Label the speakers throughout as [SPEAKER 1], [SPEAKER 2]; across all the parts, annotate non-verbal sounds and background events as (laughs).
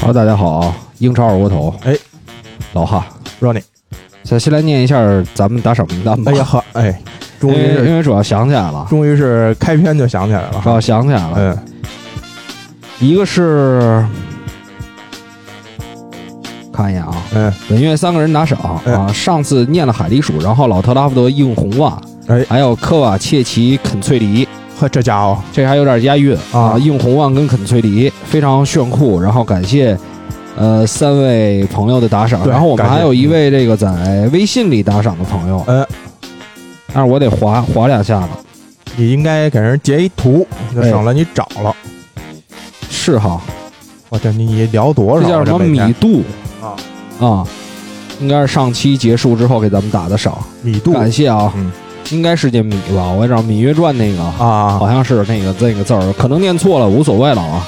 [SPEAKER 1] 哈喽，大家好，英超二锅头，
[SPEAKER 2] 哎，
[SPEAKER 1] 老哈，
[SPEAKER 2] Ronnie，
[SPEAKER 1] 先先来念一下咱们打赏名单吧。
[SPEAKER 2] 哎呀呵，哎，终
[SPEAKER 1] 因
[SPEAKER 2] 于
[SPEAKER 1] 为
[SPEAKER 2] 是
[SPEAKER 1] 因为主要想起来了，
[SPEAKER 2] 终于是开篇就想起来了
[SPEAKER 1] 主
[SPEAKER 2] 哈，
[SPEAKER 1] 要想起来了，
[SPEAKER 2] 嗯，
[SPEAKER 1] 一个是看一眼啊，
[SPEAKER 2] 嗯，
[SPEAKER 1] 本月三个人打赏
[SPEAKER 2] 哎
[SPEAKER 1] 啊，上次念了海狸鼠，然后老特拉福德硬红袜，
[SPEAKER 2] 哎
[SPEAKER 1] 还有科瓦切奇肯翠迪，
[SPEAKER 2] 呵，这家伙，
[SPEAKER 1] 这还有点押韵
[SPEAKER 2] 啊
[SPEAKER 1] 硬红袜跟肯翠迪非常炫酷，然后感谢。呃，三位朋友的打赏，
[SPEAKER 2] 对
[SPEAKER 1] 然后我们
[SPEAKER 2] 感谢
[SPEAKER 1] 还有一位这个在微信里打赏的朋友，
[SPEAKER 2] 嗯，
[SPEAKER 1] 但是我得划划两下子，
[SPEAKER 2] 你应该给人截一图，
[SPEAKER 1] 哎
[SPEAKER 2] 就省了你找了。
[SPEAKER 1] 是哈，
[SPEAKER 2] 我这你你聊多
[SPEAKER 1] 这
[SPEAKER 2] 少？
[SPEAKER 1] 叫
[SPEAKER 2] 啊
[SPEAKER 1] 什么
[SPEAKER 2] 每
[SPEAKER 1] 米
[SPEAKER 2] 天
[SPEAKER 1] 度
[SPEAKER 2] 啊
[SPEAKER 1] 啊？应该是上期结束之后给咱们打的赏，
[SPEAKER 2] 米度
[SPEAKER 1] 感谢啊，
[SPEAKER 2] 嗯
[SPEAKER 1] 应该是这米吧？我找《芈月传》那个
[SPEAKER 2] 啊
[SPEAKER 1] 好像是那个那个字儿，可能念错了，无所谓了
[SPEAKER 2] (laughs)
[SPEAKER 1] 啊。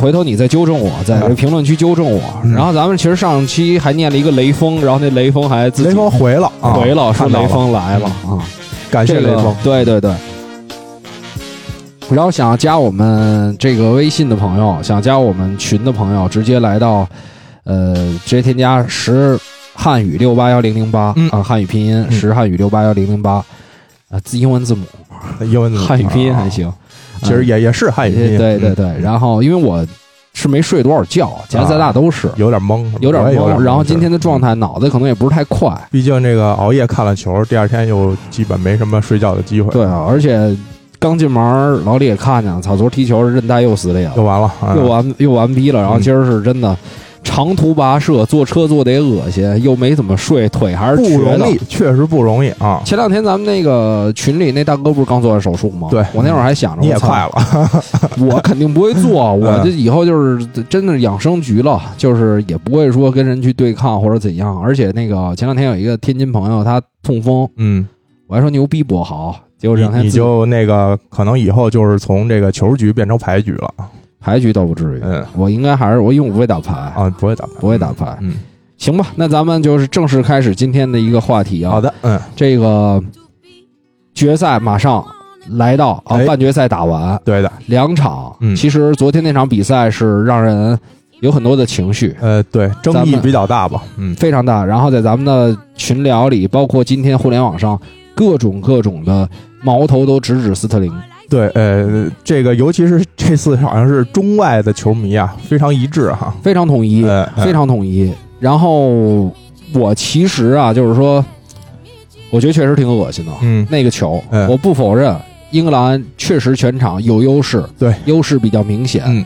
[SPEAKER 1] 回头你再纠正我，在这评论区纠正我。
[SPEAKER 2] 嗯
[SPEAKER 1] 然后咱们其实上期还念了一个雷锋，然后那雷锋还自己
[SPEAKER 2] 雷锋回了啊，
[SPEAKER 1] 回了，说
[SPEAKER 2] 看到
[SPEAKER 1] 雷
[SPEAKER 2] 了，
[SPEAKER 1] 锋来了啊。
[SPEAKER 2] 感
[SPEAKER 1] 这
[SPEAKER 2] 谢雷
[SPEAKER 1] 个
[SPEAKER 2] 锋，
[SPEAKER 1] 对对对。然后想要加我们这个微信的朋友，想加我们群的朋友，直接来到，呃，直接添加十汉语六八幺零零八
[SPEAKER 2] 嗯
[SPEAKER 1] 啊，汉语拼音
[SPEAKER 2] 嗯
[SPEAKER 1] 十汉语六八幺零零八啊，字英文字母，
[SPEAKER 2] 英文字母
[SPEAKER 1] 汉语拼音还，行，
[SPEAKER 2] 嗯啊其实也也是汉语拼音，
[SPEAKER 1] 对对
[SPEAKER 2] 嗯，
[SPEAKER 1] 对。然后因为我是没睡多少觉，加咱俩都是
[SPEAKER 2] 嗯有点懵，
[SPEAKER 1] 有点
[SPEAKER 2] 我也有
[SPEAKER 1] 懵，然后今天的状。
[SPEAKER 2] 是嗯
[SPEAKER 1] 态脑子可能也不是太快，
[SPEAKER 2] 毕竟这个熬夜看了球，第二天又基本没什么睡觉的机会，
[SPEAKER 1] 对啊，而且刚进门，老李也看见了，操，昨儿踢球韧带又撕裂了
[SPEAKER 2] 又，完了，啊
[SPEAKER 1] 又完又完逼了。然后
[SPEAKER 2] 嗯
[SPEAKER 1] 今儿是真的长途跋涉，坐车坐得也恶心，又没怎么睡，腿还是
[SPEAKER 2] 不
[SPEAKER 1] 瘸
[SPEAKER 2] 容
[SPEAKER 1] 的
[SPEAKER 2] 易。，确实不容易啊。
[SPEAKER 1] 前两天咱们那个群里那大哥不是刚做完手术吗？
[SPEAKER 2] 对
[SPEAKER 1] 我那会儿还想着，
[SPEAKER 2] 你也
[SPEAKER 1] 我操
[SPEAKER 2] 快了，
[SPEAKER 1] 我肯定不会
[SPEAKER 2] (laughs)
[SPEAKER 1] 做，
[SPEAKER 2] 嗯
[SPEAKER 1] 我这以后就是真的养生局了，就是也不会说跟人去对抗或者怎样。而且那个前两天有一个天津朋友，他痛风，
[SPEAKER 2] 嗯，
[SPEAKER 1] 我还说牛逼博豪，结果这
[SPEAKER 2] 你
[SPEAKER 1] 两天
[SPEAKER 2] 你
[SPEAKER 1] 自己
[SPEAKER 2] 就那个可能以后就是从这个球局变成牌局了
[SPEAKER 1] 牌局倒不至于，
[SPEAKER 2] 嗯
[SPEAKER 1] 我应该还是我因为我不会打牌，
[SPEAKER 2] 啊，不会打牌，
[SPEAKER 1] 不会打牌。
[SPEAKER 2] 嗯，
[SPEAKER 1] 行吧，那咱们就是正式开始今天的一个话题
[SPEAKER 2] 嗯，
[SPEAKER 1] 啊，
[SPEAKER 2] 好的，嗯，
[SPEAKER 1] 这个决赛马上来到啊，
[SPEAKER 2] 哎
[SPEAKER 1] 半决赛打完
[SPEAKER 2] 对的，
[SPEAKER 1] 两场，
[SPEAKER 2] 嗯
[SPEAKER 1] 其实昨天那场比赛是让人有很多的情绪。
[SPEAKER 2] 呃，对，争
[SPEAKER 1] 咱
[SPEAKER 2] 议
[SPEAKER 1] 们
[SPEAKER 2] 比较大吧，嗯，
[SPEAKER 1] 非常大。然后在咱们的群聊里，包括今天互联网上各种各种的矛头都直指斯特林。
[SPEAKER 2] 对，呃，这个尤其是这次好像是中外的球迷啊，非常一致哈，
[SPEAKER 1] 非常统一，
[SPEAKER 2] 呃，
[SPEAKER 1] 非
[SPEAKER 2] 常
[SPEAKER 1] 常统一。然后我其实啊，就是说，我觉得确实挺恶心的。
[SPEAKER 2] 嗯，
[SPEAKER 1] 那个球，
[SPEAKER 2] 嗯
[SPEAKER 1] 我不否认，英格兰确实全场有优势，
[SPEAKER 2] 对，
[SPEAKER 1] 优势比较明显。
[SPEAKER 2] 嗯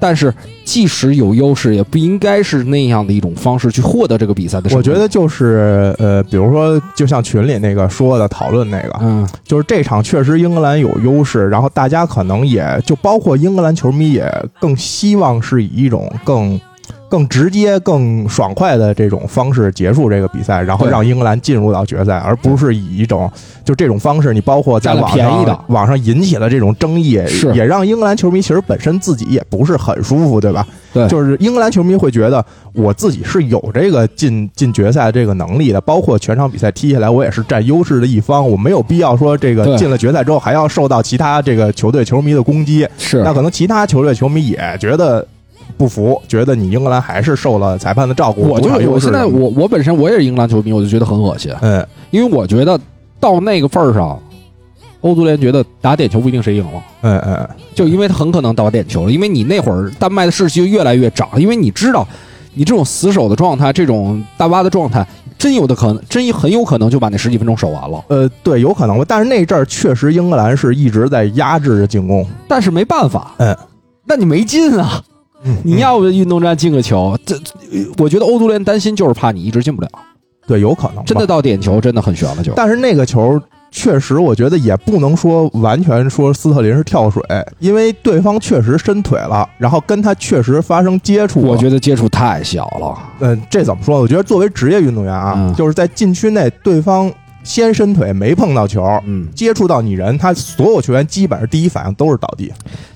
[SPEAKER 1] 但是，即使有优势，也不应该是那样的一种方式去获得这个比赛的胜利。
[SPEAKER 2] 我觉得就是呃，比如说，就像群里那个说的讨论那个，
[SPEAKER 1] 嗯，
[SPEAKER 2] 就是这场确实英格兰有优势，然后大家可能也就包括英格兰球迷也更希望是以一种更更直接、更爽快的这种方式结束这个比赛，然后
[SPEAKER 1] 对
[SPEAKER 2] 让英格兰进入到决赛，而不是以一种就这种方式，你包括在网
[SPEAKER 1] 占了便宜
[SPEAKER 2] 上
[SPEAKER 1] 的
[SPEAKER 2] 网上引起的这种争议
[SPEAKER 1] 是，
[SPEAKER 2] 也让英格兰球迷其实本身自己也不是很舒服，对吧？
[SPEAKER 1] 对
[SPEAKER 2] 就是英格兰球迷会觉得我自己是有这个进进决赛这个能力的，包括全场比赛踢下来，我也是占优势的一方，我没有必要说这
[SPEAKER 1] 对
[SPEAKER 2] 个进了决赛之后还要受到其他这个球队球迷的攻击。
[SPEAKER 1] 是
[SPEAKER 2] 那可能其他球队球迷也觉得不服，觉得你英格兰还是受了裁判的照顾，
[SPEAKER 1] 我就
[SPEAKER 2] 主场优
[SPEAKER 1] 我
[SPEAKER 2] 势
[SPEAKER 1] 现在我我本身我也是英格兰球迷，我就觉得很恶心，
[SPEAKER 2] 嗯，
[SPEAKER 1] 因为我觉得到那个份儿上，欧足联觉得打点球不一定谁赢了，
[SPEAKER 2] 嗯嗯
[SPEAKER 1] 就因为他很可能打点球了，因为你那会儿丹麦的士气就越来越涨，因为你知道。你这种死守的状态，这种大巴的状态，真有的可能，真很有可能就把那十几分钟守完了。
[SPEAKER 2] 呃，对，有可能吧。但是那阵儿确实英格兰是一直在压制着进攻，
[SPEAKER 1] 但是没办法，
[SPEAKER 2] 嗯，
[SPEAKER 1] 那你没进啊！
[SPEAKER 2] 嗯
[SPEAKER 1] 你要不就运动战进个球，这呃我觉得欧足联担心就是怕你一直进不了，
[SPEAKER 2] 嗯对有可能吧
[SPEAKER 1] 真的到点球真的很悬了就。
[SPEAKER 2] 但是那个球确实，我觉得也不能说完全说斯特林是跳水，因为对方确实伸腿了，然后跟他确实发生接触。
[SPEAKER 1] 我
[SPEAKER 2] 得，
[SPEAKER 1] 觉得接触太小了，
[SPEAKER 2] 嗯、这怎么说？我觉得作为职业运动员啊，
[SPEAKER 1] 嗯
[SPEAKER 2] 就是在禁区内，对方先伸腿没碰到球，
[SPEAKER 1] 嗯，
[SPEAKER 2] 接触到你人，他所有球员基本上第一反应都是倒地。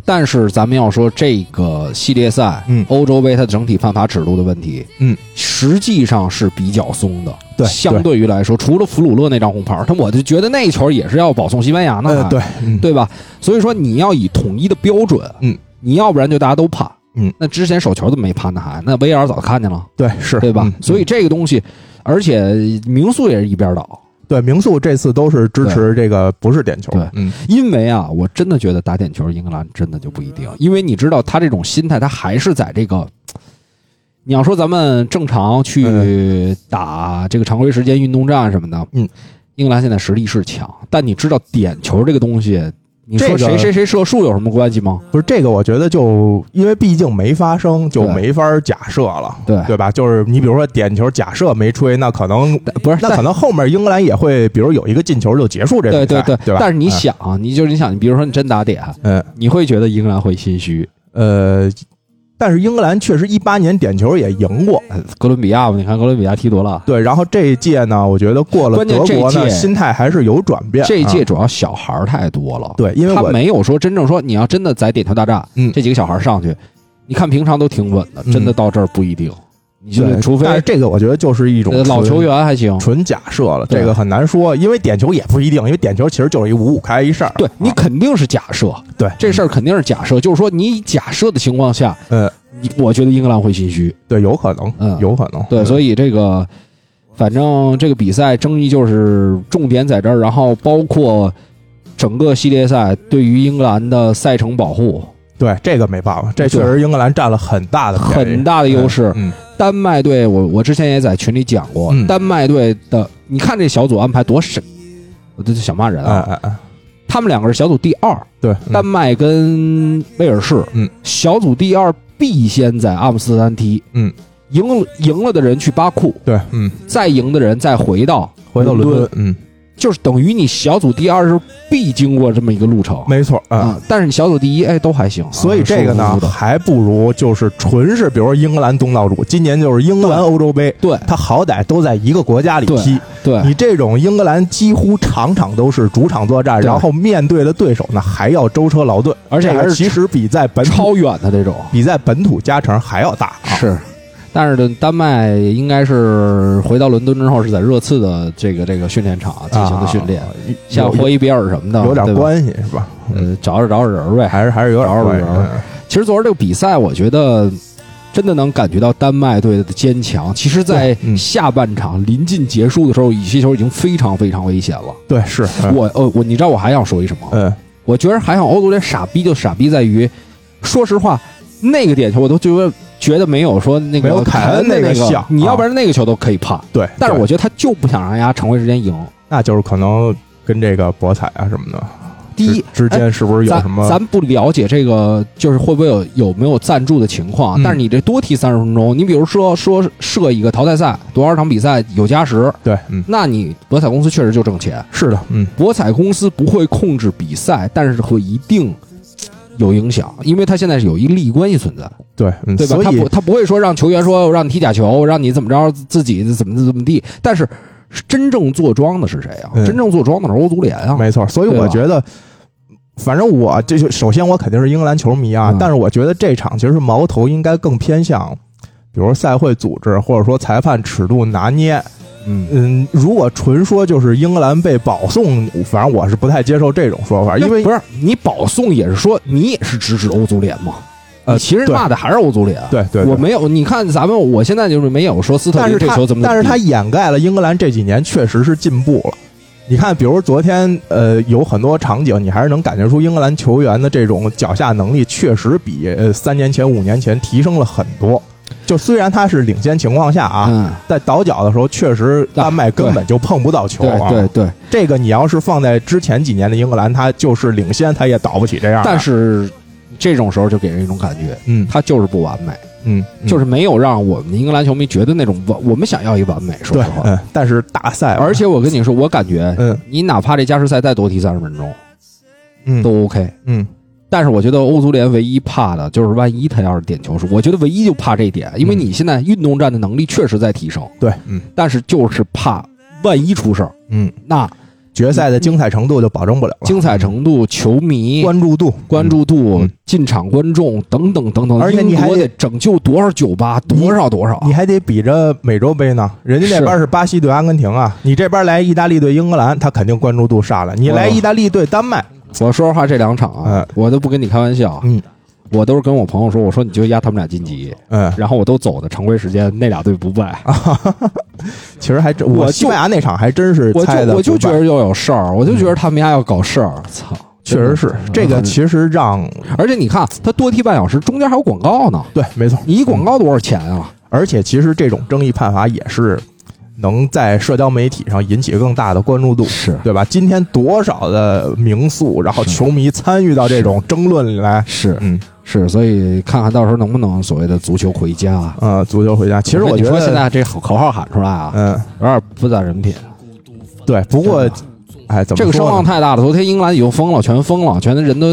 [SPEAKER 1] 但是咱们要说这个系列赛，
[SPEAKER 2] 嗯
[SPEAKER 1] 欧洲杯它整体判罚尺度的问题，
[SPEAKER 2] 嗯，
[SPEAKER 1] 实际上是比较松的。
[SPEAKER 2] 对
[SPEAKER 1] 相对于来说，除了弗鲁勒那张红牌，他我就觉得那球也是要保送西班牙呢，
[SPEAKER 2] 呃，对，嗯，
[SPEAKER 1] 对吧？所以说你要以统一的标准，
[SPEAKER 2] 嗯，
[SPEAKER 1] 你要不然就大家都判，
[SPEAKER 2] 嗯，
[SPEAKER 1] 那之前手球都没判的还，那 VR 早看见了，
[SPEAKER 2] 对，是
[SPEAKER 1] 对吧？
[SPEAKER 2] 嗯
[SPEAKER 1] 所以这个东西，而且名宿也是一边倒，
[SPEAKER 2] 对名宿这次都是支持这个不是点球，
[SPEAKER 1] 对
[SPEAKER 2] 嗯，
[SPEAKER 1] 因为啊，我真的觉得打点球英格兰真的就不一定，因为你知道他这种心态，他还是在这个。你要说咱们正常去打这个常规时间运动战什么的，
[SPEAKER 2] 嗯，
[SPEAKER 1] 英格兰现在实力是强，但你知道点球这个东西，你说
[SPEAKER 2] 这个
[SPEAKER 1] 谁谁谁射术有什么关系吗？
[SPEAKER 2] 不是这个，我觉得就因为毕竟没发生，就
[SPEAKER 1] 对
[SPEAKER 2] 没法假设了，
[SPEAKER 1] 对
[SPEAKER 2] 对吧？就是你比如说点球，假设没吹，那
[SPEAKER 1] (laughs)
[SPEAKER 2] 可能
[SPEAKER 1] 但不是，
[SPEAKER 2] 那
[SPEAKER 1] 但
[SPEAKER 2] 可能后面英格兰也会，比如有一个进球就结束这
[SPEAKER 1] 对
[SPEAKER 2] 个比赛，
[SPEAKER 1] 对
[SPEAKER 2] 对
[SPEAKER 1] 对，
[SPEAKER 2] 吧？
[SPEAKER 1] 但是你想，啊，你就是你想，你比如说你真打点，
[SPEAKER 2] 嗯，
[SPEAKER 1] 你会觉得英格兰会心虚。
[SPEAKER 2] 嗯呃，但是英格兰确实一八年点球也赢过，
[SPEAKER 1] 呃哥伦比亚吧，你看哥伦比亚踢多烂。
[SPEAKER 2] 对。然后这一届呢，我觉得过了
[SPEAKER 1] 关键
[SPEAKER 2] 德
[SPEAKER 1] 这一
[SPEAKER 2] 国呢，
[SPEAKER 1] 届
[SPEAKER 2] 心态还是有转变。
[SPEAKER 1] 这一届
[SPEAKER 2] 啊
[SPEAKER 1] 主要小孩儿太多了，
[SPEAKER 2] 对，因为
[SPEAKER 1] 他
[SPEAKER 2] 我
[SPEAKER 1] 没有说真正说你要真的在点球大战，
[SPEAKER 2] 嗯
[SPEAKER 1] 这几个小孩儿上去，你看平常都挺稳的，
[SPEAKER 2] 嗯
[SPEAKER 1] 真的到这儿不一定，你就
[SPEAKER 2] 对
[SPEAKER 1] 是除非
[SPEAKER 2] 但是这个我觉得就是一种
[SPEAKER 1] 呃老
[SPEAKER 2] 纯
[SPEAKER 1] 球员还行。
[SPEAKER 2] 纯假设了，
[SPEAKER 1] 对
[SPEAKER 2] 这个很难说，因为点球也不一定，因为点球其实就是一五五开一事儿。
[SPEAKER 1] 对你
[SPEAKER 2] 啊嗯
[SPEAKER 1] 肯定是假设，
[SPEAKER 2] 对
[SPEAKER 1] 这事儿肯定是假设，就是说你以假设的情况下，
[SPEAKER 2] 呃，
[SPEAKER 1] 你我觉得英格兰会心虚，
[SPEAKER 2] 对，有可能，
[SPEAKER 1] 嗯
[SPEAKER 2] 有可能，
[SPEAKER 1] 对，所
[SPEAKER 2] 以
[SPEAKER 1] 以这个反正这个比赛争议就是重点在这儿，然后包括整个系列赛对于英格兰的赛程保护，
[SPEAKER 2] 对这个没办法，这确实英格兰占了很大的便宜
[SPEAKER 1] 很大的优势。
[SPEAKER 2] 嗯，
[SPEAKER 1] 丹麦队，我我之前也在群里讲过，
[SPEAKER 2] 嗯
[SPEAKER 1] 丹麦队的，你看这小组安排多神，我这就想骂人
[SPEAKER 2] 哎
[SPEAKER 1] 啊！
[SPEAKER 2] 哎哎，
[SPEAKER 1] 他们两个是小组第二，
[SPEAKER 2] 对，
[SPEAKER 1] 丹麦跟威尔士，
[SPEAKER 2] 嗯，
[SPEAKER 1] 小组第二必先在阿姆斯特丹踢，
[SPEAKER 2] 嗯，
[SPEAKER 1] 赢了赢了的人去巴库，
[SPEAKER 2] 对，嗯，
[SPEAKER 1] 再赢的人再回到
[SPEAKER 2] 回到
[SPEAKER 1] 伦
[SPEAKER 2] 伦
[SPEAKER 1] 敦
[SPEAKER 2] 敦，嗯，
[SPEAKER 1] 就是等于你小组第二是必经过这么一个路程
[SPEAKER 2] 没错，嗯。
[SPEAKER 1] 啊、但是你小组第一，哎，都还行。
[SPEAKER 2] 所以
[SPEAKER 1] 啊
[SPEAKER 2] 这个
[SPEAKER 1] 舒
[SPEAKER 2] 呢
[SPEAKER 1] 服，的
[SPEAKER 2] 还不如就是纯是，比如说英格兰东道主，今年就是英格兰欧洲杯，
[SPEAKER 1] 对
[SPEAKER 2] 它好歹都在一个国家里
[SPEAKER 1] 对
[SPEAKER 2] 踢。
[SPEAKER 1] 对
[SPEAKER 2] 你这种英格兰几乎场场都是主场作战，
[SPEAKER 1] 对
[SPEAKER 2] 然后面对的对手呢还要舟车劳顿，
[SPEAKER 1] 而且
[SPEAKER 2] 这个
[SPEAKER 1] 还是
[SPEAKER 2] 其实比在本土
[SPEAKER 1] 超远的这种
[SPEAKER 2] 比在本土加成还要大啊。
[SPEAKER 1] 是。但是呢，丹麦应该是回到伦敦之后是在热刺的这个这个训练场进行的训练，
[SPEAKER 2] 啊，
[SPEAKER 1] 像
[SPEAKER 2] 有
[SPEAKER 1] 霍伊比尔什么的，
[SPEAKER 2] 有点
[SPEAKER 1] 对吧，
[SPEAKER 2] 关系是吧？嗯
[SPEAKER 1] 呃，找着找着人儿呗。
[SPEAKER 2] 还是还是有点关系
[SPEAKER 1] 找着人。
[SPEAKER 2] 嗯
[SPEAKER 1] 其实昨儿这个比赛，我觉得真的能感觉到丹麦队的坚强。其实，在
[SPEAKER 2] 对嗯
[SPEAKER 1] 下半场临近结束的时候，有些球已经非常非常危险了。
[SPEAKER 2] 对，是嗯
[SPEAKER 1] 我呃我，你知道我还想说一什么？
[SPEAKER 2] 嗯，
[SPEAKER 1] 我觉得还想欧足联傻逼就傻逼在于，说实话，那个点球我都觉得觉得没有说那
[SPEAKER 2] 没
[SPEAKER 1] 个
[SPEAKER 2] 有凯
[SPEAKER 1] 恩
[SPEAKER 2] 恩
[SPEAKER 1] 那
[SPEAKER 2] 那个
[SPEAKER 1] 个
[SPEAKER 2] 像啊
[SPEAKER 1] 你要不然那个球都可以判。
[SPEAKER 2] 对。
[SPEAKER 1] 但是
[SPEAKER 2] 对
[SPEAKER 1] 我觉得他就不想让人家常规时间赢。
[SPEAKER 2] 那就是可能跟这个博彩啊什么的
[SPEAKER 1] 第一，哎
[SPEAKER 2] 之之间是不是有
[SPEAKER 1] 咱
[SPEAKER 2] 什么？
[SPEAKER 1] 咱不了解这个，就是会不会有有没有赞助的情况？
[SPEAKER 2] 嗯
[SPEAKER 1] 但是你这多踢三十分钟，你比如说说设一个淘汰赛，多少场比赛有加时，
[SPEAKER 2] 对，嗯，
[SPEAKER 1] 那你博彩公司确实就挣钱。
[SPEAKER 2] 是的，嗯，
[SPEAKER 1] 博彩公司不会控制比赛，但是会一定有影响，因为他现在是有一利益关系存在，
[SPEAKER 2] 对，嗯，
[SPEAKER 1] 对吧？
[SPEAKER 2] 所
[SPEAKER 1] 他
[SPEAKER 2] 以
[SPEAKER 1] 不他不会说让球员说我让你踢假球，我让你怎么着自己怎么怎么地，但是真正坐庄的是谁啊？
[SPEAKER 2] 嗯
[SPEAKER 1] 真正坐庄的是欧足联啊。
[SPEAKER 2] 没错，所以
[SPEAKER 1] 对吧
[SPEAKER 2] 我觉得，反正我这就首先我肯定是英格兰球迷啊，
[SPEAKER 1] 嗯
[SPEAKER 2] 但是我觉得这场其实矛头应该更偏向，比如赛会组织或者说裁判尺度拿捏。
[SPEAKER 1] 嗯，
[SPEAKER 2] 嗯，如果纯说就是英格兰被保送，反正我是不太接受这种说法，因为
[SPEAKER 1] 不是你保送也是说你也是支持欧足联嘛？
[SPEAKER 2] 呃
[SPEAKER 1] 你其实
[SPEAKER 2] 对
[SPEAKER 1] 骂的还是欧足联。
[SPEAKER 2] 对对，对
[SPEAKER 1] 我没有，你看咱们我现在就是没有说斯特
[SPEAKER 2] 但
[SPEAKER 1] 林
[SPEAKER 2] 是
[SPEAKER 1] 这
[SPEAKER 2] 他
[SPEAKER 1] 球怎么怎么地，
[SPEAKER 2] 但是他掩盖了英格兰这几年确实是进步了。你看，比如昨天，呃，有很多场景，你还是能感觉出英格兰球员的这种脚下能力确实比呃三年前、五年前提升了很多。就虽然他是领先情况下啊，
[SPEAKER 1] 嗯，
[SPEAKER 2] 在倒脚的时候，确实丹麦根本就碰不到球
[SPEAKER 1] 对
[SPEAKER 2] 啊。
[SPEAKER 1] 对对，
[SPEAKER 2] 这个你要是放在之前几年的英格兰，他就是领先，他也倒不起这样的。
[SPEAKER 1] 但是这种时候就给人一种感觉，
[SPEAKER 2] 嗯，
[SPEAKER 1] 他就是不完美，
[SPEAKER 2] 嗯嗯，
[SPEAKER 1] 就是没有让我们英格兰球迷觉得那种完，我们想要一完美，说
[SPEAKER 2] 对
[SPEAKER 1] 实，话。
[SPEAKER 2] 嗯，但是大赛嘛，
[SPEAKER 1] 而且我跟你说，我感觉
[SPEAKER 2] 嗯
[SPEAKER 1] 你哪怕这加时赛再多踢三十分钟
[SPEAKER 2] 嗯
[SPEAKER 1] 都 OK。
[SPEAKER 2] 嗯
[SPEAKER 1] 但是我觉得欧足联唯一怕的就是，万一他要是点球数，我觉得唯一就怕这一点，因为
[SPEAKER 2] 嗯
[SPEAKER 1] 你现在运动战的能力确实在提升，
[SPEAKER 2] 对嗯
[SPEAKER 1] 但是就是怕万一出事儿，
[SPEAKER 2] 嗯，
[SPEAKER 1] 那
[SPEAKER 2] 决赛的精彩程度就保证不了了。
[SPEAKER 1] 精彩程度、球迷
[SPEAKER 2] 关注度，
[SPEAKER 1] 关注度、
[SPEAKER 2] 嗯
[SPEAKER 1] 进场观众等等等等，
[SPEAKER 2] 而且你
[SPEAKER 1] 英
[SPEAKER 2] 还
[SPEAKER 1] 国得
[SPEAKER 2] 得
[SPEAKER 1] 拯救多少酒吧，多少多少啊，
[SPEAKER 2] 你还得比着美洲杯呢。人家那边是巴西对阿根廷啊，你这边来意大利对英格兰，他肯定关注度上来。你来意大利对丹麦，
[SPEAKER 1] 我说实话，这两场啊，
[SPEAKER 2] 嗯
[SPEAKER 1] 我都不跟你开玩笑。啊
[SPEAKER 2] 嗯，
[SPEAKER 1] 我都是跟我朋友说，我说你就压他们俩晋级，
[SPEAKER 2] 嗯，
[SPEAKER 1] 然后我都走的常规时间，那俩队不败，
[SPEAKER 2] 其实还真，
[SPEAKER 1] 我
[SPEAKER 2] 我
[SPEAKER 1] 就
[SPEAKER 2] 西班牙那场还真是
[SPEAKER 1] 我
[SPEAKER 2] 猜的
[SPEAKER 1] 就我就
[SPEAKER 2] 不
[SPEAKER 1] 觉
[SPEAKER 2] 败
[SPEAKER 1] 得又有事儿，我就觉得他们家要搞事儿，操，
[SPEAKER 2] 确实是这个，
[SPEAKER 1] 嗯
[SPEAKER 2] 其实让
[SPEAKER 1] 而且你看他多踢半小时，中间还有广告呢，
[SPEAKER 2] 对没错，
[SPEAKER 1] 你一广告多少钱啊？
[SPEAKER 2] 而且其实这种争议判罚也是能在社交媒体上引起更大的关注度，
[SPEAKER 1] 是
[SPEAKER 2] 对吧？今天多少的名宿，然后球迷参与到这种争论里来，
[SPEAKER 1] 是
[SPEAKER 2] 嗯
[SPEAKER 1] 是，所以看看到时候能不能所谓的足球回家啊。
[SPEAKER 2] 呃，足球回家，其实我
[SPEAKER 1] 哎你
[SPEAKER 2] 觉
[SPEAKER 1] 说
[SPEAKER 2] 得
[SPEAKER 1] 现在这口号喊出来啊，
[SPEAKER 2] 嗯、
[SPEAKER 1] 有点不咋人品。
[SPEAKER 2] 对，不过
[SPEAKER 1] 真
[SPEAKER 2] 哎，怎么
[SPEAKER 1] 这个
[SPEAKER 2] 说
[SPEAKER 1] 声
[SPEAKER 2] 呢
[SPEAKER 1] 望太大了，昨天英格兰已经疯了，全疯了，全人都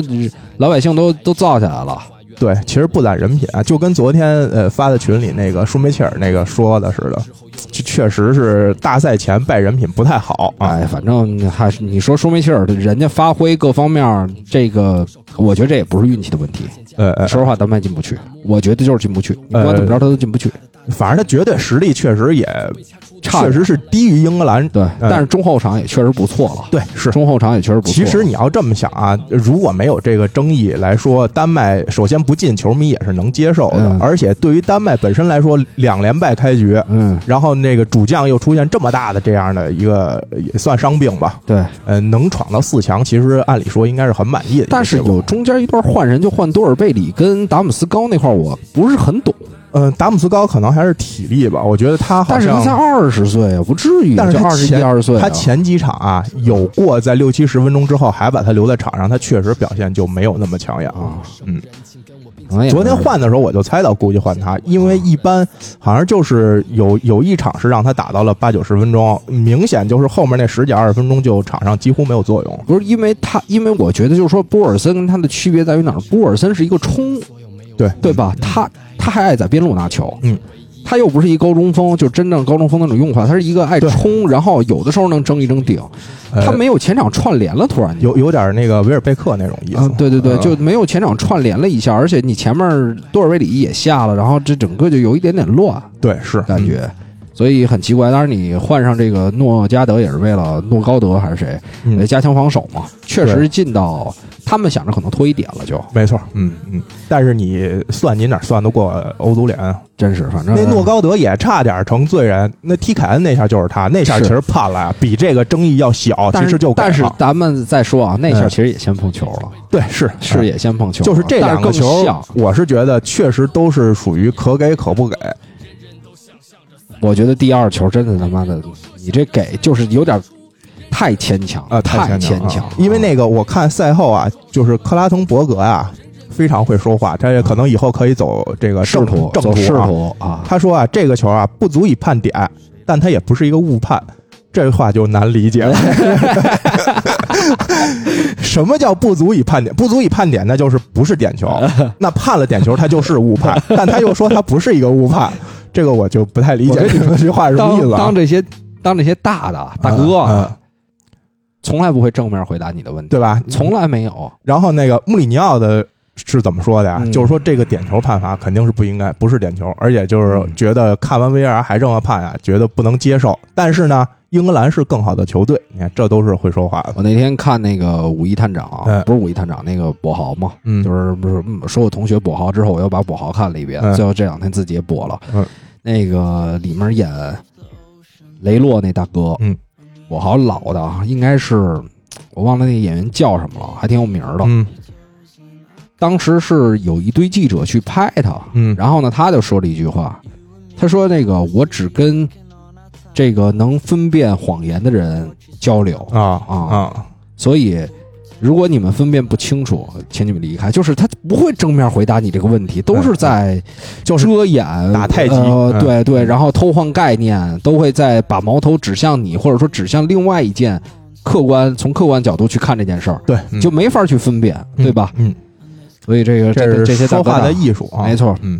[SPEAKER 1] 老百姓都都燥起来了。
[SPEAKER 2] 对，其实不攒人品啊，就跟昨天呃发的群里那个舒梅切尔那个说的似的，这确实是大赛前败人品不太好啊。
[SPEAKER 1] 哎，反正还是你说舒梅切尔，人家发挥各方面儿，这个我觉得这也不是运气的问题。
[SPEAKER 2] 呃呃，
[SPEAKER 1] 说实话，丹麦进不去，我觉得就是进不去。你不管怎么着，他都进不去。
[SPEAKER 2] 反正他绝对实力确实也
[SPEAKER 1] 差
[SPEAKER 2] 确实是低于英格兰。
[SPEAKER 1] 对，但是中后场也确实不错了。
[SPEAKER 2] 呃对，是。
[SPEAKER 1] 中后场也确实不错。
[SPEAKER 2] 其实你要这么想啊，如果没有这个争议来说，丹麦首先不进，球迷也是能接受的。
[SPEAKER 1] 嗯
[SPEAKER 2] 而且对于丹麦本身来说，两连败开局，
[SPEAKER 1] 嗯，
[SPEAKER 2] 然后那个主将又出现这么大的这样的一个也算伤病吧，
[SPEAKER 1] 对。
[SPEAKER 2] 呃，能闯到四强，其实按理说应该是很满意的一个结果。
[SPEAKER 1] 但是有中间一段换人，就换多尔贝里跟达姆斯高那块，我不是很懂。
[SPEAKER 2] 嗯，达姆斯高可能还是体力吧，我觉得他好
[SPEAKER 1] 但是他才
[SPEAKER 2] 像。
[SPEAKER 1] 二十岁啊，不至于。
[SPEAKER 2] 但是他
[SPEAKER 1] 二十一
[SPEAKER 2] 前
[SPEAKER 1] 二十岁啊，
[SPEAKER 2] 他前几场啊，有过在六七十分钟之后还把他留在场上，他确实表现就没有那么抢眼
[SPEAKER 1] 啊，
[SPEAKER 2] 嗯，
[SPEAKER 1] 可能也
[SPEAKER 2] 昨
[SPEAKER 1] 是
[SPEAKER 2] 天换的时候我就猜到，估计换他，因为一般好像就是有有一场是让他打到了八九十分钟，明显就是后面那十几二十分钟就场上几乎没有作用。
[SPEAKER 1] 不是因为他，因为我觉得就是说，波尔森跟他的区别在于哪儿？波尔森是一个冲，
[SPEAKER 2] 对
[SPEAKER 1] 对吧？他他还爱在边路拿球，
[SPEAKER 2] 嗯，
[SPEAKER 1] 他又不是一高中锋，就真正高中锋那种用法，他是一个爱
[SPEAKER 2] 对
[SPEAKER 1] 冲，然后有的时候能争一争顶，
[SPEAKER 2] 呃
[SPEAKER 1] 他没有前场串联了，突然就。
[SPEAKER 2] 有有点那个维尔贝克那种意思。
[SPEAKER 1] 嗯，对对对，
[SPEAKER 2] 嗯
[SPEAKER 1] 就没有前场串联了一下，而且你前面多尔维里也下了，然后这整个就有一点点乱
[SPEAKER 2] 对是
[SPEAKER 1] 感觉，
[SPEAKER 2] 嗯
[SPEAKER 1] 所以很奇怪。当然，你换上这个诺加德也是为了诺高德还是谁，
[SPEAKER 2] 嗯
[SPEAKER 1] 呃
[SPEAKER 2] 嗯
[SPEAKER 1] 加强防守嘛，确实
[SPEAKER 2] 对
[SPEAKER 1] 进到他们想着可能拖一点了就，
[SPEAKER 2] 没错，嗯嗯，但是你算你哪算得过欧足联啊？
[SPEAKER 1] 真是反正
[SPEAKER 2] 那诺高德也差点成罪人，那踢凯恩那下就是他，那下
[SPEAKER 1] 是
[SPEAKER 2] 其实判了，啊比这个争议要小，
[SPEAKER 1] 但
[SPEAKER 2] 其
[SPEAKER 1] 是
[SPEAKER 2] 实就给
[SPEAKER 1] 但是
[SPEAKER 2] 了
[SPEAKER 1] 咱们再说啊，那下
[SPEAKER 2] 嗯
[SPEAKER 1] 其实也先碰球了，
[SPEAKER 2] 对是
[SPEAKER 1] 是也先碰球了，
[SPEAKER 2] 就是这两个
[SPEAKER 1] 哎但是更
[SPEAKER 2] 球
[SPEAKER 1] 像，
[SPEAKER 2] 我是觉得确实都是属于可给可不给，
[SPEAKER 1] 我觉得第二球真的他妈的，你这给就是有点太牵强
[SPEAKER 2] 呃，
[SPEAKER 1] 啊太
[SPEAKER 2] 牵
[SPEAKER 1] 牵
[SPEAKER 2] 强
[SPEAKER 1] 强
[SPEAKER 2] 了，，因为那个我看赛后啊，就是克拉滕伯格啊，非常会说话，他也可能以后可以走这个
[SPEAKER 1] 仕
[SPEAKER 2] 正
[SPEAKER 1] 途
[SPEAKER 2] 正
[SPEAKER 1] 走仕
[SPEAKER 2] 啊。
[SPEAKER 1] 途啊，
[SPEAKER 2] 他说啊，这个球啊不足以判点，但他也不是一个误判，这话就难
[SPEAKER 1] (laughs)
[SPEAKER 2] 理解了。什么叫不足以判点？不足以判点，那就是不是点
[SPEAKER 1] (laughs)
[SPEAKER 2] 球。那判了点球，他就是误判，但他又说他不是一个误判，这个我就不太理解
[SPEAKER 1] 我觉得
[SPEAKER 2] 你们这句话是什么意
[SPEAKER 1] 当
[SPEAKER 2] 思啊
[SPEAKER 1] 当？这些当这些大的大哥
[SPEAKER 2] 嗯
[SPEAKER 1] 啊，
[SPEAKER 2] 嗯
[SPEAKER 1] 从来不会正面回答你的问题，
[SPEAKER 2] 对吧？
[SPEAKER 1] 从来没有，
[SPEAKER 2] 然后那个穆里尼奥的是怎么说的呀？
[SPEAKER 1] 嗯
[SPEAKER 2] 就是说这个点球判罚肯定是不应该，不是点球，而且就是觉得看完 VR 还这么判啊，觉得不能接受。但是呢，英格兰是更好的球队，你看这都是会说话的。
[SPEAKER 1] 我那天看那个《五一探长啊
[SPEAKER 2] 嗯》，
[SPEAKER 1] 不是《五一探长》那个跛豪嘛，
[SPEAKER 2] 嗯
[SPEAKER 1] 就，是不是嗯说我同学跛豪之后，我又把跛豪看了一遍，
[SPEAKER 2] 嗯
[SPEAKER 1] 最后这两天自己也播了。
[SPEAKER 2] 嗯
[SPEAKER 1] 那个里面演雷洛那大哥，
[SPEAKER 2] 嗯，
[SPEAKER 1] 跛豪老的啊，应该是我忘了那个演员叫什么了，还挺有名儿的。
[SPEAKER 2] 嗯
[SPEAKER 1] 当时是有一堆记者去拍他，
[SPEAKER 2] 嗯，
[SPEAKER 1] 然后呢，他就说了一句话，他说：“那个我只跟这个能分辨谎言的人交流。”
[SPEAKER 2] 啊啊
[SPEAKER 1] 啊
[SPEAKER 2] 啊，
[SPEAKER 1] 所以，如果你们分辨不清楚，请你们离开。就是他不会正面回答你这个问题，都是
[SPEAKER 2] 嗯
[SPEAKER 1] 在
[SPEAKER 2] 就是
[SPEAKER 1] 遮掩、
[SPEAKER 2] 打太极
[SPEAKER 1] 呃
[SPEAKER 2] 嗯
[SPEAKER 1] 对对，然后偷换概念，都会在把矛头指向你，或者说指向另外一件客观从客观角度去看这件事儿，
[SPEAKER 2] 对，嗯
[SPEAKER 1] 就没法去分辨，对吧？？
[SPEAKER 2] 嗯，
[SPEAKER 1] 所以这个
[SPEAKER 2] 嗯
[SPEAKER 1] 这
[SPEAKER 2] 是
[SPEAKER 1] 这些
[SPEAKER 2] 说
[SPEAKER 1] 大哥
[SPEAKER 2] 话
[SPEAKER 1] 大
[SPEAKER 2] 的艺术啊，
[SPEAKER 1] 没错。
[SPEAKER 2] 嗯，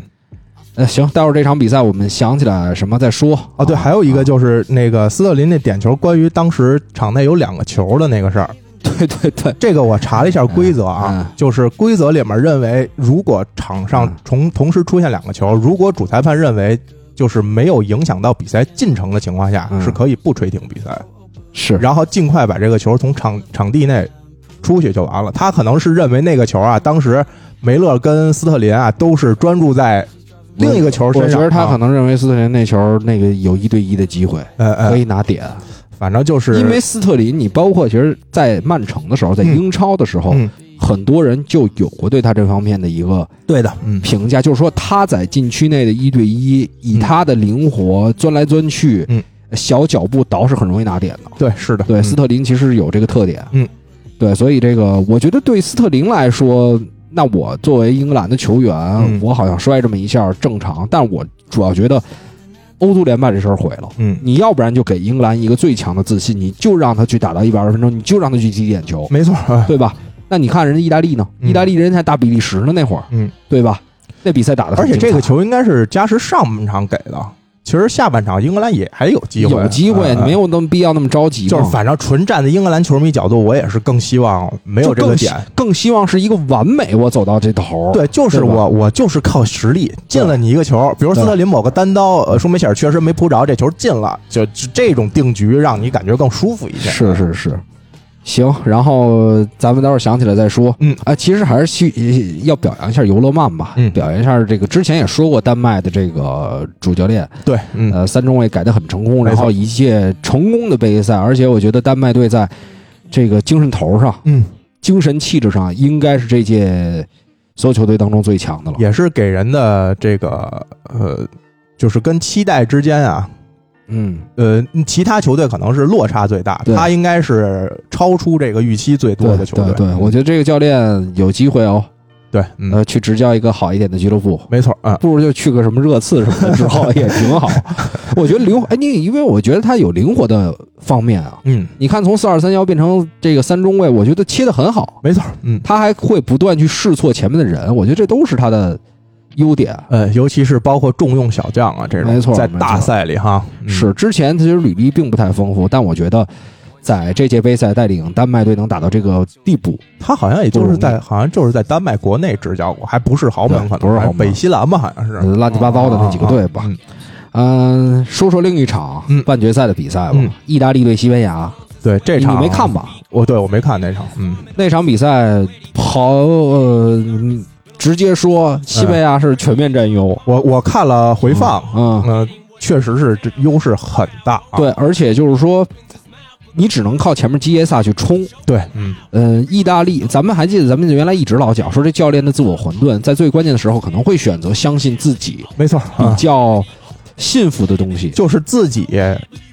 [SPEAKER 1] 呃，行，待会儿这场比赛我们想起来什么再说。
[SPEAKER 2] 哦，对，
[SPEAKER 1] 啊
[SPEAKER 2] 还有一个就是那个斯特林那点球，关于当时场内有两个球的那个事儿，
[SPEAKER 1] (laughs) 对对对，
[SPEAKER 2] 这个我查了一下规则啊，
[SPEAKER 1] 嗯嗯
[SPEAKER 2] 就是规则里面认为，如果场上
[SPEAKER 1] 嗯
[SPEAKER 2] 同同时出现两个球，如果主裁判认为就是没有影响到比赛进程的情况下，
[SPEAKER 1] 嗯
[SPEAKER 2] 是可以不吹停比赛，
[SPEAKER 1] 是
[SPEAKER 2] 然后尽快把这个球从场场地内。出去就完了。他可能是认为那个球啊，当时梅勒跟斯特林啊都是专注在另一个球身
[SPEAKER 1] 我
[SPEAKER 2] 上。
[SPEAKER 1] 觉得他可
[SPEAKER 2] 能，
[SPEAKER 1] 能认为斯特林那球那个有一对一的机会，
[SPEAKER 2] 呃
[SPEAKER 1] 可
[SPEAKER 2] 呃，
[SPEAKER 1] 以拿点，
[SPEAKER 2] 反正就是
[SPEAKER 1] 因为斯特林，你包括其实，在曼城的时候，在
[SPEAKER 2] 嗯
[SPEAKER 1] 英超的时候，
[SPEAKER 2] 嗯，
[SPEAKER 1] 很多人就有过对他这方面的一个
[SPEAKER 2] 对的，嗯
[SPEAKER 1] 评价，就是说他在禁区内的一对一，以
[SPEAKER 2] 嗯
[SPEAKER 1] 他的灵活钻来钻去，
[SPEAKER 2] 嗯
[SPEAKER 1] 小脚步倒是很容易拿点的。
[SPEAKER 2] 对，是的，
[SPEAKER 1] 对，
[SPEAKER 2] 嗯
[SPEAKER 1] 斯特林其实有这个特点，
[SPEAKER 2] 嗯，
[SPEAKER 1] 对，所以这个我觉得对斯特林来说，那我作为英格兰的球员，
[SPEAKER 2] 嗯
[SPEAKER 1] 我好像摔这么一下正常，但我主要觉得欧足联把这事儿毁了。
[SPEAKER 2] 嗯，
[SPEAKER 1] 你要不然就给英格兰一个最强的自信，你就让他去打到一百二十分钟，你就让他去踢点球，
[SPEAKER 2] 没错，啊
[SPEAKER 1] 对吧？那你看人家意大利呢？
[SPEAKER 2] 嗯
[SPEAKER 1] 意大利人才打比利时呢，那会儿，
[SPEAKER 2] 嗯，
[SPEAKER 1] 对吧？那比赛打的，
[SPEAKER 2] 而且这个球应该是加时上半场给的，其实下半场英格兰也还有机会，
[SPEAKER 1] 有机会，
[SPEAKER 2] 嗯
[SPEAKER 1] 没。有那么必要那么着急嘛。
[SPEAKER 2] 就是反正纯站在英格兰球迷角度，我也是更希望没有这个点。
[SPEAKER 1] 更希望是一个完美，我走到这头。，
[SPEAKER 2] 对，就是
[SPEAKER 1] 对吧
[SPEAKER 2] 我，我就是靠实力进了你一个球，比如斯特林某个单刀，呃，舒梅切尔确实没扑着，这球进了，就就这种定局让你感觉更舒服一些。
[SPEAKER 1] 是，是是。行，然后咱们待会儿想起来再说。
[SPEAKER 2] 嗯
[SPEAKER 1] 啊，其实还是去要表扬一下尤勒曼吧，
[SPEAKER 2] 嗯
[SPEAKER 1] 表扬一下这个之前也说过丹麦的这个主教练，
[SPEAKER 2] 对，嗯，
[SPEAKER 1] 呃，三中卫改得很成功，然后一届成功的杯赛，而且我觉得丹麦队在这个精神头上、
[SPEAKER 2] 嗯，
[SPEAKER 1] 精神气质上，应该是这届所有球队当中最强的了。
[SPEAKER 2] 也是给人的这个呃，就是跟期待之间啊，
[SPEAKER 1] 嗯，
[SPEAKER 2] 呃，其他球队可能是落差最大，
[SPEAKER 1] 对
[SPEAKER 2] 他应该是超出这个预期最多
[SPEAKER 1] 对
[SPEAKER 2] 的球队
[SPEAKER 1] 对。对，我觉得这个教练有机会哦，
[SPEAKER 2] 对，嗯，
[SPEAKER 1] 呃，去执教一个好一点的俱乐部。
[SPEAKER 2] 没错，嗯，
[SPEAKER 1] 不如就去个什么热刺什么的之后也挺
[SPEAKER 2] (laughs)
[SPEAKER 1] 好，我觉得灵活哎，你因为我觉得他有灵活的方面啊，
[SPEAKER 2] 嗯，
[SPEAKER 1] 你看从四二三幺变成这个三中卫，我觉得切得很好，
[SPEAKER 2] 没错，嗯。
[SPEAKER 1] 他还会不断去试错前面的人，我觉得这都是他的优点。
[SPEAKER 2] 呃，尤其是包括重用小将啊，这种
[SPEAKER 1] 没错
[SPEAKER 2] 在
[SPEAKER 1] 没错
[SPEAKER 2] 大赛里哈，嗯
[SPEAKER 1] 是之前其实履历并不太丰富，但我觉得在这届杯赛带领丹麦队能打到这个地步，
[SPEAKER 2] 他好像也就是
[SPEAKER 1] 不
[SPEAKER 2] 在
[SPEAKER 1] 容
[SPEAKER 2] 好像就是在丹麦国内执教过，还不是豪门，
[SPEAKER 1] 对
[SPEAKER 2] 可能
[SPEAKER 1] 不是豪门
[SPEAKER 2] 还北西兰吧，好像是
[SPEAKER 1] 呃乱七八糟的那几个队吧
[SPEAKER 2] 啊啊啊
[SPEAKER 1] 嗯、说说另一场
[SPEAKER 2] 嗯
[SPEAKER 1] 半决赛的比赛吧，
[SPEAKER 2] 嗯
[SPEAKER 1] 意大利对西班牙，
[SPEAKER 2] 嗯对这
[SPEAKER 1] 你
[SPEAKER 2] 场嗯
[SPEAKER 1] 没看？吧？
[SPEAKER 2] 我对我没看那场，嗯，
[SPEAKER 1] 那场比赛好，呃，直接说西班牙是全面占优，
[SPEAKER 2] 我我看了回放，
[SPEAKER 1] 嗯，
[SPEAKER 2] 嗯，确实是这优势很大啊，
[SPEAKER 1] 对，而且就是说，你只能靠前面基耶萨去冲，
[SPEAKER 2] 对，嗯，
[SPEAKER 1] 呃，意大利，咱们还记得，咱们原来一直老讲说，这教练的自我混沌，在最关键的时候可能会选择相信自己
[SPEAKER 2] 没错
[SPEAKER 1] 比
[SPEAKER 2] 啊，
[SPEAKER 1] 较信服的东西。
[SPEAKER 2] 就是自己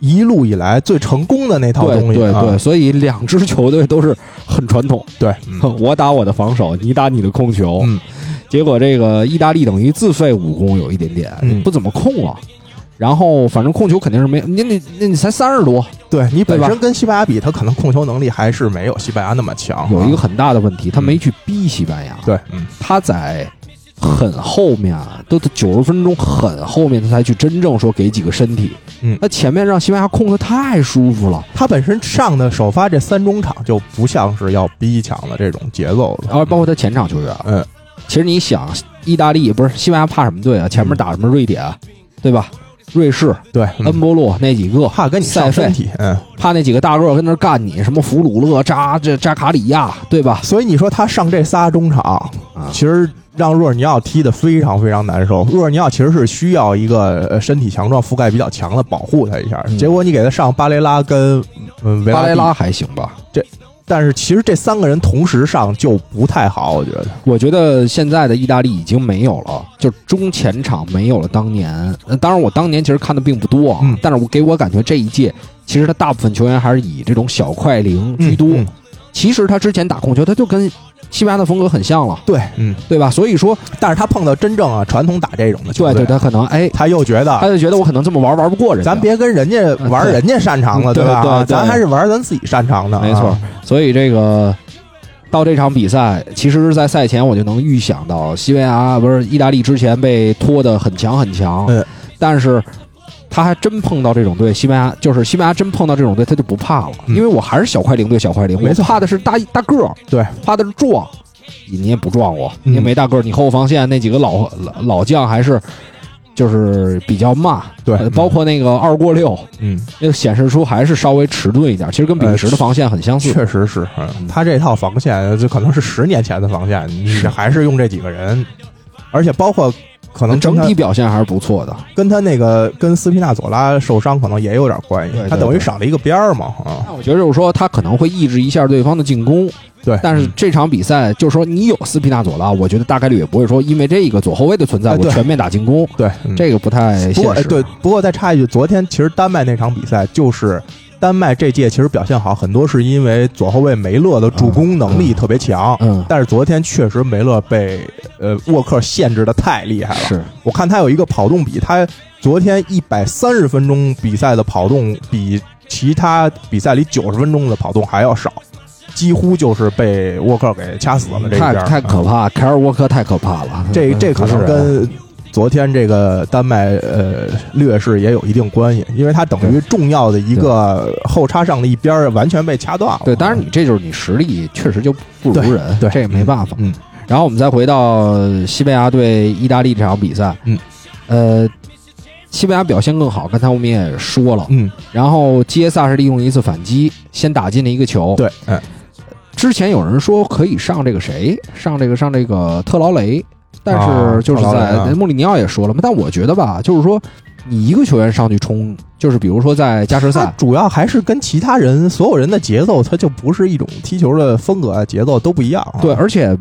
[SPEAKER 2] 一路以来最成功的那套
[SPEAKER 1] 对
[SPEAKER 2] 东西
[SPEAKER 1] 对
[SPEAKER 2] 啊，
[SPEAKER 1] 对，所以两支球队都是很传统，
[SPEAKER 2] 对嗯
[SPEAKER 1] (laughs) 我打我的防守，你打你的控球。
[SPEAKER 2] 嗯
[SPEAKER 1] 结果这个意大利等于自废武功有一点点，
[SPEAKER 2] 嗯
[SPEAKER 1] 不怎么控了。然后反正控球肯定是没，那那那你才三十多，
[SPEAKER 2] 对你本
[SPEAKER 1] 对吧
[SPEAKER 2] 身跟西班牙比，他可能控球能力还是没有西班牙那么强，
[SPEAKER 1] 有一个
[SPEAKER 2] 啊
[SPEAKER 1] 很大的问题，他没去逼西班牙。
[SPEAKER 2] 对，嗯，
[SPEAKER 1] 他在很后面啊，都九十分钟很后面，他才去真正说给几个身体。
[SPEAKER 2] 嗯
[SPEAKER 1] 他前面让西班牙控的太舒服了，
[SPEAKER 2] 他本身上的首发这三中场就不像是要逼抢的这种节奏了，
[SPEAKER 1] 然后啊包括他前场球员，
[SPEAKER 2] 嗯，
[SPEAKER 1] 其实你想，意大利不是西班牙怕什么队啊？前面打什么瑞典，啊对吧？瑞士、
[SPEAKER 2] 对，嗯
[SPEAKER 1] 恩波洛那几个，
[SPEAKER 2] 怕跟你上身体，嗯，
[SPEAKER 1] 怕那几个大个儿跟那儿干你，什么弗鲁勒、扎这扎卡里亚，对吧？
[SPEAKER 2] 所以你说他上这仨中场，
[SPEAKER 1] 啊，
[SPEAKER 2] 其实让若尔尼奥踢得非常非常难受。若尔尼奥其实是需要一个呃身体强壮、覆盖比较强的保护他一下，
[SPEAKER 1] 嗯
[SPEAKER 2] 结果你给他上巴雷拉跟嗯维
[SPEAKER 1] 巴
[SPEAKER 2] 拉
[SPEAKER 1] 雷
[SPEAKER 2] 蒂，
[SPEAKER 1] 拉还行吧？
[SPEAKER 2] 但是其实这三个人同时上就不太好，我觉得。
[SPEAKER 1] 我觉得现在的意大利已经没有了，就中前场没有了当年。呃当然，我当年其实看的并不多啊，
[SPEAKER 2] 嗯
[SPEAKER 1] 但是我给我感觉这一届，其实他大部分球员还是以这种小快灵居多。
[SPEAKER 2] 嗯嗯
[SPEAKER 1] 其实他之前打控球，他就跟西班牙的风格很像了，
[SPEAKER 2] 对，嗯，
[SPEAKER 1] 对吧？所以说，
[SPEAKER 2] 但是他碰到真正啊传统打这种的球
[SPEAKER 1] 对对，
[SPEAKER 2] 队，
[SPEAKER 1] 他可能哎，
[SPEAKER 2] 他又觉
[SPEAKER 1] 他
[SPEAKER 2] 得。
[SPEAKER 1] 就觉得我可能这么玩玩不过人家，
[SPEAKER 2] 咱别跟人家玩
[SPEAKER 1] 嗯对
[SPEAKER 2] 人家擅长
[SPEAKER 1] 嗯
[SPEAKER 2] 的，
[SPEAKER 1] 对
[SPEAKER 2] 吧？
[SPEAKER 1] 对对
[SPEAKER 2] 咱还是玩咱自己擅长的啊。
[SPEAKER 1] 没错。所以这个到这场比赛，其实，在赛前我就能预想到，西班牙不是意大利之前被拖得很强很强，
[SPEAKER 2] 嗯
[SPEAKER 1] 但是。他还真碰到这种队，西班牙就是西班牙真碰到这种队，他就不怕了，
[SPEAKER 2] 嗯
[SPEAKER 1] 因为我还是小快灵对小快灵，
[SPEAKER 2] 没
[SPEAKER 1] 我
[SPEAKER 2] 错
[SPEAKER 1] 怕的是大大个儿，
[SPEAKER 2] 对，
[SPEAKER 1] 怕的是撞，你你也不撞我，
[SPEAKER 2] 嗯
[SPEAKER 1] 你也没大个儿，你后防线那几个老老老将还是就是比较慢，
[SPEAKER 2] 对
[SPEAKER 1] 呃包括那个二过六，
[SPEAKER 2] 嗯，
[SPEAKER 1] 那个显示出还是稍微迟钝一点，其实跟比利时的防线很相似。
[SPEAKER 2] 哎确实是，嗯他这套防线这可能是十年前的防线，你
[SPEAKER 1] 是
[SPEAKER 2] 还是用这几个人，而且包括可能跟
[SPEAKER 1] 整
[SPEAKER 2] 他
[SPEAKER 1] 体表现还是不错的。
[SPEAKER 2] 跟他那个跟斯皮纳佐拉受伤可能也有点关系
[SPEAKER 1] 对，对
[SPEAKER 2] 他等于
[SPEAKER 1] 对
[SPEAKER 2] 少了一个边儿嘛，啊，
[SPEAKER 1] 那我觉得就是说，他可能会抑制一下对方的进攻，
[SPEAKER 2] 对，嗯
[SPEAKER 1] 但是这场比赛就是说，你有斯皮纳佐拉，我觉得大概率也不会说因为这一个左后卫的存在，
[SPEAKER 2] 哎
[SPEAKER 1] 我
[SPEAKER 2] 对
[SPEAKER 1] 全面打进攻，
[SPEAKER 2] 对，嗯
[SPEAKER 1] 这个不太
[SPEAKER 2] 不过
[SPEAKER 1] 现
[SPEAKER 2] 哎
[SPEAKER 1] 实。
[SPEAKER 2] 对，不过再插一句，昨天其实丹麦那场比赛就是。丹麦这届其实表现好，很多是因为左后卫梅勒的助攻能力特别强，
[SPEAKER 1] 嗯，
[SPEAKER 2] 但是昨天确实梅勒被呃沃克限制的太厉害了。
[SPEAKER 1] 是
[SPEAKER 2] 我看他有一个跑动比，他昨天一百三十分钟比赛的跑动比其他比赛里九十分钟的跑动还要少，几乎就是被沃克给掐死了这一
[SPEAKER 1] 太
[SPEAKER 2] 边儿。
[SPEAKER 1] 太可
[SPEAKER 2] 嗯！
[SPEAKER 1] 怕，凯尔沃克太可怕了。
[SPEAKER 2] 这
[SPEAKER 1] 嗯
[SPEAKER 2] 这可能啊
[SPEAKER 1] 不是人
[SPEAKER 2] 跟昨天这个丹麦呃劣势也有一定关系，因为他等于重要的一个后插上的一边儿完全被掐断了。
[SPEAKER 1] 对，当然你这就是你实力确实就不如人，
[SPEAKER 2] 对
[SPEAKER 1] 这也没办法。
[SPEAKER 2] 嗯
[SPEAKER 1] 然后我们再回到西班牙对意大利这场比赛，
[SPEAKER 2] 嗯，
[SPEAKER 1] 呃，西班牙表现更好，刚才我们也说了，
[SPEAKER 2] 嗯，
[SPEAKER 1] 然后基耶萨是利用一次反击，先打进了一个球。，
[SPEAKER 2] 对，嗯，
[SPEAKER 1] 之前有人说可以上这个谁，上这个上这个特劳雷，但
[SPEAKER 2] 啊
[SPEAKER 1] 是就是
[SPEAKER 2] 特劳雷
[SPEAKER 1] 在、
[SPEAKER 2] 啊
[SPEAKER 1] 穆里尼奥也说了嘛，但我觉得吧，就是说你一个球员上去冲，就是比如说在加时
[SPEAKER 2] 他
[SPEAKER 1] 赛，
[SPEAKER 2] 主要还是跟其他人所有人的节奏，他就不是一种踢球的风格啊，节奏都不一样啊。
[SPEAKER 1] 对，而且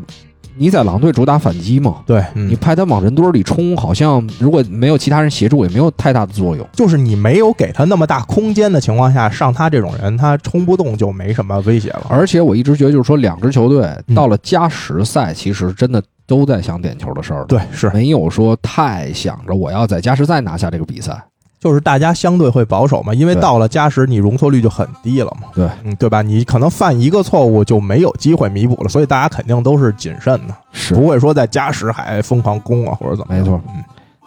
[SPEAKER 1] 你在狼队主打反击嘛，
[SPEAKER 2] 对，
[SPEAKER 1] 你
[SPEAKER 2] 嗯，
[SPEAKER 1] 派他往人堆里冲，好像如果没有其他人协助，也没有太大的作用。
[SPEAKER 2] 就是你没有给他那么大空间的情况下，上他这种人，他冲不动就没什么威胁了。
[SPEAKER 1] 而且我一直觉得，就是说两支球队
[SPEAKER 2] 嗯
[SPEAKER 1] 到了加时赛，其实真的都在想点球的事儿了，
[SPEAKER 2] 对，是，
[SPEAKER 1] 没有说太想着我要在加时赛拿下这个比赛。
[SPEAKER 2] 就是大家相对会保守嘛，因为
[SPEAKER 1] 对
[SPEAKER 2] 到了加时，你容错率就很低了嘛，
[SPEAKER 1] 对，
[SPEAKER 2] 嗯，对吧？你可能犯一个错误就没有机会弥补了，所以大家肯定都是谨慎的，
[SPEAKER 1] 是
[SPEAKER 2] 不会说在加时还疯狂攻啊或者怎么样。
[SPEAKER 1] 没错
[SPEAKER 2] 嗯，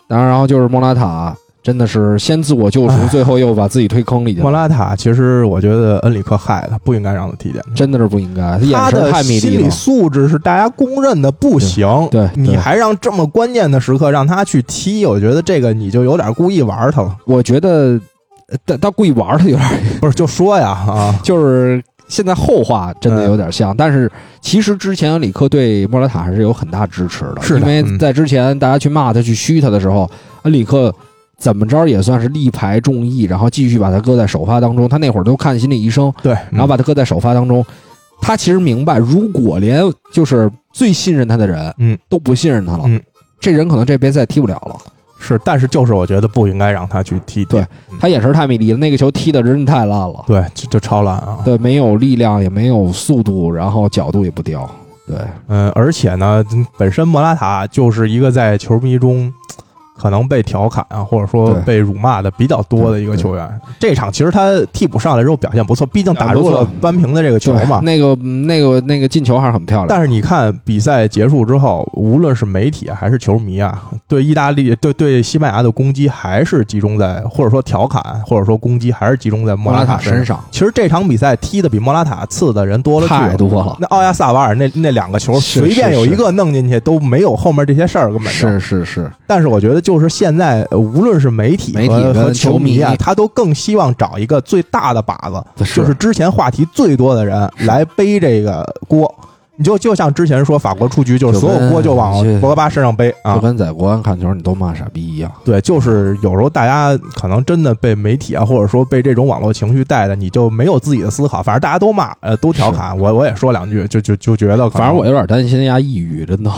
[SPEAKER 1] 当然，然后就是莫拉塔，真的是先自我救赎
[SPEAKER 2] 唉，
[SPEAKER 1] 最后又把自己推坑里去
[SPEAKER 2] 莫
[SPEAKER 1] 了，
[SPEAKER 2] 拉塔其实我觉得恩里克害他，不应该让他踢进去。
[SPEAKER 1] 真的是不应该，他眼
[SPEAKER 2] 他
[SPEAKER 1] 神
[SPEAKER 2] 的
[SPEAKER 1] 太迷
[SPEAKER 2] 心
[SPEAKER 1] 离
[SPEAKER 2] 理
[SPEAKER 1] 了。
[SPEAKER 2] 素质是大家公认的不行。
[SPEAKER 1] 对对
[SPEAKER 2] 你还让这么关键的时刻让他去踢，我觉得这个你就有点故意玩他了。
[SPEAKER 1] 我觉得，呃但他故意玩他有点
[SPEAKER 2] 不是，就说呀啊，
[SPEAKER 1] 就是现在后话真的有点
[SPEAKER 2] 嗯
[SPEAKER 1] 像，但是其实之前里克对莫拉塔还是有很大支持的，
[SPEAKER 2] 是
[SPEAKER 1] 因
[SPEAKER 2] 的嗯
[SPEAKER 1] 为在之前大家去骂他、去嘘他的时候，恩里克。怎么着也算是力排众议，然后继续把他搁在首发当中。他那会儿都看心理医生，
[SPEAKER 2] 对，嗯
[SPEAKER 1] 然后把他搁在首发当中。他其实明白，如果连就是最信任他的人，
[SPEAKER 2] 嗯，
[SPEAKER 1] 都不信任他了，
[SPEAKER 2] 嗯
[SPEAKER 1] 这人可能这杯赛踢不了了。
[SPEAKER 2] 是，但是就是我觉得不应该让他去踢。
[SPEAKER 1] 对他眼神太迷离了，那个球踢的真是太烂了。
[SPEAKER 2] 对，就就超烂啊。
[SPEAKER 1] 对，没有力量，也没有速度，然后角度也不刁。对，
[SPEAKER 2] 嗯，而且呢，本身莫拉塔就是一个在球迷中。可能被调侃啊，或者说
[SPEAKER 1] 对
[SPEAKER 2] 被辱骂的比较多的一个球员。这场其实他替补上来之后表现不错，毕竟打
[SPEAKER 1] 啊不
[SPEAKER 2] 入
[SPEAKER 1] 错
[SPEAKER 2] 了扳平的这个球
[SPEAKER 1] 对
[SPEAKER 2] 嘛。
[SPEAKER 1] 那个嗯那个那个进球还是很漂亮。
[SPEAKER 2] 但是你看比赛结束之后，无论是媒体啊还是球迷啊，对意大利对对西班牙的攻击还是集中在，或者说调侃，或者说攻击还是集中在莫
[SPEAKER 1] 莫
[SPEAKER 2] 拉
[SPEAKER 1] 拉
[SPEAKER 2] 塔
[SPEAKER 1] 塔
[SPEAKER 2] 身
[SPEAKER 1] 身
[SPEAKER 2] 上。
[SPEAKER 1] 上
[SPEAKER 2] 其实这场比赛踢的比莫拉塔次的人多了去
[SPEAKER 1] 太
[SPEAKER 2] 了。
[SPEAKER 1] 多了，
[SPEAKER 2] 那奥亚萨瓦尔那那两个球，
[SPEAKER 1] 是
[SPEAKER 2] 随便
[SPEAKER 1] 是
[SPEAKER 2] 有一
[SPEAKER 1] 是
[SPEAKER 2] 个弄进去都没有后面这些事儿，根本就是
[SPEAKER 1] 是是，
[SPEAKER 2] 但是我觉得，就是现在，呃无论是媒体
[SPEAKER 1] 媒体跟
[SPEAKER 2] 和和球迷啊
[SPEAKER 1] 球迷，
[SPEAKER 2] 他都更希望找一个最大的靶子，
[SPEAKER 1] 是
[SPEAKER 2] 就是之前话题最多的人来背这个锅。你就就像之前说法国出局，就是
[SPEAKER 1] 就
[SPEAKER 2] 所
[SPEAKER 1] 跟
[SPEAKER 2] 有锅就往
[SPEAKER 1] 就
[SPEAKER 2] 博格巴身上背
[SPEAKER 1] 就
[SPEAKER 2] 啊。
[SPEAKER 1] 跟在国安看球你都骂傻逼一样。
[SPEAKER 2] 对，就是有时候大家可能真的被媒体啊，或者说被这种网络情绪带的，你就没有自己的思考，反正大家都骂，呃，都调侃。我我也说两句，就就就觉得可
[SPEAKER 1] 反
[SPEAKER 2] 能，
[SPEAKER 1] 正我有点担心呀，抑郁真的。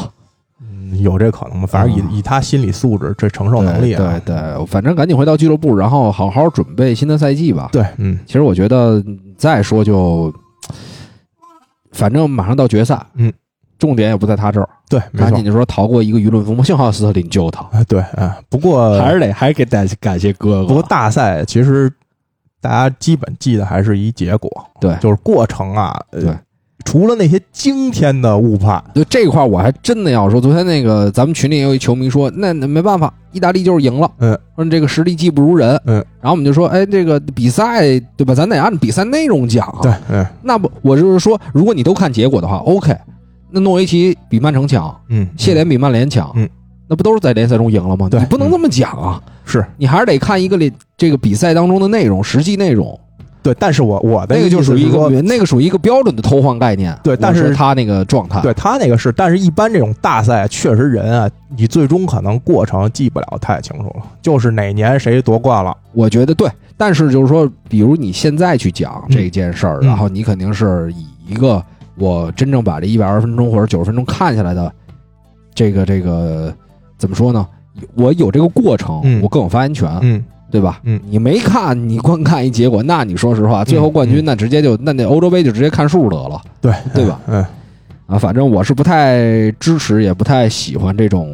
[SPEAKER 2] 嗯有这可能吗？反正以
[SPEAKER 1] 嗯
[SPEAKER 2] 以他心理素质、这承受能力啊，
[SPEAKER 1] 对对对，反正赶紧回到俱乐部，然后好好准备新的赛季吧。
[SPEAKER 2] 对，嗯
[SPEAKER 1] 其实我觉得再说就，反正马上到决赛，
[SPEAKER 2] 嗯，
[SPEAKER 1] 重点也不在他这儿，
[SPEAKER 2] 对，没
[SPEAKER 1] 赶
[SPEAKER 2] 错
[SPEAKER 1] 紧。就说逃过一个舆论风波，幸好斯特林救他，
[SPEAKER 2] 啊，对啊，不过
[SPEAKER 1] 呃还是得还是给感感谢哥啊
[SPEAKER 2] 不过
[SPEAKER 1] 哥。
[SPEAKER 2] 大赛其实大家基本记得还是一结果，
[SPEAKER 1] 对
[SPEAKER 2] 就是过程啊，呃
[SPEAKER 1] 对，
[SPEAKER 2] 除了那些惊天的误判，
[SPEAKER 1] 就这块儿我还真的要说，昨天那个咱们群里也有一球迷说，那那没办法，意大利就是赢了，
[SPEAKER 2] 嗯，
[SPEAKER 1] 说这个实力技不如人，
[SPEAKER 2] 嗯，
[SPEAKER 1] 然后我们就说，哎，这个比赛对吧？咱得按比赛内容讲啊，
[SPEAKER 2] 对，嗯
[SPEAKER 1] 那不我就是说，如果你都看结果的话，OK，那诺维奇比曼城强，
[SPEAKER 2] 嗯，
[SPEAKER 1] 谢联比曼联强，
[SPEAKER 2] 嗯，
[SPEAKER 1] 那不都是在联赛中赢了吗？
[SPEAKER 2] 对嗯
[SPEAKER 1] 你不能这么讲啊，
[SPEAKER 2] 是
[SPEAKER 1] 你还是得看一个联这个比赛当中的内容，实际内容。
[SPEAKER 2] 对，但是我我的
[SPEAKER 1] 那个就
[SPEAKER 2] 意思
[SPEAKER 1] 属于
[SPEAKER 2] 是
[SPEAKER 1] 一个
[SPEAKER 2] 说，
[SPEAKER 1] 那个属于一个标准的偷换概念。
[SPEAKER 2] 对
[SPEAKER 1] 我
[SPEAKER 2] 但是
[SPEAKER 1] 说他那个状态，
[SPEAKER 2] 对他那个是，但是一般这种大赛，确实人啊，你最终可能过程记不了太清楚了，就是哪年谁夺冠了，
[SPEAKER 1] 我觉得对。但是就是说，比如你现在去讲
[SPEAKER 2] 嗯
[SPEAKER 1] 这件事儿，
[SPEAKER 2] 嗯
[SPEAKER 1] 然后你肯定是以一个我真正把这一百二十分钟或者九十分钟看下来的这个这个怎么说呢？我有这个过程，
[SPEAKER 2] 嗯
[SPEAKER 1] 我更有发言权，
[SPEAKER 2] 嗯，
[SPEAKER 1] 对吧？
[SPEAKER 2] 嗯
[SPEAKER 1] 你没看，你光看一结果，那你说实话，最后冠
[SPEAKER 2] 嗯
[SPEAKER 1] 军那直接就那那欧洲杯就直接看数得了。
[SPEAKER 2] 对
[SPEAKER 1] 对吧？
[SPEAKER 2] 嗯，
[SPEAKER 1] 啊，反正我是不太支持，也不太喜欢这种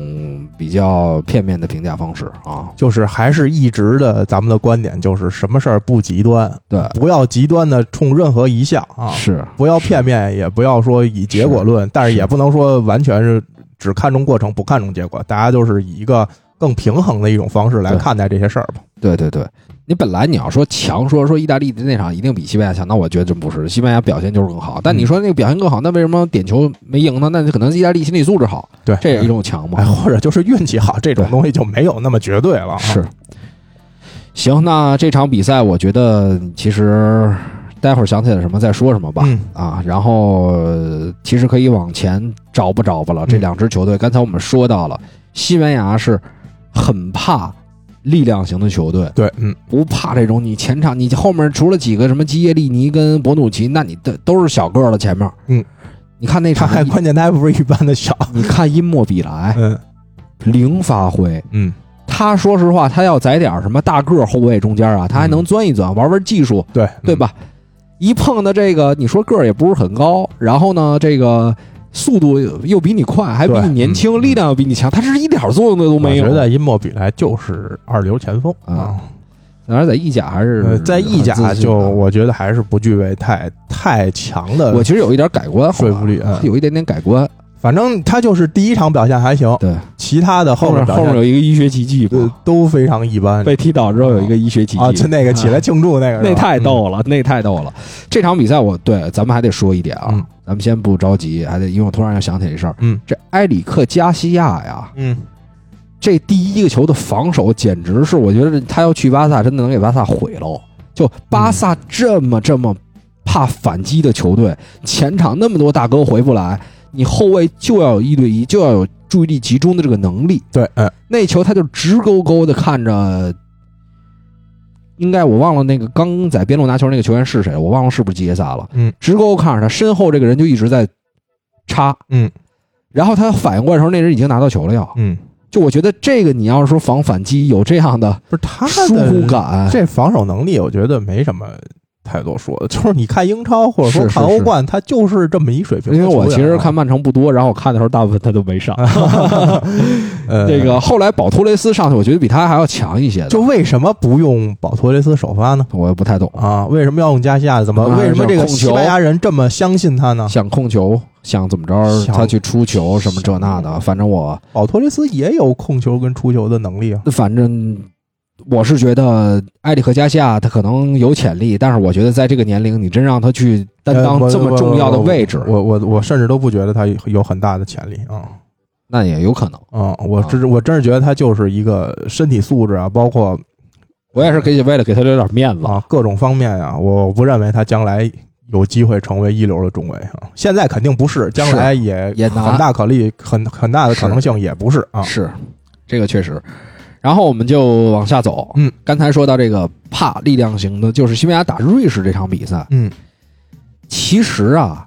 [SPEAKER 1] 比较片面的评价方式啊。
[SPEAKER 2] 就是还是一直的咱们的观点就是什么事儿不极端，
[SPEAKER 1] 对，
[SPEAKER 2] 不要极端的冲任何一项啊，
[SPEAKER 1] 是
[SPEAKER 2] 不要片面，也不要说以结果论，但是也不能说完全是只看重过程不看重结果，大家就是以一个更平衡的一种方式来
[SPEAKER 1] 对
[SPEAKER 2] 看待这些事儿吧。
[SPEAKER 1] 对对对。你本来你要说强说说意大利的那场一定比西班牙强，那我觉得真不是，西班牙表现就是更好。但你说那个表现更好，那为什么点球没赢呢？那就可能意大利心理素质好，
[SPEAKER 2] 对，
[SPEAKER 1] 这也是一种强嘛
[SPEAKER 2] 哎，。或者就是运气好，这种
[SPEAKER 1] 对
[SPEAKER 2] 东西就没有那么绝对了啊。
[SPEAKER 1] 是。行，那这场比赛我觉得其实待会儿想起来什么再说什么吧。
[SPEAKER 2] 嗯
[SPEAKER 1] 啊，然后呃其实可以往前找吧找吧了。这
[SPEAKER 2] 嗯
[SPEAKER 1] 两支球队，刚才我们说到了，西班牙是很怕力量型的球队，
[SPEAKER 2] 对，嗯，
[SPEAKER 1] 不怕这种你前场你后面除了几个什么基耶利尼跟博努奇，那你的都是小个儿了。前面，
[SPEAKER 2] 嗯，
[SPEAKER 1] 你看那
[SPEAKER 2] 他
[SPEAKER 1] (laughs) 场，
[SPEAKER 2] 还关键他还不是一般的小，
[SPEAKER 1] 你看因莫比莱
[SPEAKER 2] 嗯
[SPEAKER 1] 零发挥，
[SPEAKER 2] 嗯，
[SPEAKER 1] 他说实话，他要宰点儿什么大个儿后卫中间啊，他还能钻一钻，玩玩技术，
[SPEAKER 2] 对嗯
[SPEAKER 1] 对？吧？一碰到这个，你说个儿也不是很高，然后呢，这个速度又比你快，还比
[SPEAKER 2] 对
[SPEAKER 1] 你年轻，
[SPEAKER 2] 嗯
[SPEAKER 1] 力量又比你强，他是一点作用都
[SPEAKER 2] 我
[SPEAKER 1] 没有。
[SPEAKER 2] 觉得因莫比莱就是二流前锋
[SPEAKER 1] 啊。然而在意甲还
[SPEAKER 2] 呃
[SPEAKER 1] 是，
[SPEAKER 2] 在意
[SPEAKER 1] 很
[SPEAKER 2] 甲
[SPEAKER 1] 自信
[SPEAKER 2] 就
[SPEAKER 1] 的
[SPEAKER 2] 我觉得还是不具备太太强的
[SPEAKER 1] 我其实有一点改观，好吧
[SPEAKER 2] 说服力啊。嗯
[SPEAKER 1] 有一点点改观。
[SPEAKER 2] 反正他就是第一场表现还行，
[SPEAKER 1] 对，
[SPEAKER 2] 其他的后
[SPEAKER 1] 后面
[SPEAKER 2] 表
[SPEAKER 1] 后面
[SPEAKER 2] 现
[SPEAKER 1] 有一个医学奇迹
[SPEAKER 2] 呃
[SPEAKER 1] 嘛，
[SPEAKER 2] 都非常一般
[SPEAKER 1] 被踢倒之后有一个医学奇迹
[SPEAKER 2] 啊，就那个起来
[SPEAKER 1] 啊
[SPEAKER 2] 庆祝那个是吧，嗯
[SPEAKER 1] 那太逗了，那太逗了。这场比赛我对咱们还得说一点啊，
[SPEAKER 2] 嗯
[SPEAKER 1] 咱们先不着急，还得因为我突然又想起一事儿，
[SPEAKER 2] 嗯，
[SPEAKER 1] 这埃里克加西亚呀，
[SPEAKER 2] 嗯，嗯，
[SPEAKER 1] 这第一个球的防守简直是，我觉得他要去巴萨，真的能给巴萨毁喽。就
[SPEAKER 2] 嗯
[SPEAKER 1] 巴萨这么这么怕反击的球队，前场那么多大哥回不来，你后卫就要有一对一，就要有注意力集中的这个能力。
[SPEAKER 2] 对，嗯，
[SPEAKER 1] 那球他就直勾勾的看着，应该我忘了那个刚在边路拿球那个球员是谁，我忘了是不是吉耶萨了。
[SPEAKER 2] 嗯，
[SPEAKER 1] 直勾勾看着他，身后这个人就一直在插。
[SPEAKER 2] 嗯，
[SPEAKER 1] 然后他反应过来的时候，那人已经拿到球了要。
[SPEAKER 2] 嗯，
[SPEAKER 1] 就我觉得这个，你要是说防反击有这样的
[SPEAKER 2] 不是他
[SPEAKER 1] 疏忽
[SPEAKER 2] 的
[SPEAKER 1] 感，
[SPEAKER 2] 这防守能力，我觉得没什么太多说的，就是你看英超或者说
[SPEAKER 1] 是是
[SPEAKER 2] 看欧
[SPEAKER 1] 是
[SPEAKER 2] 冠，他就是这么一水平的
[SPEAKER 1] 因为
[SPEAKER 2] 球员啊。
[SPEAKER 1] 我其实看曼城不多，然后我看的时候大部分他都没
[SPEAKER 2] (laughs)
[SPEAKER 1] 上。
[SPEAKER 2] 呃
[SPEAKER 1] 这个后来保托雷斯上去，我觉得比他还要强一些的，
[SPEAKER 2] 就为什么不用保托雷斯首发呢？
[SPEAKER 1] 我也不太懂。
[SPEAKER 2] 啊，为什么要用加西亚？怎么、
[SPEAKER 1] 啊
[SPEAKER 2] 为什么这个
[SPEAKER 1] 控球
[SPEAKER 2] 西班牙人这么相信他呢？
[SPEAKER 1] 想控球，想怎么着，
[SPEAKER 2] 想
[SPEAKER 1] 他去出球什么这那的，反正我
[SPEAKER 2] 保托雷斯也有控球跟出球的能力啊。
[SPEAKER 1] 反正我是觉得埃里克加西亚他可能有潜力，但是我觉得在这个年龄，你真让他去担当
[SPEAKER 2] 呃我
[SPEAKER 1] 这么重要的位置，
[SPEAKER 2] 我我我甚至都不觉得他有很大的潜力啊
[SPEAKER 1] 那也有可能。
[SPEAKER 2] 啊！我真我真是觉得他就是一个身体素质啊，包括
[SPEAKER 1] 我也是给为了给他留点面子，
[SPEAKER 2] 啊各种方面啊，我不认为他将来有机会成为一流的中卫啊。现在肯定不是，将来也
[SPEAKER 1] 啊也难
[SPEAKER 2] 很大可力，很很大的可能性也不是啊。
[SPEAKER 1] 是这个确实。然后我们就往下走，
[SPEAKER 2] 嗯，
[SPEAKER 1] 刚才说到这个怕力量型的，就是西班牙打瑞士这场比赛，
[SPEAKER 2] 嗯
[SPEAKER 1] 其实啊，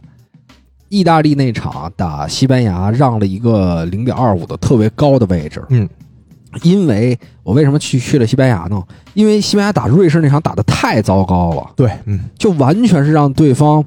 [SPEAKER 1] 意大利那场打西班牙让了一个零点二五的特别高的位置。
[SPEAKER 2] 嗯，
[SPEAKER 1] 因为我为什么去去了西班牙呢？因为西班牙打瑞士那场打得太糟糕了，
[SPEAKER 2] 对，嗯
[SPEAKER 1] 就完全是让对方。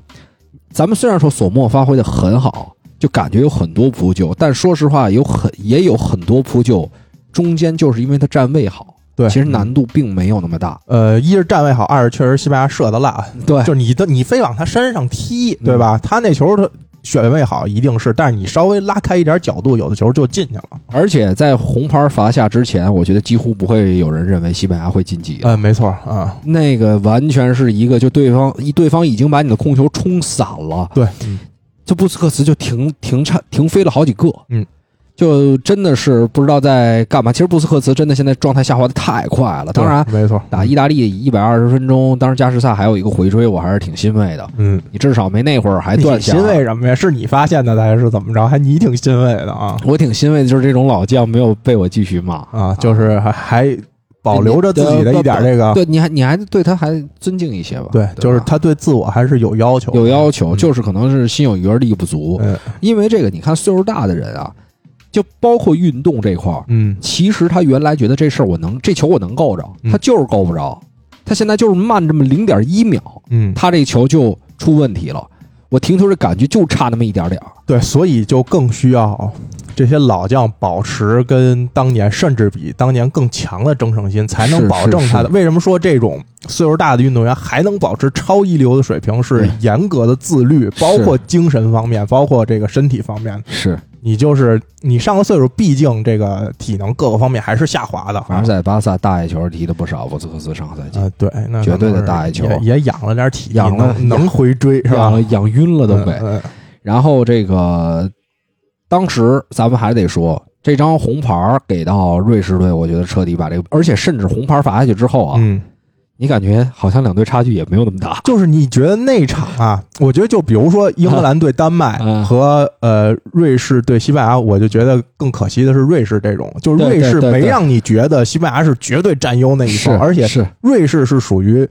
[SPEAKER 1] 咱们虽然说索莫发挥的很好，就感觉有很多扑救，但说实话有很也有很多扑救，中间就是因为他站位好，
[SPEAKER 2] 对，嗯
[SPEAKER 1] 其实难度并没有那么大。
[SPEAKER 2] 呃，一是站位好，二是确实西班牙射的辣，
[SPEAKER 1] 对，
[SPEAKER 2] 就是你的你非往他身上踢，对吧？他那球他选位好一定是，但是你稍微拉开一点角度，有的球就进去了。
[SPEAKER 1] 而且在红牌罚下之前，我觉得几乎不会有人认为西班牙会晋级的。
[SPEAKER 2] 嗯，没错啊，
[SPEAKER 1] 那个完全是一个，就对方一对方已经把你的控球冲散了，
[SPEAKER 2] 对，嗯
[SPEAKER 1] 这布斯克茨就停停差停飞了好几个，
[SPEAKER 2] 嗯，
[SPEAKER 1] 就真的是不知道在干嘛。其实布斯克茨真的现在状态下滑的太快了，当然。
[SPEAKER 2] 对没错，
[SPEAKER 1] 打意大利一百二十分钟，当时加时赛还有一个回追，我还是挺欣慰的。
[SPEAKER 3] 嗯，
[SPEAKER 1] 你至少没那会儿还
[SPEAKER 2] 你
[SPEAKER 1] 断啊下。
[SPEAKER 2] 欣慰什么呀？是你发现的还是怎么着？还你挺欣慰的啊
[SPEAKER 1] 我挺欣慰的，就是这种老将没有被我继续骂。
[SPEAKER 2] 啊！就是还还保留着自己的一点这个，
[SPEAKER 1] 对，你还你还对他还尊敬一些吧？
[SPEAKER 2] 啊对，就是
[SPEAKER 1] 吧
[SPEAKER 2] 他对自我还是有要求的，
[SPEAKER 1] 有要求，
[SPEAKER 2] 嗯
[SPEAKER 1] 就是可能是心有余而力不足。
[SPEAKER 2] 嗯
[SPEAKER 1] 因为这个，你看岁数大的人啊，就包括运动这块儿，
[SPEAKER 2] 嗯
[SPEAKER 1] 其实他原来觉得这事儿我能，这球我能够着，
[SPEAKER 2] 嗯
[SPEAKER 1] 他就是够不着，他现在就是慢这么零点一秒，
[SPEAKER 2] 嗯，
[SPEAKER 1] 他这球就出问题了。我停球这感觉就差那么一点点儿。
[SPEAKER 2] 对，所以就更需要这些老将保持跟当年甚至比当年更强的争胜心，才能
[SPEAKER 1] 是
[SPEAKER 2] 保证
[SPEAKER 1] 是
[SPEAKER 2] 他的。
[SPEAKER 1] 是
[SPEAKER 2] 为什么说这种岁数大的运动员还能保持超一流的水平，是
[SPEAKER 1] 嗯
[SPEAKER 2] 严格的自律，包
[SPEAKER 1] 是
[SPEAKER 2] 括精神方面，包括这个身体方面。
[SPEAKER 1] 是，
[SPEAKER 2] 你就是你上了岁数，毕竟这个体能各个方面还是下滑的啊。
[SPEAKER 1] 反正在巴萨大野球踢的不少，博斯克斯上个赛季
[SPEAKER 2] 啊，对，那
[SPEAKER 1] 绝对的
[SPEAKER 2] 可能是
[SPEAKER 1] 大野球
[SPEAKER 2] 也也养了点体力，
[SPEAKER 1] 养了
[SPEAKER 2] 能能回追是吧
[SPEAKER 1] 养？养晕了都被。
[SPEAKER 2] 嗯嗯
[SPEAKER 1] 然后这个当时咱们还得说，这张红牌儿给到瑞士队，我觉得彻底把这个，而且甚至红牌罚下去之后啊，
[SPEAKER 2] 嗯，
[SPEAKER 1] 你感觉好像两队差距也没有那么大。
[SPEAKER 2] 就是你觉得那场啊，我觉得就比如说英格兰对丹麦
[SPEAKER 1] 啊
[SPEAKER 2] 和呃瑞士对西班牙，我就觉得更可惜的是瑞士这种，就是
[SPEAKER 1] 对
[SPEAKER 2] 瑞
[SPEAKER 1] 对
[SPEAKER 2] 士
[SPEAKER 1] 对
[SPEAKER 2] 没
[SPEAKER 1] 对
[SPEAKER 2] 让你觉得西班牙是绝对占优那一方，而且
[SPEAKER 1] 是
[SPEAKER 2] 瑞士是属于。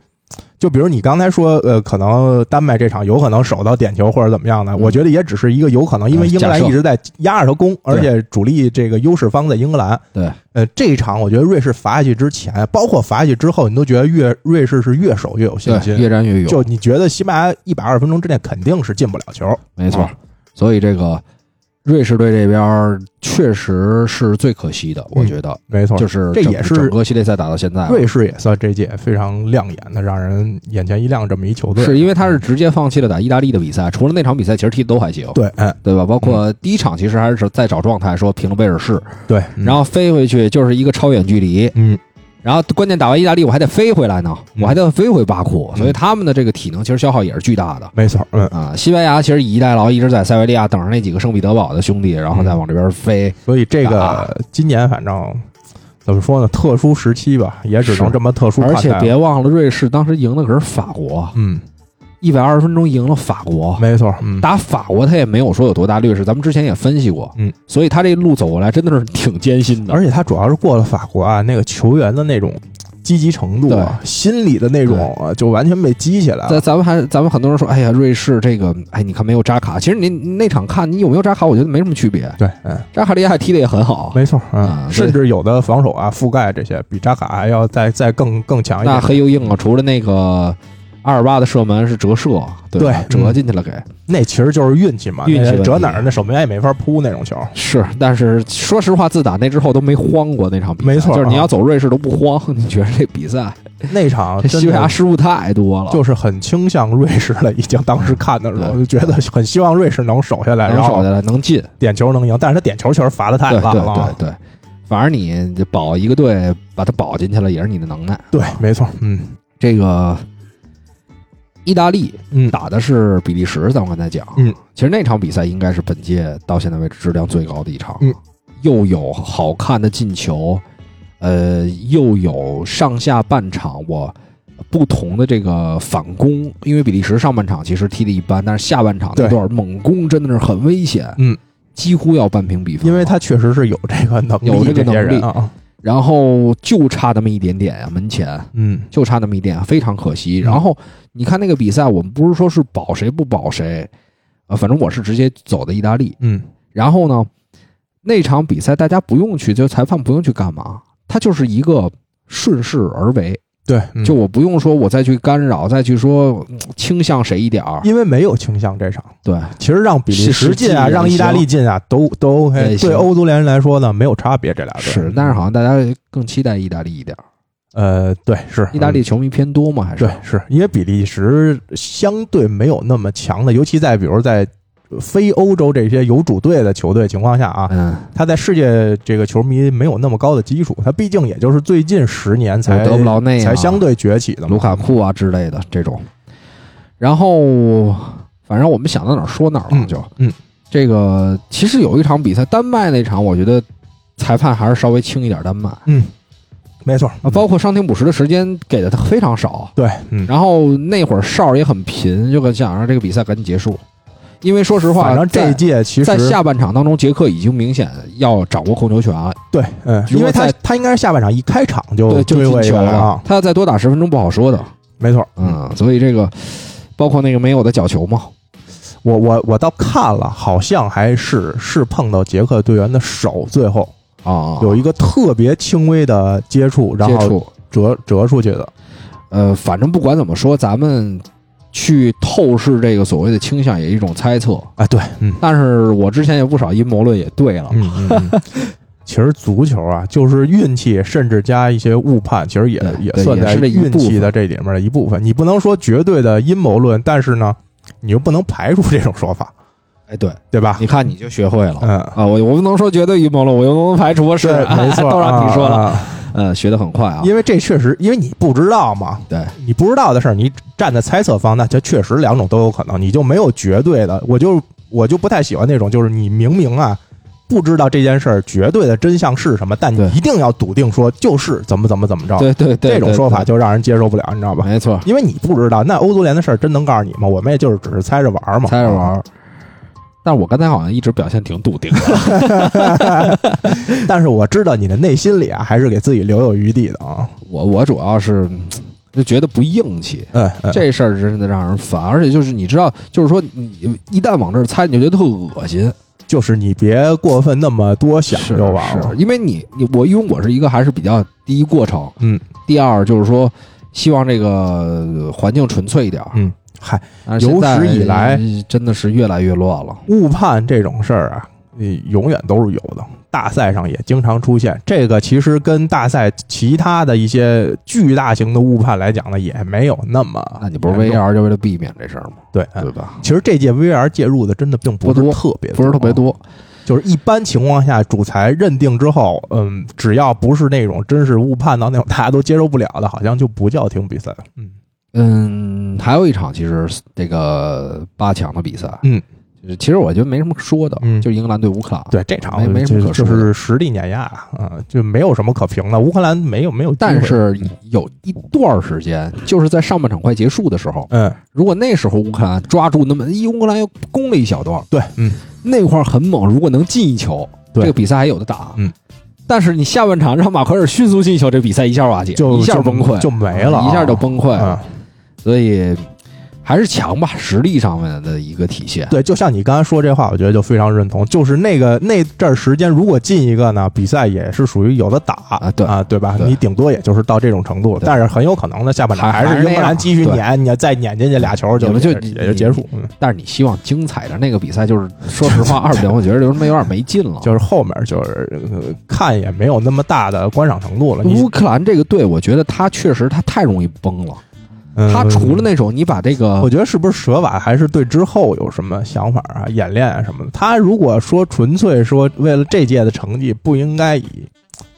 [SPEAKER 2] 就比如你刚才说，呃，可能丹麦这场有可能守到点球或者怎么样的，
[SPEAKER 1] 嗯
[SPEAKER 2] 我觉得也只是一个有可能，因
[SPEAKER 1] 呃
[SPEAKER 2] 为英格兰
[SPEAKER 1] 假设
[SPEAKER 2] 一直在压着他攻，而且主力这个优势方在英格兰。
[SPEAKER 1] 对，
[SPEAKER 2] 呃，这一场我觉得瑞士罚下去之前，包括罚下去之后，你都觉得越瑞士是越守越有信
[SPEAKER 1] 对，
[SPEAKER 2] 心。
[SPEAKER 1] 越战越勇，
[SPEAKER 2] 就你觉得西班牙一百二十分钟之内肯定是进不了球，
[SPEAKER 1] 没错
[SPEAKER 2] 啊。
[SPEAKER 1] 所以这个瑞士队这边儿确实是最可惜的，我觉得
[SPEAKER 2] 嗯没错
[SPEAKER 1] 就
[SPEAKER 2] 就是这
[SPEAKER 1] 整
[SPEAKER 2] 也是
[SPEAKER 1] 整个系列赛打到现在，啊
[SPEAKER 2] 瑞士也算这届非常亮眼的，让人眼前一亮这么一球队。
[SPEAKER 1] 是因为他是直接放弃了打意大利的比赛，除了那场比赛，其实踢的都还行。
[SPEAKER 2] 对，嗯，
[SPEAKER 1] 对吧？包括第一场其实还是在找状态，说平了威尔士，
[SPEAKER 2] 对，
[SPEAKER 1] 然
[SPEAKER 2] 后
[SPEAKER 1] 后飞回去就是一个超远距离，
[SPEAKER 2] 嗯，
[SPEAKER 1] 然后关键打完意大利我还得飞回来呢，
[SPEAKER 2] 嗯
[SPEAKER 1] 我还得飞回巴库，
[SPEAKER 2] 嗯
[SPEAKER 1] 所以他们的这个体能其实消耗也是巨大的
[SPEAKER 2] 没错，嗯，
[SPEAKER 1] 啊。西班牙其实以逸待劳，一直在塞维利亚等着那几个圣彼得堡的兄弟，然后再往这边飞。
[SPEAKER 2] 所以这
[SPEAKER 1] 啊
[SPEAKER 2] 个今年反正怎么说呢，特殊时期吧，也只能
[SPEAKER 1] 是
[SPEAKER 2] 这么特殊看
[SPEAKER 1] 而
[SPEAKER 2] 待
[SPEAKER 1] 且
[SPEAKER 2] 了
[SPEAKER 1] 别忘了，瑞士当时赢的可是法国，
[SPEAKER 2] 嗯，
[SPEAKER 1] 一百二十分钟赢了法国。
[SPEAKER 2] 没错，嗯，
[SPEAKER 1] 打法国他也没有说有多大劣势，咱们之前也分析过，
[SPEAKER 2] 嗯，
[SPEAKER 1] 所以他这路走过来真的是挺艰辛的，
[SPEAKER 2] 而且他主要是过了法国啊，那个球员的那种积极程度啊，心理的那种啊，就完全被激起来
[SPEAKER 1] 咱
[SPEAKER 2] 了。
[SPEAKER 1] 咱们还咱们很多人说，哎呀，瑞士这个，哎，你看没有扎卡，其实你那场看你有没有扎卡，我觉得没什么区别。
[SPEAKER 2] 对，嗯，
[SPEAKER 1] 扎卡利亚踢的也很好，
[SPEAKER 2] 没错，
[SPEAKER 1] 啊
[SPEAKER 2] 嗯，
[SPEAKER 1] 所以
[SPEAKER 2] 甚至有的防守啊、覆盖这些，比扎卡还要再再更更强一
[SPEAKER 1] 那
[SPEAKER 2] 点。
[SPEAKER 1] 黑又硬啊，除了那个阿尔巴的射门是折射，对吧
[SPEAKER 2] 对嗯
[SPEAKER 1] 折进去了给、
[SPEAKER 2] 那其实就是运气嘛，
[SPEAKER 1] 运气
[SPEAKER 2] 那
[SPEAKER 1] 问题
[SPEAKER 2] 折哪儿那守门员也没法扑那种球。
[SPEAKER 1] 是，但是说实话，自打那之后都没慌过那场比赛，
[SPEAKER 2] 没错
[SPEAKER 1] 就是你
[SPEAKER 2] 啊
[SPEAKER 1] 要走瑞士都不慌，你觉得这比赛
[SPEAKER 2] 那场
[SPEAKER 1] (laughs) 这西
[SPEAKER 2] 真
[SPEAKER 1] 班牙
[SPEAKER 2] 的
[SPEAKER 1] 失误太多了，
[SPEAKER 2] 就是很倾向瑞士了，已经当时看的时候
[SPEAKER 1] 啊对
[SPEAKER 2] 就觉得很希望瑞士能守下来，
[SPEAKER 1] 能
[SPEAKER 2] 然
[SPEAKER 1] 守
[SPEAKER 2] 后
[SPEAKER 1] 下来能进，
[SPEAKER 2] 点球能赢，但是他点球确实罚的太
[SPEAKER 1] 对
[SPEAKER 2] 烂
[SPEAKER 1] 对
[SPEAKER 2] 了
[SPEAKER 1] 对
[SPEAKER 2] 啊。
[SPEAKER 1] 对，反正你保一个队把它保进去了也是你的能耐。
[SPEAKER 2] 对，没错，嗯
[SPEAKER 1] 这个意大利
[SPEAKER 2] 嗯，
[SPEAKER 1] 打的是比利时，咱们刚才讲，
[SPEAKER 2] 嗯，
[SPEAKER 1] 其实那场比赛应该是本届到现在为止质量最高的一场，
[SPEAKER 2] 嗯，
[SPEAKER 1] 又有好看的进球，呃，又有上下半场我不同的这个反攻，因为比利时上半场其实踢的一般，但是下半场那
[SPEAKER 2] 对
[SPEAKER 1] 段猛攻真的是很危险，
[SPEAKER 2] 嗯，
[SPEAKER 1] 几乎要扳平比分了，
[SPEAKER 2] 因为他确实是有这个能
[SPEAKER 1] 有
[SPEAKER 2] 力，
[SPEAKER 1] 这个
[SPEAKER 2] 这些
[SPEAKER 1] 能力
[SPEAKER 2] 人啊，
[SPEAKER 1] 然后就差那么一点点呀、门前，
[SPEAKER 2] 嗯
[SPEAKER 1] 就差那么一点，非常可惜。
[SPEAKER 2] 嗯
[SPEAKER 1] 然后你看那个比赛，我们不是说是保谁不保谁，呃，反正我是直接走的意大利。
[SPEAKER 2] 嗯，
[SPEAKER 1] 然后呢，那场比赛大家不用去，就裁判不用去干嘛，他就是一个顺势而为，
[SPEAKER 2] 对，嗯
[SPEAKER 1] 就我不用说我再去干扰，再去说嗯倾向谁一点儿，
[SPEAKER 2] 因为没有倾向这场，
[SPEAKER 1] 对，
[SPEAKER 2] 其实让比利时进啊，
[SPEAKER 1] 是是
[SPEAKER 2] 让意大利进啊，都都
[SPEAKER 1] 也
[SPEAKER 2] OK。
[SPEAKER 1] 行
[SPEAKER 2] 对欧足联人来说呢，没有差别，这俩队
[SPEAKER 1] 是。但是好像大家更期待意大利一点儿，
[SPEAKER 2] 呃，对，是
[SPEAKER 1] 意大利球迷偏多嘛，还
[SPEAKER 2] 嗯
[SPEAKER 1] 是
[SPEAKER 2] 对，是因为比利时相对没有那么强的，尤其在比如在非欧洲这些有主队的球队情况下啊，
[SPEAKER 1] 嗯，
[SPEAKER 2] 他在世界这个球迷没有那么高的基础，他毕竟也就是最近十年才
[SPEAKER 1] 有德布劳内啊
[SPEAKER 2] 才相对崛起的嘛
[SPEAKER 1] 卢卡库啊之类的这种。然后，反正我们想到哪儿说哪儿了，
[SPEAKER 2] 嗯
[SPEAKER 1] 就
[SPEAKER 2] 嗯
[SPEAKER 1] 这个其实有一场比赛，丹麦那场，我觉得裁判还是稍微轻一点，丹麦啊，
[SPEAKER 2] 没错嗯
[SPEAKER 1] 包括伤停补时的时间给的他非常少，
[SPEAKER 2] 对，嗯，
[SPEAKER 1] 然后那会儿哨儿也很频，就很想让这个比赛赶紧结束，因为说实话，
[SPEAKER 2] 反正这
[SPEAKER 1] 在
[SPEAKER 2] 一届其实
[SPEAKER 1] 在下半场当中，捷克已经明显要掌握控球权了，
[SPEAKER 2] 对，嗯，
[SPEAKER 1] 如
[SPEAKER 2] 因
[SPEAKER 1] 果
[SPEAKER 2] 为他
[SPEAKER 1] 在
[SPEAKER 2] 他应该是下半场一开场
[SPEAKER 1] 对，
[SPEAKER 2] 就
[SPEAKER 1] 就
[SPEAKER 2] 追
[SPEAKER 1] 进
[SPEAKER 2] 过一
[SPEAKER 1] 球
[SPEAKER 2] 个来
[SPEAKER 1] 了
[SPEAKER 2] 啊。，
[SPEAKER 1] 他要再多打十分钟不好说的，
[SPEAKER 2] 没错，
[SPEAKER 1] 嗯，所以这个包括那个没有的角球嘛，
[SPEAKER 2] 我我我倒看了，好像还是是碰到捷克队员的手，最后
[SPEAKER 1] 啊，
[SPEAKER 2] 有一个特别轻微的接触，然
[SPEAKER 1] 接
[SPEAKER 2] 后
[SPEAKER 1] 触，
[SPEAKER 2] 折折出去的。
[SPEAKER 1] 呃，反正不管怎么说，咱们去透视这个所谓的倾向也一种猜测，
[SPEAKER 2] 哎，对，嗯
[SPEAKER 1] 但是我之前有不少阴谋论也对了，
[SPEAKER 2] 嗯
[SPEAKER 1] (laughs)
[SPEAKER 2] 嗯。嗯其实足球啊，就是运气，甚至加一些误判，其实也
[SPEAKER 1] 对嗯对
[SPEAKER 2] 算
[SPEAKER 1] 也
[SPEAKER 2] 在
[SPEAKER 1] 是这一
[SPEAKER 2] 运
[SPEAKER 1] 部
[SPEAKER 2] 气
[SPEAKER 1] 分
[SPEAKER 2] 的这里面的一部分。你不能说绝对的阴谋论，但是呢，你又不能排除这种说法，
[SPEAKER 1] 哎，对，
[SPEAKER 2] 对吧？
[SPEAKER 1] 你看你就学会了。
[SPEAKER 2] 嗯，
[SPEAKER 1] 啊，我我不能说绝对阴谋论，我又不能排除是，啊
[SPEAKER 2] 对，没
[SPEAKER 1] (laughs)
[SPEAKER 2] 错，
[SPEAKER 1] 都让你说了，
[SPEAKER 2] 啊啊
[SPEAKER 1] 嗯，学得很快啊，
[SPEAKER 2] 因为这确实，因为你不知道嘛，
[SPEAKER 1] 对，
[SPEAKER 2] 你不知道的事儿，你站在猜测方，那就确实两种都有可能，你就没有绝对的。我就我就不太喜欢那种，就是你明明啊不知道这件事儿绝对的真相是什么，但你
[SPEAKER 1] 对
[SPEAKER 2] 一定要笃定说就是怎么怎么怎么着，
[SPEAKER 1] 对对对，
[SPEAKER 2] 这种
[SPEAKER 1] 对
[SPEAKER 2] 说
[SPEAKER 1] 对
[SPEAKER 2] 法就让人接受不了，你知道吧？
[SPEAKER 1] 没错，
[SPEAKER 2] 因为你不知道，那欧足联的事儿真能告诉你吗？我们也就是只是猜着玩儿嘛，啊
[SPEAKER 1] 猜着玩。儿。但是我刚才好像一直表现挺笃定的，
[SPEAKER 2] 但是我知道你的内心里啊，还是给自己留有余地的啊。
[SPEAKER 1] 我我主要是嗯就觉得不硬气，
[SPEAKER 2] 嗯，嗯
[SPEAKER 1] 这事儿真的让人烦，而且就是你知道，就是说你一旦往这儿猜，你就觉得特恶心，
[SPEAKER 2] 就是你别过分那么多想
[SPEAKER 1] 是
[SPEAKER 2] 就完了
[SPEAKER 1] 是。因为你你我因为我是一个还是比较第一过程，
[SPEAKER 2] 嗯，
[SPEAKER 1] 第二就是说希望这个呃环境纯粹一点儿，
[SPEAKER 2] 嗯，嗨，
[SPEAKER 1] 但是现
[SPEAKER 2] 有史
[SPEAKER 1] 在
[SPEAKER 2] 以来
[SPEAKER 1] 呃真的是越来越乱了，
[SPEAKER 2] 误判这种事儿啊，呃永远都是有的。大赛上也经常出现，这个其实跟大赛其他的一些巨大型的误判来讲呢，也没有那么严重。
[SPEAKER 1] 那你不是 VR 就为了避免这事儿吗？
[SPEAKER 2] 对，嗯
[SPEAKER 1] 对吧？
[SPEAKER 2] 其实这届 VR 介入的真的并不
[SPEAKER 1] 不
[SPEAKER 2] 是
[SPEAKER 1] 多
[SPEAKER 2] 特别
[SPEAKER 1] 不是特别
[SPEAKER 2] 多，
[SPEAKER 1] 多，
[SPEAKER 2] 就是一般情况下，主裁认定之后，嗯，只要不是那种真是误判到那种大家都接受不了的，好像就不叫停比赛。嗯，
[SPEAKER 1] 嗯，还有一场其实这个八强的比赛，
[SPEAKER 2] 嗯，
[SPEAKER 1] 就是其实我觉得没什么可说的，
[SPEAKER 2] 嗯
[SPEAKER 1] 就英格兰对乌克兰，，
[SPEAKER 2] 对，这场
[SPEAKER 1] 啊没没什么
[SPEAKER 2] 就
[SPEAKER 1] 可
[SPEAKER 2] 就
[SPEAKER 1] 说的
[SPEAKER 2] 是实力碾压啊、就没有什么可评的。乌克兰没有没有机会，
[SPEAKER 1] 但是有一段时间，就是在上半场快结束的时候，
[SPEAKER 2] 嗯，
[SPEAKER 1] 如果那时候乌克兰抓住那么一乌克兰又攻了一小段，
[SPEAKER 2] 对，嗯。
[SPEAKER 1] 那块儿很猛，如果能进一球，
[SPEAKER 2] 对
[SPEAKER 1] 这个比赛还有的打，
[SPEAKER 2] 嗯。
[SPEAKER 1] 但是你下半场让马奎尔迅速进球，这比赛一下瓦解，
[SPEAKER 2] 就
[SPEAKER 1] 一下
[SPEAKER 2] 就
[SPEAKER 1] 崩溃，
[SPEAKER 2] 就没了啊
[SPEAKER 1] 一下就崩溃了。
[SPEAKER 2] 嗯，
[SPEAKER 1] 所以还是强吧，实力上面的一个体现。
[SPEAKER 2] 对，就像你刚才说这话，我觉得就非常认同。就是那个那阵儿时间，如果进一个呢，比赛也是属于有的打
[SPEAKER 1] 啊对
[SPEAKER 2] 啊，对吧？
[SPEAKER 1] 对
[SPEAKER 2] 你顶多也就是到这种程度，
[SPEAKER 1] 对
[SPEAKER 2] 但是很有可能呢，下半场
[SPEAKER 1] 还还
[SPEAKER 2] 是
[SPEAKER 1] 是
[SPEAKER 2] 英格
[SPEAKER 1] 那
[SPEAKER 2] 兰
[SPEAKER 1] 样
[SPEAKER 2] 继续
[SPEAKER 1] 对
[SPEAKER 2] 撵，你要再撵进去俩球就
[SPEAKER 1] 你们就
[SPEAKER 2] 也也就结束。嗯，
[SPEAKER 1] 但是你希望精彩的那个比赛，就是说实
[SPEAKER 2] (laughs)
[SPEAKER 1] 话，二比零，我觉得有什么有点没劲了。
[SPEAKER 2] 就是后面就是、呃看也没有那么大的观赏程度了。你
[SPEAKER 1] 乌克兰这个队，我觉得他确实他太容易崩了。他除了。
[SPEAKER 2] 嗯
[SPEAKER 1] 那种你把这
[SPEAKER 2] 我
[SPEAKER 1] 个
[SPEAKER 2] 觉得是不是舍瓦还是对之后有什么想法啊、演练啊什么的？他如果说纯粹说为了这届的成绩，不应该以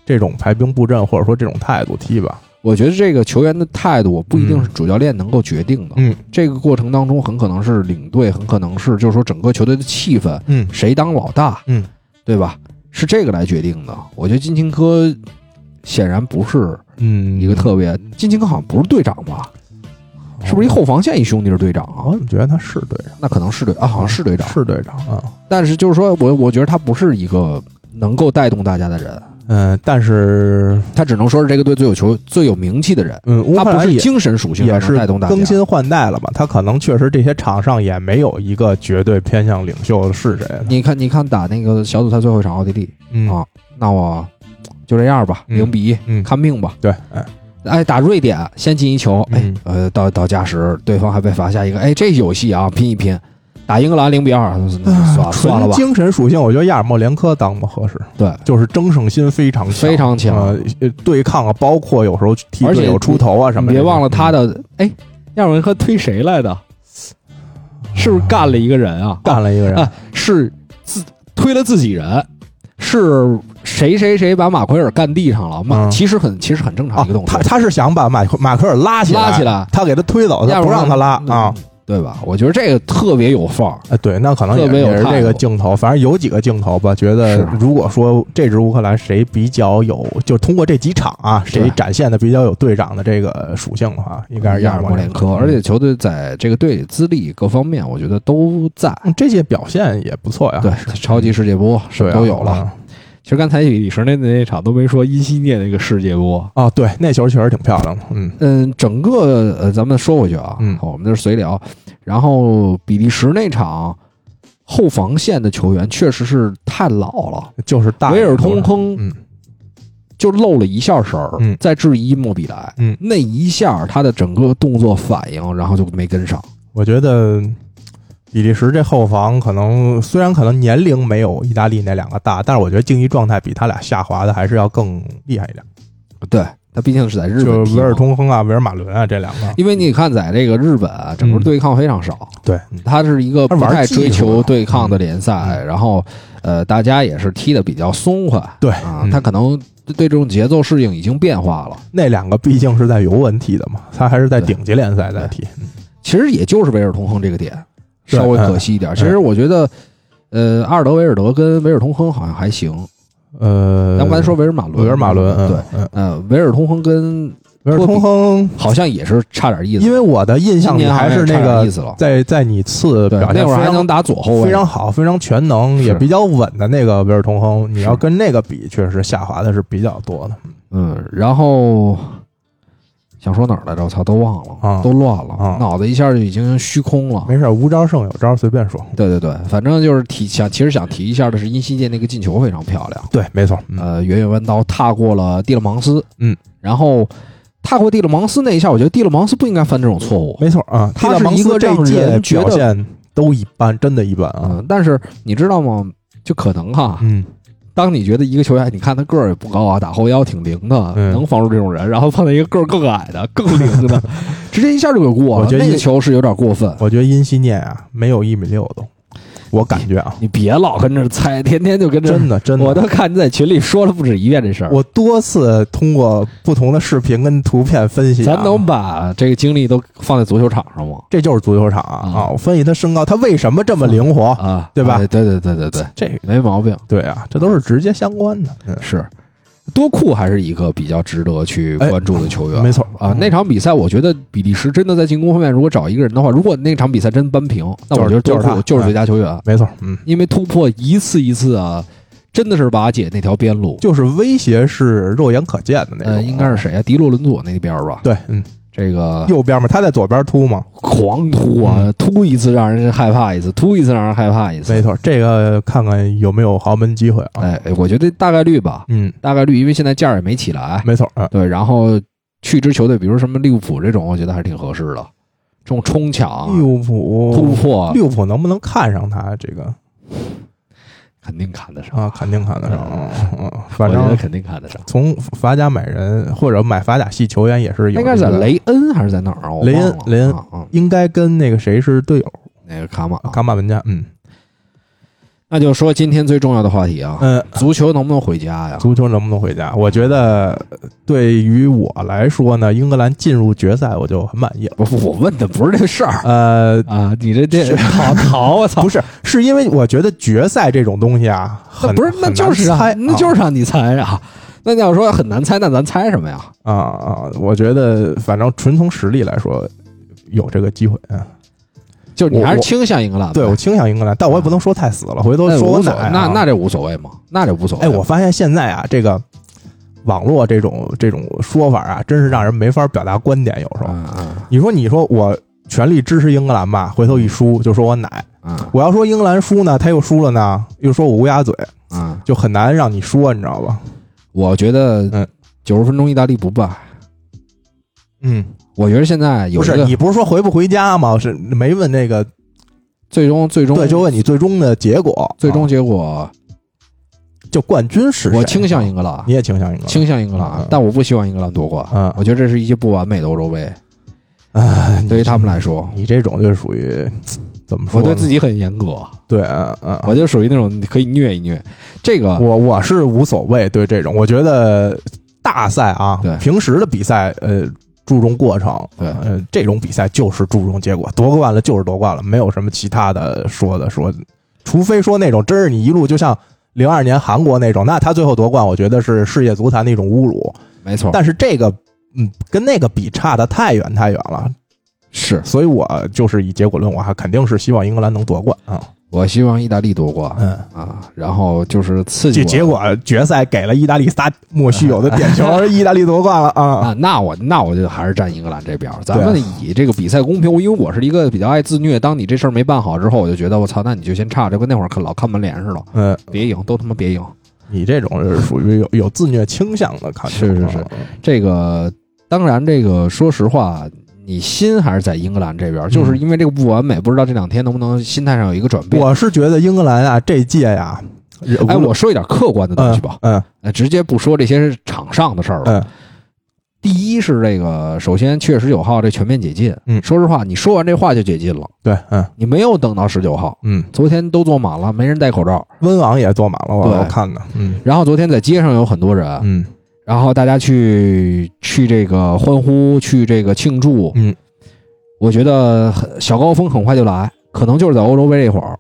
[SPEAKER 2] 这种排兵布阵或者说这种态度踢吧？
[SPEAKER 1] 我觉得这个球员的态度不一定是主教练能够决定的。
[SPEAKER 2] 嗯，
[SPEAKER 1] 这个过程当中很可能是领队，很可能是就是说整个球队的气氛，
[SPEAKER 2] 嗯
[SPEAKER 1] 谁当老大，
[SPEAKER 2] 嗯，
[SPEAKER 1] 对吧？是这个来决定的。我觉得金琴科显然不是
[SPEAKER 2] 嗯，
[SPEAKER 1] 一个特别，金琴科好像不是队长吧？
[SPEAKER 2] 哦
[SPEAKER 1] 是不是一后防线一兄弟是队长
[SPEAKER 2] 我
[SPEAKER 1] 啊？
[SPEAKER 2] 怎么觉得他是队长？
[SPEAKER 1] 那可能是队啊，好像是队长。
[SPEAKER 2] 哦是队长啊。
[SPEAKER 1] 但是就是说我我觉得他不是一个能够带动大家的人，
[SPEAKER 2] 嗯，但是
[SPEAKER 1] 他只能说是这个队最有球最有名气的人。
[SPEAKER 2] 嗯，乌
[SPEAKER 1] 他
[SPEAKER 2] 克
[SPEAKER 1] 不
[SPEAKER 2] 兰
[SPEAKER 1] 是
[SPEAKER 2] 也
[SPEAKER 1] 精神属性
[SPEAKER 2] 也
[SPEAKER 1] 还能
[SPEAKER 2] 是
[SPEAKER 1] 带动大家
[SPEAKER 2] 更新换代了吧？他可能确实这些场上也没有一个绝对偏向领袖是谁的。
[SPEAKER 1] 你看，你看打那个小组赛最后一场奥地利
[SPEAKER 2] 嗯
[SPEAKER 1] 啊，那我就这样吧，
[SPEAKER 2] 嗯
[SPEAKER 1] 零比一，
[SPEAKER 2] 嗯
[SPEAKER 1] 看命吧。
[SPEAKER 2] 对，哎
[SPEAKER 1] 哎，打瑞典先进一球，哎
[SPEAKER 2] 嗯，
[SPEAKER 1] 呃，到到加时，对方还被罚下一个，哎，这有戏啊，拼一拼。打英格兰零比二，那就算了算了
[SPEAKER 2] 啊嗯纯
[SPEAKER 1] 吧，
[SPEAKER 2] 精神属性，我觉得亚尔莫连科当不合适。
[SPEAKER 1] 对，
[SPEAKER 2] 就是争胜心非常强，
[SPEAKER 1] 非常强。
[SPEAKER 2] 呃，呃对抗啊，包括有时候踢
[SPEAKER 1] 而
[SPEAKER 2] 队
[SPEAKER 1] 且
[SPEAKER 2] 友出头啊什
[SPEAKER 1] 你
[SPEAKER 2] 么的。
[SPEAKER 1] 别忘了他的，哎，亚文科推谁来的？是不是干了一个人啊？
[SPEAKER 2] 嗯干了一个人，
[SPEAKER 1] 啊，是自推了自己人，是谁谁谁把马奎尔干地上了？马、
[SPEAKER 2] 嗯
[SPEAKER 1] 其实很其实很正常
[SPEAKER 2] 啊
[SPEAKER 1] 一个动作，
[SPEAKER 2] 他他是想把马马奎尔拉起来，
[SPEAKER 1] 拉起来
[SPEAKER 2] 哦他给他推走，
[SPEAKER 1] 亚
[SPEAKER 2] 他
[SPEAKER 1] 文
[SPEAKER 2] 不让他拉
[SPEAKER 1] 嗯
[SPEAKER 2] 啊。
[SPEAKER 1] 对吧？我觉得这个特别有范儿。
[SPEAKER 2] 啊，对，那可能也
[SPEAKER 1] 特别有
[SPEAKER 2] 也是
[SPEAKER 1] 态
[SPEAKER 2] 这个
[SPEAKER 1] 度
[SPEAKER 2] 镜头，反正有几个镜头吧。觉得
[SPEAKER 1] 是
[SPEAKER 2] 如果说这支乌克兰谁比较有，就通过这几场啊，谁
[SPEAKER 1] 对
[SPEAKER 2] 展现的比较有队长的这个属性的话，应该是
[SPEAKER 1] 亚尔
[SPEAKER 2] 尔
[SPEAKER 1] 莫
[SPEAKER 2] 莫
[SPEAKER 1] 连
[SPEAKER 2] 连
[SPEAKER 1] 科，而且球队在这个队里资历各方面，我觉得都在。
[SPEAKER 2] 嗯这些表现也不错呀。
[SPEAKER 1] 对，超级世界波是
[SPEAKER 2] 对啊，
[SPEAKER 1] 都有了。
[SPEAKER 2] 嗯。
[SPEAKER 1] 其实刚才李石那那一场都没说，一七年那个世界波，
[SPEAKER 2] 啊，对，那球确实挺漂亮的。嗯，
[SPEAKER 1] 嗯，整个呃，咱们说回去啊，
[SPEAKER 2] 嗯
[SPEAKER 1] 好我们这是随聊。然后比利时那场后防线的球员确实是太老了，
[SPEAKER 2] 就是大
[SPEAKER 1] 维尔通亨
[SPEAKER 2] 嗯
[SPEAKER 1] 就漏了一下神儿，
[SPEAKER 2] 嗯
[SPEAKER 1] 再质疑莫比莱，
[SPEAKER 2] 嗯
[SPEAKER 1] 那一下他的整个动作反应，然后就没跟上。
[SPEAKER 2] 我觉得比利时这后防可能虽然可能年龄没有意大利那两个大，但是我觉得竞技状态比他俩下滑的还是要更厉害一点。
[SPEAKER 1] 对他毕竟是在日本
[SPEAKER 2] 就
[SPEAKER 1] 踢
[SPEAKER 2] 是
[SPEAKER 1] 嘛
[SPEAKER 2] 维尔通亨啊、维尔马伦啊这两个，
[SPEAKER 1] 因为你看，在这个日本啊整个对抗非常少，
[SPEAKER 2] 对，嗯
[SPEAKER 1] 它是一个不
[SPEAKER 2] 它
[SPEAKER 1] 太
[SPEAKER 2] 玩技术
[SPEAKER 1] 追求对抗的
[SPEAKER 2] 的
[SPEAKER 1] 联赛，
[SPEAKER 2] 嗯
[SPEAKER 1] 然后呃，大家也是踢得比较松快
[SPEAKER 2] 对
[SPEAKER 1] 啊
[SPEAKER 2] 嗯，
[SPEAKER 1] 他可能对这种节奏适应已经变化了。
[SPEAKER 2] 那两个毕竟是在尤文踢的嘛，他还是在
[SPEAKER 1] 对
[SPEAKER 2] 顶级联赛在踢。
[SPEAKER 1] 其实也就是维尔通亨这个点
[SPEAKER 2] 对
[SPEAKER 1] 稍微可惜一点。
[SPEAKER 2] 嗯
[SPEAKER 1] 其实我觉得，呃，阿尔德维尔德跟维尔通亨好像还行。
[SPEAKER 2] 呃，
[SPEAKER 1] 咱们刚才说维尔马伦，
[SPEAKER 2] 维尔马伦，嗯
[SPEAKER 1] 对，，
[SPEAKER 2] 嗯，
[SPEAKER 1] 呃，维尔通亨跟
[SPEAKER 2] 维尔通亨，
[SPEAKER 1] 好像也是差点意思，
[SPEAKER 2] 因为我的印
[SPEAKER 1] 今
[SPEAKER 2] 象里
[SPEAKER 1] 年好
[SPEAKER 2] 还
[SPEAKER 1] 像也
[SPEAKER 2] 是那
[SPEAKER 1] 差点
[SPEAKER 2] 个
[SPEAKER 1] 意思了。
[SPEAKER 2] 在在你次
[SPEAKER 1] 对，
[SPEAKER 2] 表现
[SPEAKER 1] 那会儿
[SPEAKER 2] 非
[SPEAKER 1] 还
[SPEAKER 2] 常
[SPEAKER 1] 能打左后卫，
[SPEAKER 2] 非常好，非常全能，
[SPEAKER 1] 是
[SPEAKER 2] 也比较稳的那个维尔通亨，你
[SPEAKER 1] 是
[SPEAKER 2] 要跟那个比，确实下滑的是比较多的
[SPEAKER 1] 嗯，然后想说哪儿来着？我操，都忘了，
[SPEAKER 2] 啊
[SPEAKER 1] 都乱了，
[SPEAKER 2] 啊
[SPEAKER 1] 脑子一下就已经虚空了。
[SPEAKER 2] 没事，无招胜有招，随便说。
[SPEAKER 1] 对对对，反正就是提想，其实想提一下的是，因西界那个进球非常漂亮，
[SPEAKER 2] 对，没错，嗯
[SPEAKER 1] 呃，远远弯刀踏过了蒂勒芒斯，
[SPEAKER 2] 嗯，
[SPEAKER 1] 然后踏过蒂勒芒斯那一下，我觉得蒂勒芒斯不应该犯这种错误，
[SPEAKER 2] 没错啊。
[SPEAKER 1] 他
[SPEAKER 2] 蒂勒
[SPEAKER 1] 是
[SPEAKER 2] 芒
[SPEAKER 1] 一
[SPEAKER 2] 斯
[SPEAKER 1] 个
[SPEAKER 2] 这
[SPEAKER 1] 让
[SPEAKER 2] 届
[SPEAKER 1] 人觉
[SPEAKER 2] 表
[SPEAKER 1] 得
[SPEAKER 2] 现都一般，真的一般啊。
[SPEAKER 1] 嗯，但是你知道吗？就可能哈，
[SPEAKER 2] 嗯，
[SPEAKER 1] 当你觉得一个球员，你看他个儿也不高啊，打后腰挺灵的，
[SPEAKER 2] 嗯
[SPEAKER 1] 能防住这种人，然后碰到一个个儿更矮的、更灵 (laughs) 的，直接一下就给过了。
[SPEAKER 2] 我觉得
[SPEAKER 1] 那个
[SPEAKER 2] 一
[SPEAKER 1] 球是有点过分。
[SPEAKER 2] 我觉得因西涅啊，没有一米六都，我感觉啊，
[SPEAKER 1] 你别老跟这猜， (laughs) 天天就跟这，
[SPEAKER 2] 真的真
[SPEAKER 1] 我
[SPEAKER 2] 的，
[SPEAKER 1] 都看你在群里说了不止一遍这事儿。
[SPEAKER 2] 我多次通过不同的视频跟图片分析啊，
[SPEAKER 1] 咱能把这个精力都放在足球场上吗？
[SPEAKER 2] 这就是足球场啊
[SPEAKER 1] 啊
[SPEAKER 2] 啊！我分析他身高，他为什么这么灵活？
[SPEAKER 1] 啊，
[SPEAKER 2] 对吧
[SPEAKER 1] 哎对对对对对，
[SPEAKER 2] 这个
[SPEAKER 1] 没毛病，
[SPEAKER 2] 对啊，这都是直接相关的。嗯
[SPEAKER 1] 是。多库还是一个比较值得去
[SPEAKER 2] 哎
[SPEAKER 1] 关注的球员，
[SPEAKER 2] 没错
[SPEAKER 1] 啊，那场比赛我觉得比利时真的在进攻方面，如果找一个人的话，如果那场比赛真扳平，那我觉得多
[SPEAKER 2] 就是就是
[SPEAKER 1] 库
[SPEAKER 2] 他
[SPEAKER 1] 就是最佳球员，
[SPEAKER 2] 没错，嗯，
[SPEAKER 1] 因为突破一次一次啊，真的是瓦解那条边路。
[SPEAKER 2] 就是威胁是肉眼可见的那种，
[SPEAKER 1] 呃，应该是谁啊？迪洛伦佐那边吧？
[SPEAKER 2] 对，嗯，
[SPEAKER 1] 这个
[SPEAKER 2] 右边嘛，他在左边突嘛，
[SPEAKER 1] 狂突啊，突一次让人害怕一次，突一次让人害怕一
[SPEAKER 2] 没
[SPEAKER 1] 次。
[SPEAKER 2] 错，这个看看有没有豪门机会啊，
[SPEAKER 1] 哎，我觉得大概率吧，
[SPEAKER 2] 嗯，
[SPEAKER 1] 大概率，因为现在价儿也没起来。
[SPEAKER 2] 没错，嗯，
[SPEAKER 1] 对，然后去一支球队，比如什么利物浦这种，我觉得还是挺合适的。这种冲抢、
[SPEAKER 2] 利物
[SPEAKER 1] 突
[SPEAKER 2] 浦，
[SPEAKER 1] 破，
[SPEAKER 2] 利物浦能不能看上他这个
[SPEAKER 1] 肯定看得上。
[SPEAKER 2] 啊？肯定看得上，
[SPEAKER 1] 嗯
[SPEAKER 2] 嗯，嗯
[SPEAKER 1] 我
[SPEAKER 2] 反
[SPEAKER 1] 觉得
[SPEAKER 2] 正
[SPEAKER 1] 肯定看得上。
[SPEAKER 2] 从法甲买人或者买法甲系球员也是有，
[SPEAKER 1] 应该是在，雷恩还是在哪儿啊？我忘
[SPEAKER 2] 雷恩
[SPEAKER 1] 了
[SPEAKER 2] 雷恩
[SPEAKER 1] 啊，啊
[SPEAKER 2] 应该跟那个谁是队友，
[SPEAKER 1] 那个卡马。啊
[SPEAKER 2] 卡马文加，嗯
[SPEAKER 1] 那就说今天最重要的话题啊，
[SPEAKER 2] 嗯。
[SPEAKER 1] 足球能不能回家呀？
[SPEAKER 2] 足球能不能回家？我觉得对于我来说呢，英格兰进入决赛我就很满意了。
[SPEAKER 1] 不，我问的不是这事儿
[SPEAKER 2] 呃，
[SPEAKER 1] 啊，你这
[SPEAKER 2] (laughs)
[SPEAKER 1] 这跑逃，我操！
[SPEAKER 2] 不是，是因为我觉得决赛这种东西啊，
[SPEAKER 1] 那
[SPEAKER 2] 很
[SPEAKER 1] 不是，那就是
[SPEAKER 2] 啊
[SPEAKER 1] 啊，，那就是让你猜啊。那你要说很难猜，那咱猜什么呀？
[SPEAKER 2] 啊啊！我觉得反正纯从实力来说，有这个机会。嗯，
[SPEAKER 1] 就是你
[SPEAKER 2] 我
[SPEAKER 1] 还是
[SPEAKER 2] 我
[SPEAKER 1] 倾向英格兰吧。
[SPEAKER 2] 对我倾向英格兰，但我也不能说太死了，回头
[SPEAKER 1] 那
[SPEAKER 2] 说我
[SPEAKER 1] 哎无
[SPEAKER 2] 奶
[SPEAKER 1] 所
[SPEAKER 2] 啊。
[SPEAKER 1] 那那这无所谓嘛，那这无所谓。
[SPEAKER 2] 哎，我发现现在啊，这个网络这种这种说法啊，真是让人没法表达观点。有时候，
[SPEAKER 1] 嗯嗯
[SPEAKER 2] 你说你说我全力支持英格兰吧，回头一输就说我奶；
[SPEAKER 1] 嗯
[SPEAKER 2] 我要说英格兰输呢，他又输了呢，又说我乌鸦嘴，
[SPEAKER 1] 嗯，
[SPEAKER 2] 就很难让你说，你知道吧？
[SPEAKER 1] 我觉得
[SPEAKER 2] 嗯
[SPEAKER 1] 九十分钟意大利不败。
[SPEAKER 2] 嗯。
[SPEAKER 1] 我觉得现在有
[SPEAKER 2] 不
[SPEAKER 1] 一
[SPEAKER 2] 是
[SPEAKER 1] 个
[SPEAKER 2] 你不是说回不回家吗？是没问那个，
[SPEAKER 1] 最终最终
[SPEAKER 2] 对，就问你最终的结果，
[SPEAKER 1] 最终
[SPEAKER 2] 啊
[SPEAKER 1] 结果，
[SPEAKER 2] 就冠军是谁？啊
[SPEAKER 1] 我倾向英格兰
[SPEAKER 2] 你，也倾向英格兰，
[SPEAKER 1] 倾向英格兰
[SPEAKER 2] 嗯，
[SPEAKER 1] 但我不希望英格兰夺冠。
[SPEAKER 2] 嗯
[SPEAKER 1] 我觉得这是一届不完美的欧洲杯，
[SPEAKER 2] 啊，
[SPEAKER 1] 对于他们来说，
[SPEAKER 2] 你这种就属于怎么说
[SPEAKER 1] 我
[SPEAKER 2] 呢？
[SPEAKER 1] 对自己很严格，
[SPEAKER 2] 对，嗯嗯，
[SPEAKER 1] 我就属于那种可以虐一虐。这个
[SPEAKER 2] 我我是无所谓对这种，我觉得大赛啊
[SPEAKER 1] 对，
[SPEAKER 2] 平时的比赛，呃，注重过程。
[SPEAKER 1] 对
[SPEAKER 2] 呃，这种比赛就是注重结果，夺冠了就是夺冠了，没有什么其他的说的说，除非说那种真是你一路就像零二年韩国那种，那他最后夺冠，我觉得是世界足坛的一种侮辱。
[SPEAKER 1] 没错，
[SPEAKER 2] 但是这个，嗯，跟那个比差的太远太远了，
[SPEAKER 1] 是
[SPEAKER 2] 所以我就是以结果论，我还肯定是希望英格兰能夺冠啊。
[SPEAKER 1] 我希望意大利夺冠
[SPEAKER 2] 嗯，
[SPEAKER 1] 啊，然后就是刺激
[SPEAKER 2] 这
[SPEAKER 1] 我
[SPEAKER 2] 结果决赛给了意大利仨莫须有的点 (laughs) 球，意大利夺冠了啊。
[SPEAKER 1] 啊，那我那我就还是站英格兰这边儿。咱
[SPEAKER 2] 对啊
[SPEAKER 1] 们以这个比赛公平，因为我是一个比较爱自虐。当你这事儿没办好之后，我就觉得我操，那你就先差，就跟那会儿看老看门帘似的，
[SPEAKER 2] 嗯，
[SPEAKER 1] 别赢，都他妈别赢。
[SPEAKER 2] 你这种是属于有有自虐倾向的，看啊
[SPEAKER 1] 是是是，这个当然，这个说实话，你心还是在英格兰这边儿，就是因为这个不完美，不知道这两天能不能心态上有一个转变。
[SPEAKER 2] 我是觉得英格兰啊这届呀，
[SPEAKER 1] 哎，我说一点客观的东西吧，
[SPEAKER 2] 嗯
[SPEAKER 1] 呃直接不说这些是场上的事儿了。
[SPEAKER 2] 嗯
[SPEAKER 1] 第一是这个，首先七月十九号这全面解禁，
[SPEAKER 2] 嗯
[SPEAKER 1] 说实话，你说完这话就解禁了，
[SPEAKER 2] 对嗯
[SPEAKER 1] 你没有等到十九号。
[SPEAKER 2] 嗯，
[SPEAKER 1] 昨天都坐满了，没人戴口罩。
[SPEAKER 2] 温网也坐满了，我
[SPEAKER 1] 对
[SPEAKER 2] 我看的，嗯
[SPEAKER 1] 然后昨天在街上有很多人，
[SPEAKER 2] 嗯
[SPEAKER 1] 然后大家去去这个欢呼，去这个庆祝。
[SPEAKER 2] 嗯，
[SPEAKER 1] 我觉得很小高峰很快就来，可能就是在欧洲杯这会儿。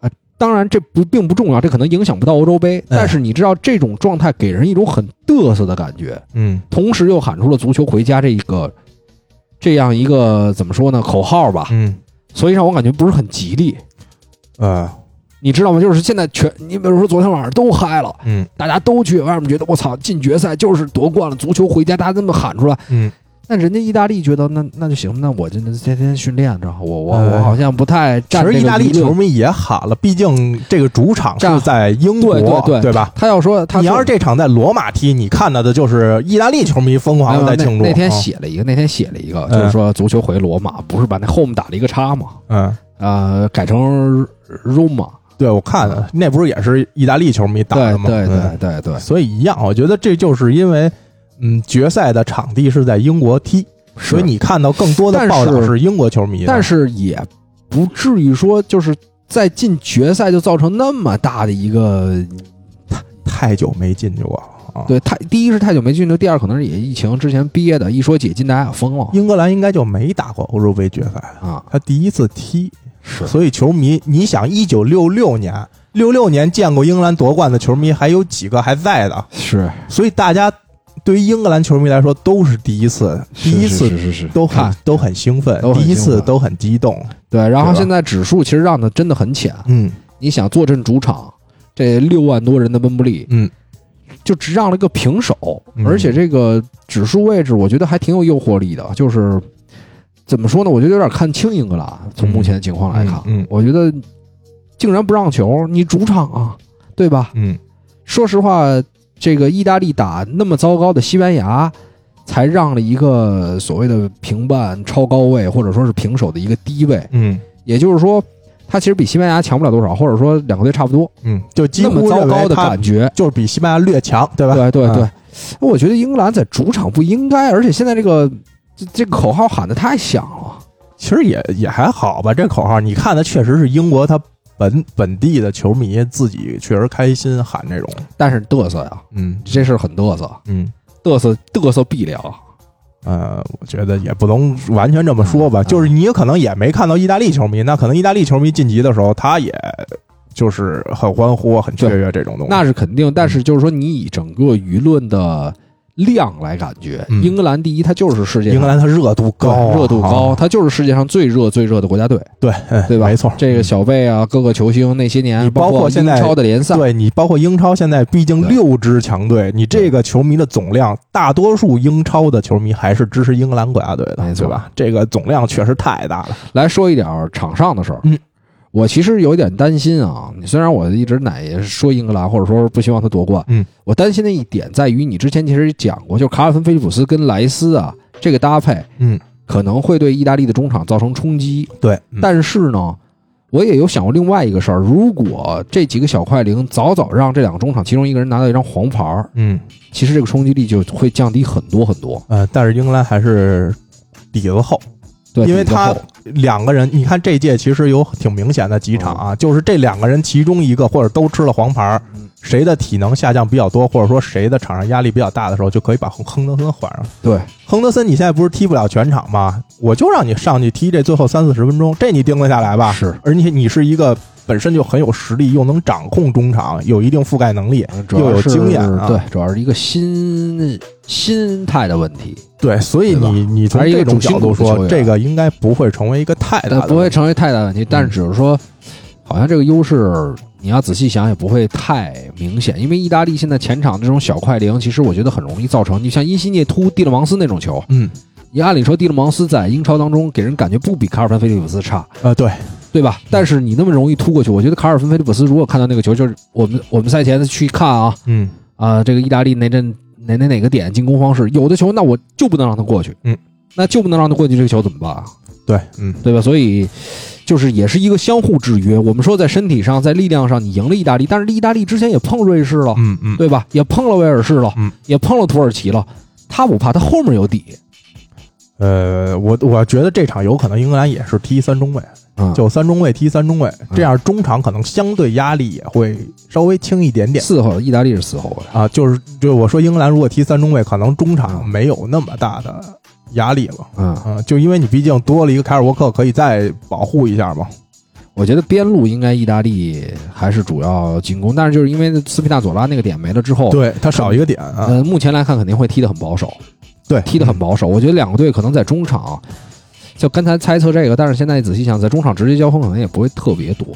[SPEAKER 1] 啊，当然这不并不重要，这可能影响不到欧洲杯。
[SPEAKER 2] 哎
[SPEAKER 1] 但是你知道这种状态给人一种很嘚瑟的感觉，
[SPEAKER 2] 嗯
[SPEAKER 1] 同时又喊出了“足球回家”这一个这样一个怎么说呢口号吧，
[SPEAKER 2] 嗯
[SPEAKER 1] 所以让我感觉不是很吉利。
[SPEAKER 2] 呃
[SPEAKER 1] 你知道吗？就是现在全，你比如说昨天晚上都嗨了，
[SPEAKER 2] 嗯
[SPEAKER 1] 大家都去外面觉得我操进决赛就是夺冠了，足球回家，大家这么喊出来。
[SPEAKER 2] 嗯
[SPEAKER 1] 那人家意大利觉得那那就行，那我就天天训练着，我我
[SPEAKER 2] 哎
[SPEAKER 1] 我好像不太
[SPEAKER 2] 其
[SPEAKER 1] 占这个
[SPEAKER 2] 实意大利
[SPEAKER 1] 舆论
[SPEAKER 2] 球迷也喊了，毕竟这个主场是在英国，
[SPEAKER 1] 对对对
[SPEAKER 2] 吧？
[SPEAKER 1] 他要说他
[SPEAKER 2] 你要是
[SPEAKER 1] 这
[SPEAKER 2] 这场在罗马踢，你看到的就是意大利球迷疯狂的在庆祝。
[SPEAKER 1] 哎那那天
[SPEAKER 2] 啊
[SPEAKER 1] 写了一个，那天写了一个，
[SPEAKER 2] 嗯
[SPEAKER 1] 就是说足球回罗马，不是把那 home 打了一个叉嘛？
[SPEAKER 2] 嗯，
[SPEAKER 1] 呃，改成 Roma，
[SPEAKER 2] 对我看了，那不是也是意大利球迷打
[SPEAKER 1] 对
[SPEAKER 2] 的吗？
[SPEAKER 1] 嗯对
[SPEAKER 2] 嗯
[SPEAKER 1] 对对对，
[SPEAKER 2] 所以一样，我觉得这就是因为，嗯，决赛的场地是在英国踢，所以你看到更多的
[SPEAKER 1] 但是
[SPEAKER 2] 报道是英国球迷的
[SPEAKER 1] 但是也不至于说就是在进决赛就造成那么大的一个
[SPEAKER 2] 太久没进去过了啊。，
[SPEAKER 1] 对太第一是太久没进球，第二可能是也疫情之前憋的，一说解禁大家也疯了
[SPEAKER 2] 英格兰应该就没打过欧洲杯决赛，
[SPEAKER 1] 啊，
[SPEAKER 2] 他第一次踢，
[SPEAKER 1] 是
[SPEAKER 2] 所以球迷，你想，一九六六年，六六年见过英格兰夺冠的球迷还有几个还在的？
[SPEAKER 1] 是
[SPEAKER 2] 所以大家对于英格兰球迷来说都是第一次，第一次
[SPEAKER 1] 是是是
[SPEAKER 2] 都
[SPEAKER 1] 看
[SPEAKER 2] 很都很兴奋
[SPEAKER 1] 都，很
[SPEAKER 2] 第一
[SPEAKER 1] 兴
[SPEAKER 2] 次
[SPEAKER 1] 奋
[SPEAKER 2] 都很激动。
[SPEAKER 1] 对，然后
[SPEAKER 2] 对吧
[SPEAKER 1] 现在指数其实让的真的很浅，
[SPEAKER 2] 嗯
[SPEAKER 1] 你想坐镇主场。这六万多人的温布利
[SPEAKER 2] 嗯，
[SPEAKER 1] 就只让了个平手，
[SPEAKER 2] 嗯
[SPEAKER 1] 而且这个指数位置我觉得还挺有诱惑力的，就是怎么说呢？我觉得有点看轻英格兰，从目前的情况来看，
[SPEAKER 2] 嗯嗯嗯
[SPEAKER 1] 我觉得竟然不让球，你主场啊，对吧？
[SPEAKER 2] 嗯，
[SPEAKER 1] 说实话，这个意大利打那么糟糕的西班牙，才让了一个所谓的平半超高位，或者说是平手的一个低位。
[SPEAKER 2] 嗯
[SPEAKER 1] 也就是说，他其实比西班牙强不了多少，或者说两个队差不多，
[SPEAKER 2] 嗯，就几
[SPEAKER 1] 那么
[SPEAKER 2] 乎
[SPEAKER 1] 糟
[SPEAKER 2] 认为
[SPEAKER 1] 糕的
[SPEAKER 2] 他
[SPEAKER 1] 感觉。
[SPEAKER 2] 就是比西班牙略强，对吧？
[SPEAKER 1] 对对对
[SPEAKER 2] 嗯，
[SPEAKER 1] 我觉得英格兰在主场不应该，而且现在这个这这个口号喊的太响了。
[SPEAKER 2] 其实也也还好吧。这口号你看的确实是英国他本本地的球迷自己确实开心喊这种，
[SPEAKER 1] 但是嘚瑟呀，
[SPEAKER 2] 嗯
[SPEAKER 1] 这事儿很嘚瑟，
[SPEAKER 2] 嗯。
[SPEAKER 1] 嘚瑟嘚瑟必凉。
[SPEAKER 2] 呃，我觉得也不能完全这么说吧，
[SPEAKER 1] 嗯
[SPEAKER 2] 就是你可能也没看到意大利球迷，那可能意大利球迷晋级的时候，他也就是很欢呼、很雀跃这种东西。
[SPEAKER 1] 那是肯定，但
[SPEAKER 2] 嗯
[SPEAKER 1] 是就是说，你以整个舆论的量来感觉，
[SPEAKER 2] 嗯
[SPEAKER 1] 英格兰第一，它就是世界
[SPEAKER 2] 英格
[SPEAKER 1] 上
[SPEAKER 2] 兰它热度高啊、
[SPEAKER 1] 对热度高，
[SPEAKER 2] 啊
[SPEAKER 1] 它就是世界上最热最热的国家队，
[SPEAKER 2] 对嗯
[SPEAKER 1] 对吧？
[SPEAKER 2] 没错，
[SPEAKER 1] 这个小贝啊，各个球星那些年，
[SPEAKER 2] 你包括
[SPEAKER 1] 括
[SPEAKER 2] 现在
[SPEAKER 1] 英超的联赛，
[SPEAKER 2] 对你，包括英超现在，毕竟
[SPEAKER 1] 对
[SPEAKER 2] 六支强队，你这个球迷的总量，大多数英超的球迷还是支持英格兰国家队的，
[SPEAKER 1] 没错
[SPEAKER 2] 对吧？这个总量确实太大了。
[SPEAKER 1] 来说一点儿场上的事儿。
[SPEAKER 2] 嗯，
[SPEAKER 1] 我其实有一点担心啊。你虽然我一直奶爷说英格兰，或者说不希望他夺冠，
[SPEAKER 2] 嗯，
[SPEAKER 1] 我担心的一点在于，你之前其实讲过，就是卡尔芬菲利普斯跟莱斯啊这个搭配，
[SPEAKER 2] 嗯，
[SPEAKER 1] 可能会对意大利的中场造成冲击。
[SPEAKER 2] 对，
[SPEAKER 1] 但是呢，我也有想过另外一个事儿：如果这几个小快灵早早让这两个中场其中一个人拿到一张黄牌儿，
[SPEAKER 2] 嗯
[SPEAKER 1] 其实这个冲击力就会降低很多很多。
[SPEAKER 2] 呃，但是英格兰还是底子厚，
[SPEAKER 1] 对，
[SPEAKER 2] 因为
[SPEAKER 1] 比较
[SPEAKER 2] 他
[SPEAKER 1] 厚
[SPEAKER 2] 两个人，你看嗯这届其实有挺明显的几场啊，就是这两个人其中一个或者都吃了黄牌儿
[SPEAKER 1] 嗯，
[SPEAKER 2] 谁的体能下降比较多，或者说谁的场上压力比较大的时候，就可以把亨亨德森换上。
[SPEAKER 1] 对，
[SPEAKER 2] 亨德森你现在不是踢不了全场吗？我就让你上去踢这最后三四十分钟，这你盯得下来吧？
[SPEAKER 1] 是，
[SPEAKER 2] 而且你是一个本身就很有实力，又能掌控中场，有一定覆盖能力，
[SPEAKER 1] 主
[SPEAKER 2] 嗯又
[SPEAKER 1] 要
[SPEAKER 2] 有
[SPEAKER 1] 是
[SPEAKER 2] 经验啊。
[SPEAKER 1] 对，主要是一个心心态的问题，
[SPEAKER 2] 对，所以
[SPEAKER 1] 对
[SPEAKER 2] 你你从
[SPEAKER 1] 还是一个
[SPEAKER 2] 这种
[SPEAKER 1] 主心
[SPEAKER 2] 角度
[SPEAKER 1] 骨的球
[SPEAKER 2] 说，
[SPEAKER 1] 员
[SPEAKER 2] 这个应该不会成为一个太大
[SPEAKER 1] 但
[SPEAKER 2] 的
[SPEAKER 1] 不会
[SPEAKER 2] 问题嗯
[SPEAKER 1] 成为太大问题。但是只是说，好像这个优势你要仔细想也不会太明显，因为意大利现在前场这种小快灵，其实我觉得很容易造成，你像因西涅突、蒂勒芒斯那种球，
[SPEAKER 2] 嗯
[SPEAKER 1] 你按理说蒂勒芒斯在英超当中给人感觉不比卡尔芬菲利普斯差，
[SPEAKER 2] 呃对
[SPEAKER 1] 对吧？但是你那么容易突过去，我觉得卡尔芬菲利普斯如果看到那个球，就是我们我们赛前去看啊
[SPEAKER 2] 嗯
[SPEAKER 1] 啊、这个意大利那阵哪哪哪个点进攻方式，有的球那我就不能让他过去，
[SPEAKER 2] 嗯，
[SPEAKER 1] 那就不能让他过去，这个球怎么办啊？
[SPEAKER 2] 对嗯
[SPEAKER 1] 对吧？所以就是也是一个相互制约。我们说在身体上，在力量上，你赢了意大利，但是意大利之前也碰瑞士了，
[SPEAKER 2] 嗯嗯
[SPEAKER 1] 对吧？也碰了威尔士了，
[SPEAKER 2] 嗯
[SPEAKER 1] 也碰了土耳其了。他不怕，他后面有底。
[SPEAKER 2] 呃，我我觉得这场有可能英格兰也是踢三中卫，
[SPEAKER 1] 嗯，
[SPEAKER 2] 就三中卫踢三中卫，这样中场可能相对压力也会稍微轻一点点。
[SPEAKER 1] 四后，意大利是四后卫。
[SPEAKER 2] 啊，就是就是我说英格兰如果踢三中卫，可能中场没有那么大的压力了。
[SPEAKER 1] 嗯，
[SPEAKER 2] 嗯，就因为你毕竟多了一个凯尔沃克，可以再保护一下嘛。
[SPEAKER 1] 我觉得边路应该意大利还是主要进攻，但是就是因为斯皮纳佐拉那个点没了之后，
[SPEAKER 2] 对他少一个点啊。嗯
[SPEAKER 1] 呃，目前来看肯定会踢得很保守，
[SPEAKER 2] 对，
[SPEAKER 1] 踢得很保守。我觉得两个队可能在中场，就刚才猜测这个，但是现在仔细想，在中场直接交锋可能也不会特别多。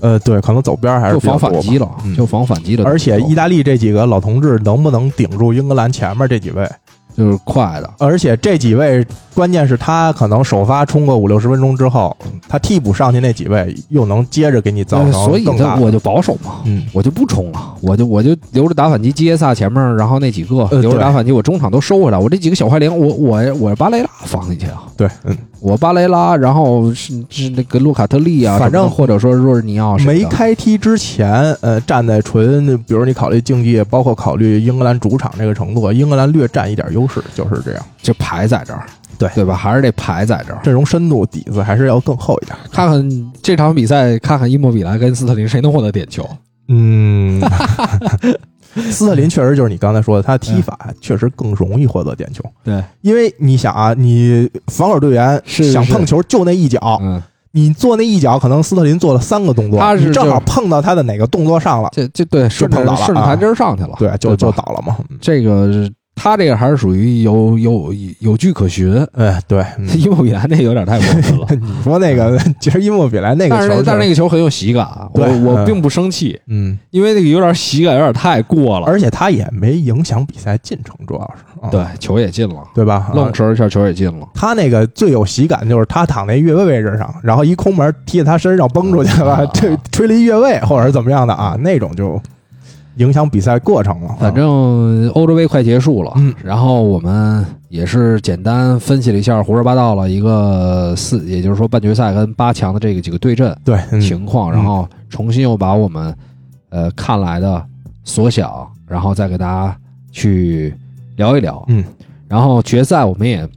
[SPEAKER 2] 呃，对，可能走边儿还是
[SPEAKER 1] 就
[SPEAKER 2] 比较
[SPEAKER 1] 防
[SPEAKER 2] 多
[SPEAKER 1] 反
[SPEAKER 2] 吧
[SPEAKER 1] 击了，
[SPEAKER 2] 嗯
[SPEAKER 1] 就防反击了。
[SPEAKER 2] 而且意
[SPEAKER 1] 一
[SPEAKER 2] 大利这几个老同志能不能顶住英格兰前面这几位？
[SPEAKER 1] 就是快的，
[SPEAKER 2] 而且这几位，关键是他可能首发冲个五六十分钟之后，他替补上去那几位又能接着给你造
[SPEAKER 1] 呃
[SPEAKER 2] 成
[SPEAKER 1] 所以
[SPEAKER 2] 更
[SPEAKER 1] 他
[SPEAKER 2] 大的
[SPEAKER 1] 我就保守嘛，
[SPEAKER 2] 嗯
[SPEAKER 1] 我就不冲了，我就我就留着打反击，基耶萨前面，然后那几个
[SPEAKER 2] 呃对
[SPEAKER 1] 留着打反击，我中场都收回来，我这几个小快灵，我我我巴雷拉放进去啊，
[SPEAKER 2] 对，嗯，
[SPEAKER 1] 我巴雷拉，然后是是那个卢卡特利啊，
[SPEAKER 2] 反正
[SPEAKER 1] 什么的或者说若日尼奥什么的
[SPEAKER 2] 没开踢之前，呃，站在纯，比如你考虑竞技，包括考虑英格兰主场这个程度，英格兰略占一点优势，就是这样。
[SPEAKER 1] 就排在这儿，
[SPEAKER 2] 对
[SPEAKER 1] 对吧？还是得排在这儿。
[SPEAKER 2] 阵容深度底子还是要更厚一点。
[SPEAKER 1] 看看这场比赛，看看伊莫比莱跟斯特林谁能获得点球。
[SPEAKER 2] 嗯， (laughs) 斯特林确实就是你刚才说的，他踢法确实更容易获得点球，
[SPEAKER 1] 对，
[SPEAKER 2] 因为你想啊，你防守队员
[SPEAKER 1] 是是
[SPEAKER 2] 想碰球就那一脚，
[SPEAKER 1] 嗯，
[SPEAKER 2] 你做那一脚，可能斯特林做了三个动作，
[SPEAKER 1] 他是
[SPEAKER 2] 你正好
[SPEAKER 1] 就是
[SPEAKER 2] 碰到他的哪个动作上了，
[SPEAKER 1] 这这对顺
[SPEAKER 2] 碰
[SPEAKER 1] 着
[SPEAKER 2] 倒了
[SPEAKER 1] 顺着
[SPEAKER 2] 啊
[SPEAKER 1] 台阶儿上去了，
[SPEAKER 2] 对，就
[SPEAKER 1] 吧
[SPEAKER 2] 就倒了嘛。嗯
[SPEAKER 1] 这个是他这个还是属于有有有据可循，
[SPEAKER 2] 哎，对，嗯。
[SPEAKER 1] (laughs) 伊莫比莱那有点太过分了
[SPEAKER 2] 你说那个，其实伊莫比莱 (laughs) 那个
[SPEAKER 1] 但是
[SPEAKER 2] 球
[SPEAKER 1] 那
[SPEAKER 2] 是，
[SPEAKER 1] 但是那个球很有喜感啊，我
[SPEAKER 2] 对
[SPEAKER 1] 我
[SPEAKER 2] 嗯
[SPEAKER 1] 并不生气，
[SPEAKER 2] 嗯，
[SPEAKER 1] 因为那个有点喜感有点太过了。
[SPEAKER 2] 而且他也没影响比赛进程，主要是，啊、
[SPEAKER 1] 对，球也进了，
[SPEAKER 2] 对吧？
[SPEAKER 1] 愣
[SPEAKER 2] 啊
[SPEAKER 1] 神一下球也进了，
[SPEAKER 2] 他那个最有喜感就是他躺那越位位置上，然后一空门踢在他身上崩出去
[SPEAKER 1] 啊
[SPEAKER 2] 了，这吹了一越位或者是怎么样的啊，那种就影响比赛过程了。啊
[SPEAKER 1] 反正欧洲杯快结束了，
[SPEAKER 2] 嗯
[SPEAKER 1] 然后我们也是简单分析了一下胡说八道了一个四，也就是说半决赛跟八强的这个几个对阵
[SPEAKER 2] 对，嗯
[SPEAKER 1] 情况，
[SPEAKER 2] 嗯
[SPEAKER 1] 然后重新又把我们呃看来的所想，然后再给大家去聊一聊。
[SPEAKER 2] 嗯，
[SPEAKER 1] 然后决赛我们也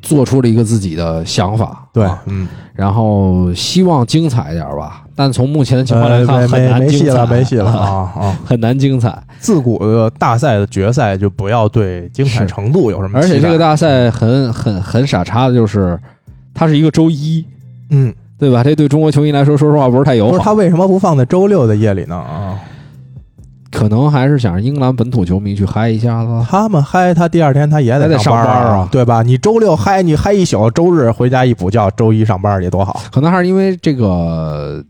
[SPEAKER 1] 做出了一个自己的想法，
[SPEAKER 2] 对
[SPEAKER 1] 啊，
[SPEAKER 2] 嗯，
[SPEAKER 1] 然后希望精彩一点吧。但从目前的情况来看，
[SPEAKER 2] 呃
[SPEAKER 1] 很
[SPEAKER 2] 没没
[SPEAKER 1] 难
[SPEAKER 2] 没戏
[SPEAKER 1] 精彩，
[SPEAKER 2] 了，没戏了
[SPEAKER 1] 啊
[SPEAKER 2] 啊啊！
[SPEAKER 1] 很难精彩。
[SPEAKER 2] 自古的大赛的决赛就不要对精彩
[SPEAKER 1] 是
[SPEAKER 2] 程度有什么
[SPEAKER 1] 而
[SPEAKER 2] 期待，
[SPEAKER 1] 且这个大赛很很很傻叉的就是，它是一个周一，
[SPEAKER 2] 嗯，
[SPEAKER 1] 对吧？这对中国球迷来说，说实话不是太友
[SPEAKER 2] 不是他
[SPEAKER 1] 好。
[SPEAKER 2] 为什么不放在周六的夜里呢？啊，
[SPEAKER 1] 可能还是想让英格兰本土球迷去嗨一下子。
[SPEAKER 2] 哦他们嗨，他第二天他也
[SPEAKER 1] 还得
[SPEAKER 2] 上
[SPEAKER 1] 上班
[SPEAKER 2] 班
[SPEAKER 1] 儿啊
[SPEAKER 2] 啊，对吧？你周六嗨，你嗨一宿，周日回家一补觉，周一上班儿也多好。
[SPEAKER 1] 可能还是因为这个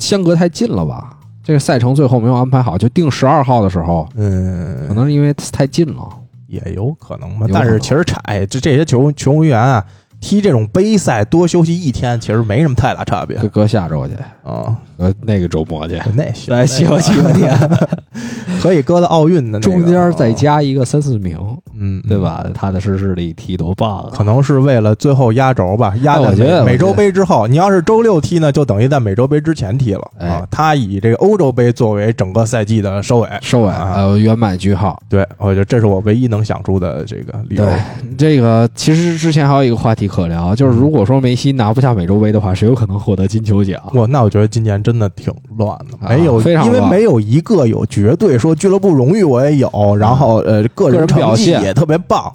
[SPEAKER 1] 相隔太近了吧？这个赛程最后没有安排好，就定十二号的时候，可
[SPEAKER 2] 嗯，
[SPEAKER 1] 能是因为太近了。
[SPEAKER 2] 也有可能
[SPEAKER 1] 有
[SPEAKER 2] 吧
[SPEAKER 1] 可能。
[SPEAKER 2] 但是其实哎，这这些球球员啊，踢这种杯赛多休息一天，其实没什么太大差别
[SPEAKER 1] 就搁下周去，
[SPEAKER 2] 啊。
[SPEAKER 1] 呃，那个周末
[SPEAKER 2] (laughs)
[SPEAKER 1] 去，
[SPEAKER 2] 那行，
[SPEAKER 1] 来休息一 (laughs) 天，
[SPEAKER 2] (laughs) 可以搁到奥运的
[SPEAKER 1] 啊
[SPEAKER 2] 那个
[SPEAKER 1] 中间再，加一个三四名，
[SPEAKER 2] 哦嗯，
[SPEAKER 1] 对？吧？踏踏实实的一踢多棒啊！
[SPEAKER 2] 可能是为了最后压轴吧，压
[SPEAKER 1] 哎我
[SPEAKER 2] 在
[SPEAKER 1] 觉得我
[SPEAKER 2] 美
[SPEAKER 1] 觉
[SPEAKER 2] 美
[SPEAKER 1] 得
[SPEAKER 2] 洲杯之后。你要是周六踢呢，就等于在美洲杯之前踢了
[SPEAKER 1] 哎
[SPEAKER 2] 啊。他以这个欧洲杯作为整个赛季的收尾，
[SPEAKER 1] 收尾，
[SPEAKER 2] 啊
[SPEAKER 1] 呃，圆满句号。
[SPEAKER 2] 对，我觉得这是我唯一能想出的这个理由。
[SPEAKER 1] 对，这个其实之前还有一个话题可聊，就是
[SPEAKER 2] 嗯
[SPEAKER 1] 如果说梅西拿不下美洲杯的话，谁有可能获得金球奖？
[SPEAKER 2] 我那我觉得今年真的挺乱的，
[SPEAKER 1] 啊
[SPEAKER 2] 没有，
[SPEAKER 1] 非常
[SPEAKER 2] 因为
[SPEAKER 1] 乱
[SPEAKER 2] 没有一个有绝对说俱乐部荣誉我也有，然后呃个
[SPEAKER 1] 嗯个人
[SPEAKER 2] 人
[SPEAKER 1] 表
[SPEAKER 2] 成绩
[SPEAKER 1] 现嗯
[SPEAKER 2] 也特别棒，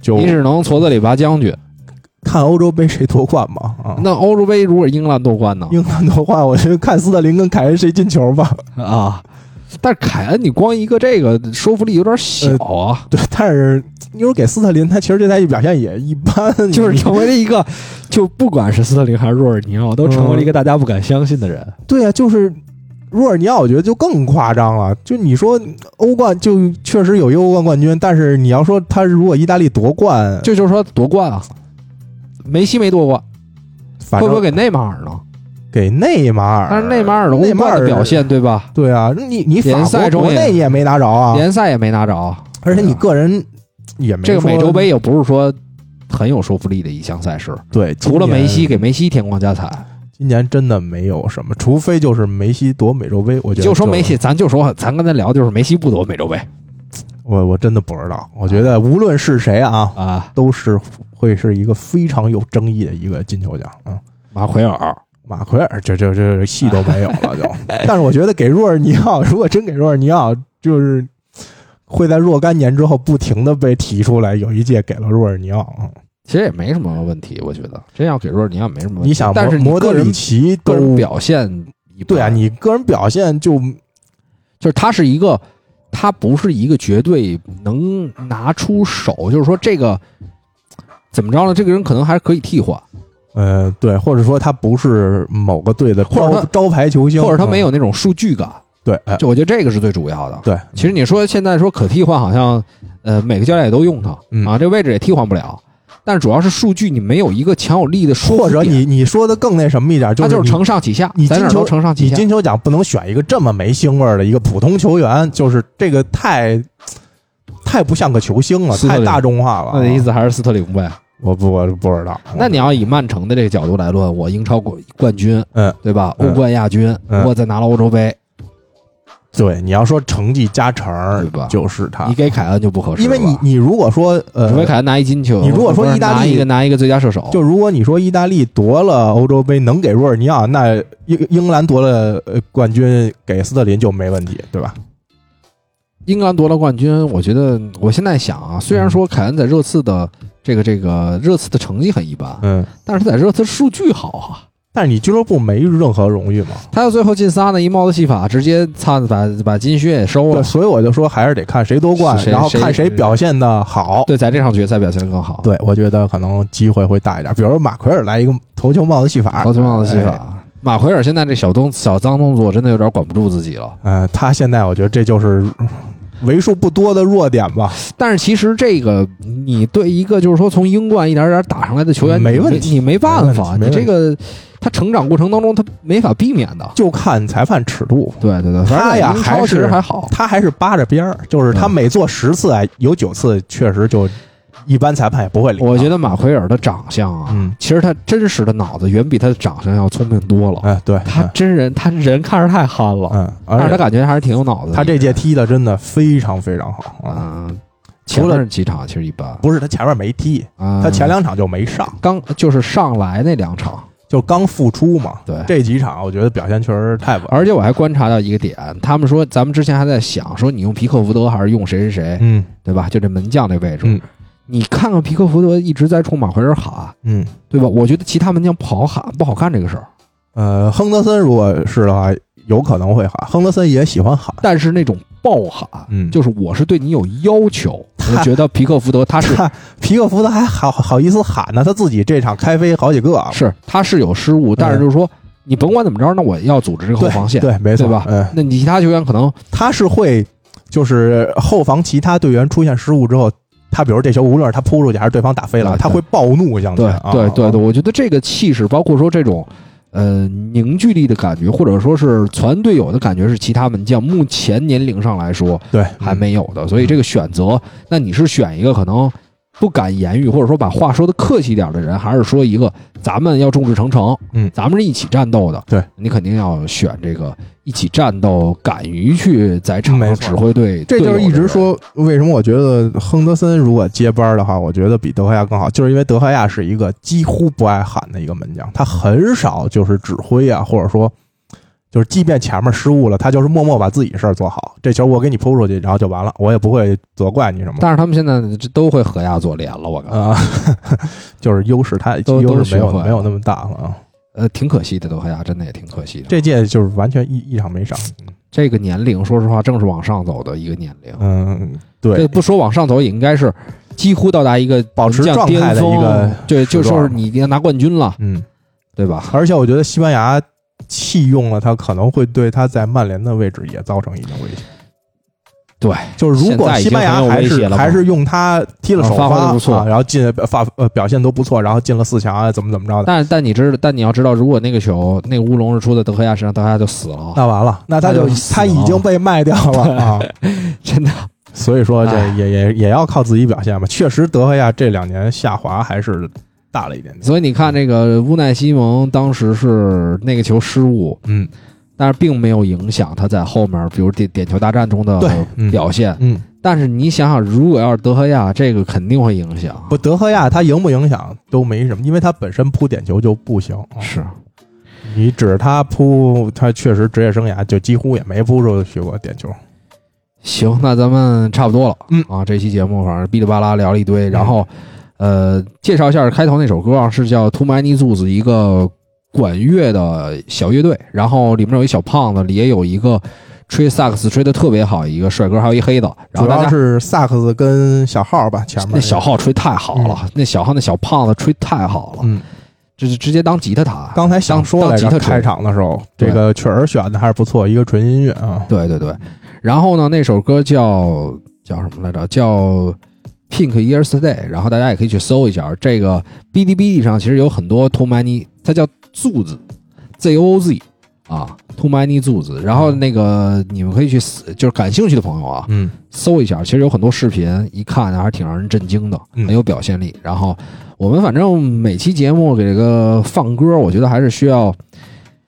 [SPEAKER 2] 就
[SPEAKER 1] 你只能矬子里拔将军。
[SPEAKER 2] 看欧洲杯谁夺冠吧啊。
[SPEAKER 1] 那欧洲杯如果英格兰夺冠呢？
[SPEAKER 2] 英格兰夺冠，我就看斯特林跟凯恩谁进球吧。
[SPEAKER 1] 啊，但是凯恩，你光一个这个说服力有点小啊，
[SPEAKER 2] (laughs) 对，但是你说给斯特林，他其实这赛季表现也一般，
[SPEAKER 1] (laughs) 就是成为了一个，就不管是斯特林还是若尔尼奥，都成为了一个大家不敢相信的人。
[SPEAKER 2] 对啊，就是若尔尼奥，我觉得就更夸张了。就你说欧冠，就确实有一个欧冠冠军，但是你要说他如果意大利夺冠，
[SPEAKER 1] 这就是说夺冠啊，梅西没夺冠，
[SPEAKER 2] 反
[SPEAKER 1] 会
[SPEAKER 2] 正
[SPEAKER 1] 不会给内马尔呢？
[SPEAKER 2] 给内马尔，
[SPEAKER 1] 但是内马尔的
[SPEAKER 2] 啊内
[SPEAKER 1] 欧
[SPEAKER 2] 马
[SPEAKER 1] 冠
[SPEAKER 2] 尔
[SPEAKER 1] 的表，现，对吧？
[SPEAKER 2] 对啊，你你
[SPEAKER 1] 联
[SPEAKER 2] 法
[SPEAKER 1] 赛
[SPEAKER 2] 国
[SPEAKER 1] 中
[SPEAKER 2] 国
[SPEAKER 1] 也
[SPEAKER 2] 内你也没拿着啊，
[SPEAKER 1] 联赛也没拿着，
[SPEAKER 2] 而且你个人也没
[SPEAKER 1] 这个
[SPEAKER 2] 说
[SPEAKER 1] 美洲杯也不是说很有说服力的一项赛事，
[SPEAKER 2] 对，
[SPEAKER 1] 除了
[SPEAKER 2] 今年
[SPEAKER 1] 梅西，给梅西添光加彩，
[SPEAKER 2] 今年真的没有什么，除非就是梅西夺美洲杯，我觉得
[SPEAKER 1] 就说梅西，咱就说咱跟他聊，就是梅西不夺美洲杯
[SPEAKER 2] 我我真的不知道，我觉得无论是谁啊，
[SPEAKER 1] 啊，
[SPEAKER 2] 都是会是一个非常有争议的一个金球奖啊。嗯
[SPEAKER 1] 马奎尔。
[SPEAKER 2] 马奎尔这这这戏都没有
[SPEAKER 1] (laughs)
[SPEAKER 2] 了就，
[SPEAKER 1] 哎
[SPEAKER 2] 但是我觉得给若尔尼奥，如果真给若尔尼奥，就是会在若干年之后不停的被提出来，有一届给了若尔尼奥。嗯
[SPEAKER 1] 其实也没什么问题，我觉得真要给若尔尼奥没什么问题。
[SPEAKER 2] 你想，
[SPEAKER 1] 但是你
[SPEAKER 2] 摩
[SPEAKER 1] 个
[SPEAKER 2] 德
[SPEAKER 1] 人
[SPEAKER 2] 里奇
[SPEAKER 1] 个人
[SPEAKER 2] 都
[SPEAKER 1] 表现一般
[SPEAKER 2] 对啊，你个人表现就
[SPEAKER 1] 就是他是一个，他不是一个绝对能拿出手，就是说这个怎么着呢？这个人可能还是可以替换，
[SPEAKER 2] 呃对，或者说他不是某个队的
[SPEAKER 1] 或者
[SPEAKER 2] 招
[SPEAKER 1] 他
[SPEAKER 2] 招牌球星，
[SPEAKER 1] 或者他没
[SPEAKER 2] 嗯
[SPEAKER 1] 有那种数据感。
[SPEAKER 2] 对哎
[SPEAKER 1] 就我觉得这个是最主要的。
[SPEAKER 2] 对，
[SPEAKER 1] 其实你说现在说可替换，好像呃每个教练也都用他
[SPEAKER 2] 嗯
[SPEAKER 1] 啊，这个位置也替换不了。但是主要是数据，你没有一个强有力的说服
[SPEAKER 2] 或者
[SPEAKER 1] 点
[SPEAKER 2] 你你说的更那什么一点，
[SPEAKER 1] 他
[SPEAKER 2] 是
[SPEAKER 1] 就是
[SPEAKER 2] 你
[SPEAKER 1] 承上启下，
[SPEAKER 2] 你
[SPEAKER 1] 咱
[SPEAKER 2] 金
[SPEAKER 1] 俩
[SPEAKER 2] 球
[SPEAKER 1] 都承上启
[SPEAKER 2] 你
[SPEAKER 1] 下。
[SPEAKER 2] 金球奖不能选一个这么没腥味儿的一个普通球员，就是这个太太不像个球星了，
[SPEAKER 1] 斯特林
[SPEAKER 2] 太大众化了。
[SPEAKER 1] 那意，思还是斯特林呗。
[SPEAKER 2] 我不我不知道。
[SPEAKER 1] 那你要以曼城的这个角度来论，我英超冠冠军，
[SPEAKER 2] 嗯，
[SPEAKER 1] 对吧？
[SPEAKER 2] 嗯
[SPEAKER 1] 欧冠亚军，
[SPEAKER 2] 嗯
[SPEAKER 1] 我再拿了欧洲杯，
[SPEAKER 2] 对你要说成绩加成儿
[SPEAKER 1] 对吧
[SPEAKER 2] 就是他
[SPEAKER 1] 你，给凯恩就不合适了，
[SPEAKER 2] 啊因为你你如果说呃
[SPEAKER 1] 除，非凯恩拿一金球，
[SPEAKER 2] 你如果说
[SPEAKER 1] 不是
[SPEAKER 2] 意大
[SPEAKER 1] 拿
[SPEAKER 2] 利
[SPEAKER 1] 一个拿一个最佳射手，
[SPEAKER 2] 就如果你说意大利夺了欧洲杯能给若尔尼奥，那英英格兰夺了呃冠军给斯特林就没问题，对吧？
[SPEAKER 1] 英格兰夺了冠军，我觉得我现在想
[SPEAKER 2] 嗯
[SPEAKER 1] 啊，虽然说凯恩在热刺的这个这个热刺的成绩很一般，
[SPEAKER 2] 嗯，
[SPEAKER 1] 但是他在热刺数据好啊，
[SPEAKER 2] 但是你俱乐部没任何荣誉嘛，
[SPEAKER 1] 他到最后进仨呢，一帽子戏法直接擦把把金靴也收
[SPEAKER 2] 对，
[SPEAKER 1] 了，
[SPEAKER 2] 所以我就说还是得看谁夺冠
[SPEAKER 1] 是，谁
[SPEAKER 2] 然后看
[SPEAKER 1] 谁
[SPEAKER 2] 谁表现的好。
[SPEAKER 1] 对，在这场决赛表现得更好，
[SPEAKER 2] 对，我觉得可能机会会大一点。比如说马奎尔来一个头球帽子戏法，
[SPEAKER 1] 好球帽子戏
[SPEAKER 2] 哎，
[SPEAKER 1] 法。马奎尔现在这小动小脏动作真的有点管不住自己了，
[SPEAKER 2] 呃，他现在我觉得这就是嗯为数不多的弱点吧。
[SPEAKER 1] 但是其实这个，你对一个就是说从英冠一点点打上来的球员，
[SPEAKER 2] 没
[SPEAKER 1] 你
[SPEAKER 2] 问题
[SPEAKER 1] 你没办法，
[SPEAKER 2] 没
[SPEAKER 1] 你
[SPEAKER 2] 问题
[SPEAKER 1] 这个他成长过程当中他没法避免的。
[SPEAKER 2] 就看裁判尺度，
[SPEAKER 1] 对对对，反正
[SPEAKER 2] 他呀
[SPEAKER 1] 在英超
[SPEAKER 2] 还
[SPEAKER 1] 其
[SPEAKER 2] 是
[SPEAKER 1] 实还好，
[SPEAKER 2] 他还是扒着边儿，就是他
[SPEAKER 1] 嗯
[SPEAKER 2] 每做十次啊，有九次确实就一般裁判也不会理。
[SPEAKER 1] 我觉，得马奎尔的长相啊，
[SPEAKER 2] 啊嗯，
[SPEAKER 1] 其实他真实的脑子远比他的长相要聪明多了。
[SPEAKER 2] 哎、对，
[SPEAKER 1] 他真人他人看着太憨了，
[SPEAKER 2] 嗯，嗯
[SPEAKER 1] 但
[SPEAKER 2] 而
[SPEAKER 1] 是他
[SPEAKER 2] 且
[SPEAKER 1] 感觉还是挺有脑子的。
[SPEAKER 2] 他这届踢的真的非常非常好啊。
[SPEAKER 1] 啊，
[SPEAKER 2] 除
[SPEAKER 1] 前
[SPEAKER 2] 了
[SPEAKER 1] 面几场其实一般
[SPEAKER 2] 不是他前面没踢，
[SPEAKER 1] 啊，
[SPEAKER 2] 他前两场就没上，
[SPEAKER 1] 刚就是上来那两场，
[SPEAKER 2] 就刚复出嘛。
[SPEAKER 1] 对，
[SPEAKER 2] 这几场我觉得表现确实太稳。
[SPEAKER 1] 而且我还观察到一个点，他们说咱们之前还在想说你用皮克福德还是用谁谁谁，
[SPEAKER 2] 嗯
[SPEAKER 1] 对吧？就这门将这位置，
[SPEAKER 2] 嗯
[SPEAKER 1] 你看看皮克福德一直在冲马奎尔喊，
[SPEAKER 2] 嗯，
[SPEAKER 1] 对吧？我觉得其他门将不好喊，不好看这个事儿。
[SPEAKER 2] 呃，亨德森如果是的话，有可能会喊。亨德森也喜欢喊，
[SPEAKER 1] 但是那种暴喊，
[SPEAKER 2] 嗯
[SPEAKER 1] 就是我是对你有要求，
[SPEAKER 2] 他
[SPEAKER 1] 我觉得皮克福德他是
[SPEAKER 2] 他 (laughs) 皮克福德还好好意思喊呢，他自己这场开飞好几个啊。
[SPEAKER 1] 是他是有失误，但是就是说你甭管怎么着，那我要组织这个后
[SPEAKER 2] 对
[SPEAKER 1] 防线，
[SPEAKER 2] 对，没错，
[SPEAKER 1] 对吧
[SPEAKER 2] 嗯，
[SPEAKER 1] 那你其他球员可能
[SPEAKER 2] 他是会就是后防其他队员出现失误之后，他比如这球无论是他扑出去还是对方打飞了，
[SPEAKER 1] 对
[SPEAKER 2] 他会暴怒向前
[SPEAKER 1] 对
[SPEAKER 2] 啊。
[SPEAKER 1] 对对对，
[SPEAKER 2] 啊，
[SPEAKER 1] 我觉得这个气势，包括说这种呃凝聚力的感觉，或者说是团队友的感觉，是其他门将目前年龄上来说
[SPEAKER 2] 对，
[SPEAKER 1] 还没有的。所以这个选择，那你是选一个可能不敢言语，或者说把话说的客气一点的人，还是说一个咱们要众志成城，
[SPEAKER 2] 嗯
[SPEAKER 1] 咱们是一起战斗的，
[SPEAKER 2] 对
[SPEAKER 1] 你肯定要选这个一起战斗、敢于去在场
[SPEAKER 2] 没
[SPEAKER 1] 上
[SPEAKER 2] 错
[SPEAKER 1] 指挥队，
[SPEAKER 2] 这就
[SPEAKER 1] 队
[SPEAKER 2] 是
[SPEAKER 1] 友的
[SPEAKER 2] 一直
[SPEAKER 1] 人
[SPEAKER 2] 说为什么我觉得亨德森如果接班的话，我觉得比德赫亚更好，就是因为德赫亚是一个几乎不爱喊的一个门将，他很少就是指挥啊，或者说就是即便前面失误了，他就是默默把自己事儿做好，这球我给你扑出去，然后就完了，我也不会责怪你什么。
[SPEAKER 1] 但是他们现在这都会和亚左联了，我感觉，
[SPEAKER 2] 啊、就是优势太
[SPEAKER 1] 都
[SPEAKER 2] 优
[SPEAKER 1] 都
[SPEAKER 2] 势没有
[SPEAKER 1] 学会了
[SPEAKER 2] 没有那么大了啊！
[SPEAKER 1] 呃，挺可惜的，德赫亚真的也挺可惜的。
[SPEAKER 2] 这届就是完全一一场没上，
[SPEAKER 1] 这个年龄，说实话，正是往上走的一个年龄。
[SPEAKER 2] 嗯，
[SPEAKER 1] 这
[SPEAKER 2] 对，
[SPEAKER 1] 不说往上走，也应该是几乎到达一个
[SPEAKER 2] 保持
[SPEAKER 1] 门将
[SPEAKER 2] 状态的
[SPEAKER 1] 巅峰
[SPEAKER 2] 一个
[SPEAKER 1] 对，就
[SPEAKER 2] 时段
[SPEAKER 1] 说是你要拿冠军了，
[SPEAKER 2] 嗯，
[SPEAKER 1] 对吧？ (laughs)
[SPEAKER 2] 而且我觉得西班牙弃用了他，可能会对他在曼联的位置也造成一定威胁。
[SPEAKER 1] 对，
[SPEAKER 2] 就是如果西班牙还
[SPEAKER 1] 现在已经很有威胁
[SPEAKER 2] 是
[SPEAKER 1] 了吧
[SPEAKER 2] 还是用他踢了首
[SPEAKER 1] 啊发挥得不错
[SPEAKER 2] 啊然后进发呃表现都不错，然后进了四强啊，怎么怎么着的，
[SPEAKER 1] 但但你知道，但你要知道，如果那个球那个乌龙是出在德赫亚身上，德赫亚就死了， (laughs)
[SPEAKER 2] 那完了，啊那他
[SPEAKER 1] 那
[SPEAKER 2] 就
[SPEAKER 1] 就死
[SPEAKER 2] 他已经被卖掉 (laughs) 了啊。哎
[SPEAKER 1] 真的
[SPEAKER 2] 所以说这
[SPEAKER 1] 唉
[SPEAKER 2] 也也也要靠自己表现吧。确实，德赫亚这两年下滑还是大了一点点。
[SPEAKER 1] 所以你看，这个乌奈西蒙当时是那个球失误，
[SPEAKER 2] 嗯
[SPEAKER 1] 但是并没有影响他在后面，比如点点球大战中的
[SPEAKER 2] 对嗯
[SPEAKER 1] 表现。
[SPEAKER 2] 嗯，
[SPEAKER 1] 但是你想想，如果要是德赫亚，这个肯定会影响。
[SPEAKER 2] 不，德赫亚他影不影响都没什么，因为他本身扑点球就不行。啊
[SPEAKER 1] 是，
[SPEAKER 2] 你指着他扑，他确实职业生涯就几乎也没扑出去过点球。
[SPEAKER 1] 行，那咱们差不多了。
[SPEAKER 2] 嗯
[SPEAKER 1] 啊，这期节目反正哔哩吧啦聊了一堆，然后，呃，介绍一下开头那首歌啊，是叫《To Many Zoos》，一个管乐的小乐队，然后里面有一小胖子，里也有一个吹萨克斯吹的特别好一个帅哥，还有一黑的，然
[SPEAKER 2] 主
[SPEAKER 1] 后大
[SPEAKER 2] 要
[SPEAKER 1] 家
[SPEAKER 2] 是萨克斯跟小号吧，前面
[SPEAKER 1] 那小，号吹太好了，那小号那小胖子吹太好了，
[SPEAKER 2] 嗯，
[SPEAKER 1] 这是直接当吉他弹。
[SPEAKER 2] 刚才想说来
[SPEAKER 1] 啊当吉
[SPEAKER 2] 着，
[SPEAKER 1] 他吹
[SPEAKER 2] 开场的时候，
[SPEAKER 1] 对
[SPEAKER 2] 这个确实选的还是不错，一个纯音乐啊，
[SPEAKER 1] 对对对，然后呢，那首歌叫叫什么来着？叫 Pink Yesterday，然后大家也可以去搜一下。这个哔哩哔哩上其实有很多 Too Many，它叫 Zoos Z O O Z 啊，Too Many Zoos。然后那个你们可以去搜，就是感兴趣的朋友啊，
[SPEAKER 2] 嗯，
[SPEAKER 1] 搜一下，其实有很多视频，一看还是挺让人震惊的，
[SPEAKER 2] 嗯
[SPEAKER 1] 很有表现力。然后我们反正每期节目给这个放歌，我觉得还是需要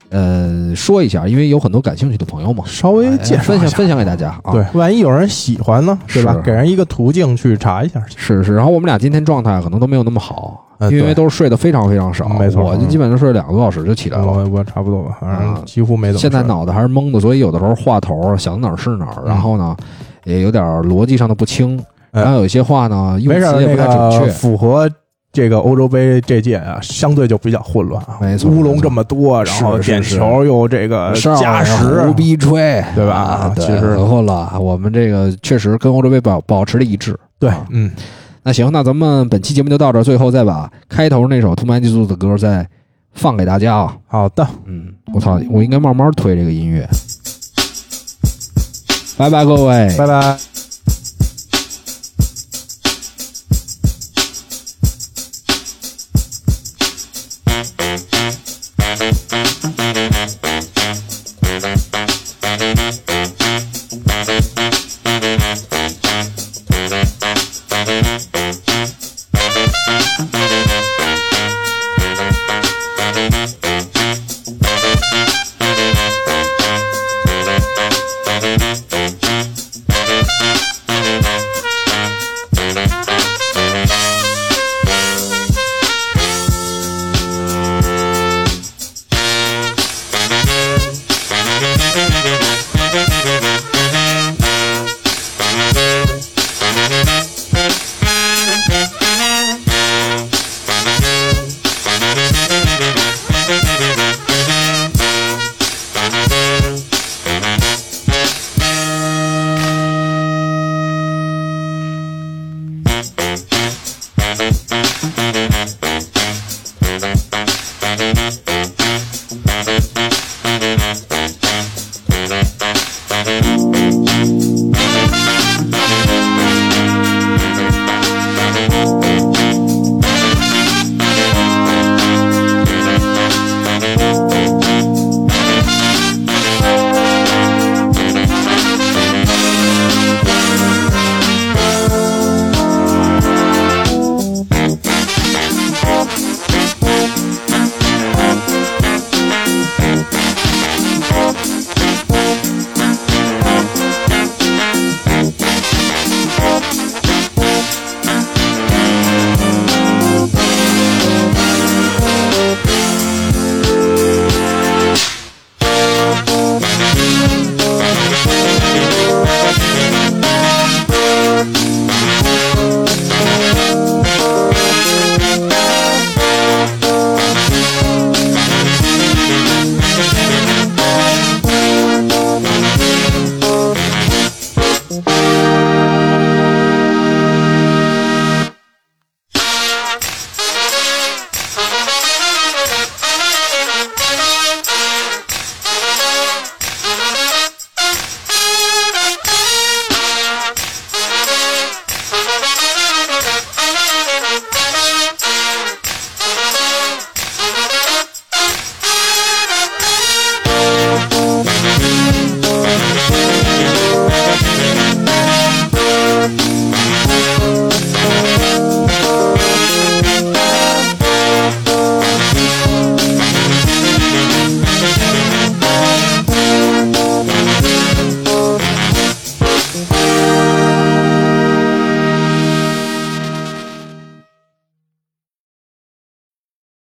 [SPEAKER 1] 呃说一下，因为有很多感兴趣的朋友嘛，
[SPEAKER 2] 稍微介绍
[SPEAKER 1] 哎分
[SPEAKER 2] 一
[SPEAKER 1] 享
[SPEAKER 2] 下，
[SPEAKER 1] 分享给大家啊。，
[SPEAKER 2] 对，万一有人喜欢呢，对吧
[SPEAKER 1] 是？
[SPEAKER 2] 给人一个途径去查一下去，
[SPEAKER 1] 是是。然后我们俩今天状态可能都没有那么好，
[SPEAKER 2] 嗯
[SPEAKER 1] 因
[SPEAKER 2] 对
[SPEAKER 1] 为都是睡得非常非常少，
[SPEAKER 2] 没错
[SPEAKER 1] 我就
[SPEAKER 2] 嗯
[SPEAKER 1] 基本上睡了两个多小时就起来了。
[SPEAKER 2] 我我差不多吧，反
[SPEAKER 1] 啊
[SPEAKER 2] 正几乎没怎么
[SPEAKER 1] 现在
[SPEAKER 2] 睡
[SPEAKER 1] 脑袋还是懵的，所以有的时候话头想哪儿是哪儿，
[SPEAKER 2] 嗯
[SPEAKER 1] 然后呢，也有点逻辑上的不清，
[SPEAKER 2] 哎
[SPEAKER 1] 然后有些话呢用
[SPEAKER 2] 没事儿，
[SPEAKER 1] 词也不太准
[SPEAKER 2] 那
[SPEAKER 1] 确
[SPEAKER 2] 个。符合这个欧洲杯这届啊，相对就比较混乱啊。
[SPEAKER 1] 没错
[SPEAKER 2] 乌龙这么多，然后
[SPEAKER 1] 是是
[SPEAKER 2] 点
[SPEAKER 1] 是
[SPEAKER 2] 球又这个
[SPEAKER 1] 哨儿
[SPEAKER 2] 呃加时，
[SPEAKER 1] 胡逼吹，
[SPEAKER 2] 对吧
[SPEAKER 1] 啊对，
[SPEAKER 2] 其实
[SPEAKER 1] 然后了，我们这个确实跟欧洲杯保保持了一致。
[SPEAKER 2] 对，嗯，
[SPEAKER 1] 那行，那咱们本期节目就到这儿，最后再把开头那首《t o m a n 的歌再放给大家啊。
[SPEAKER 2] 好的，
[SPEAKER 1] 嗯，我操，我应该慢慢推这个音乐。拜拜，各位。
[SPEAKER 2] 拜拜。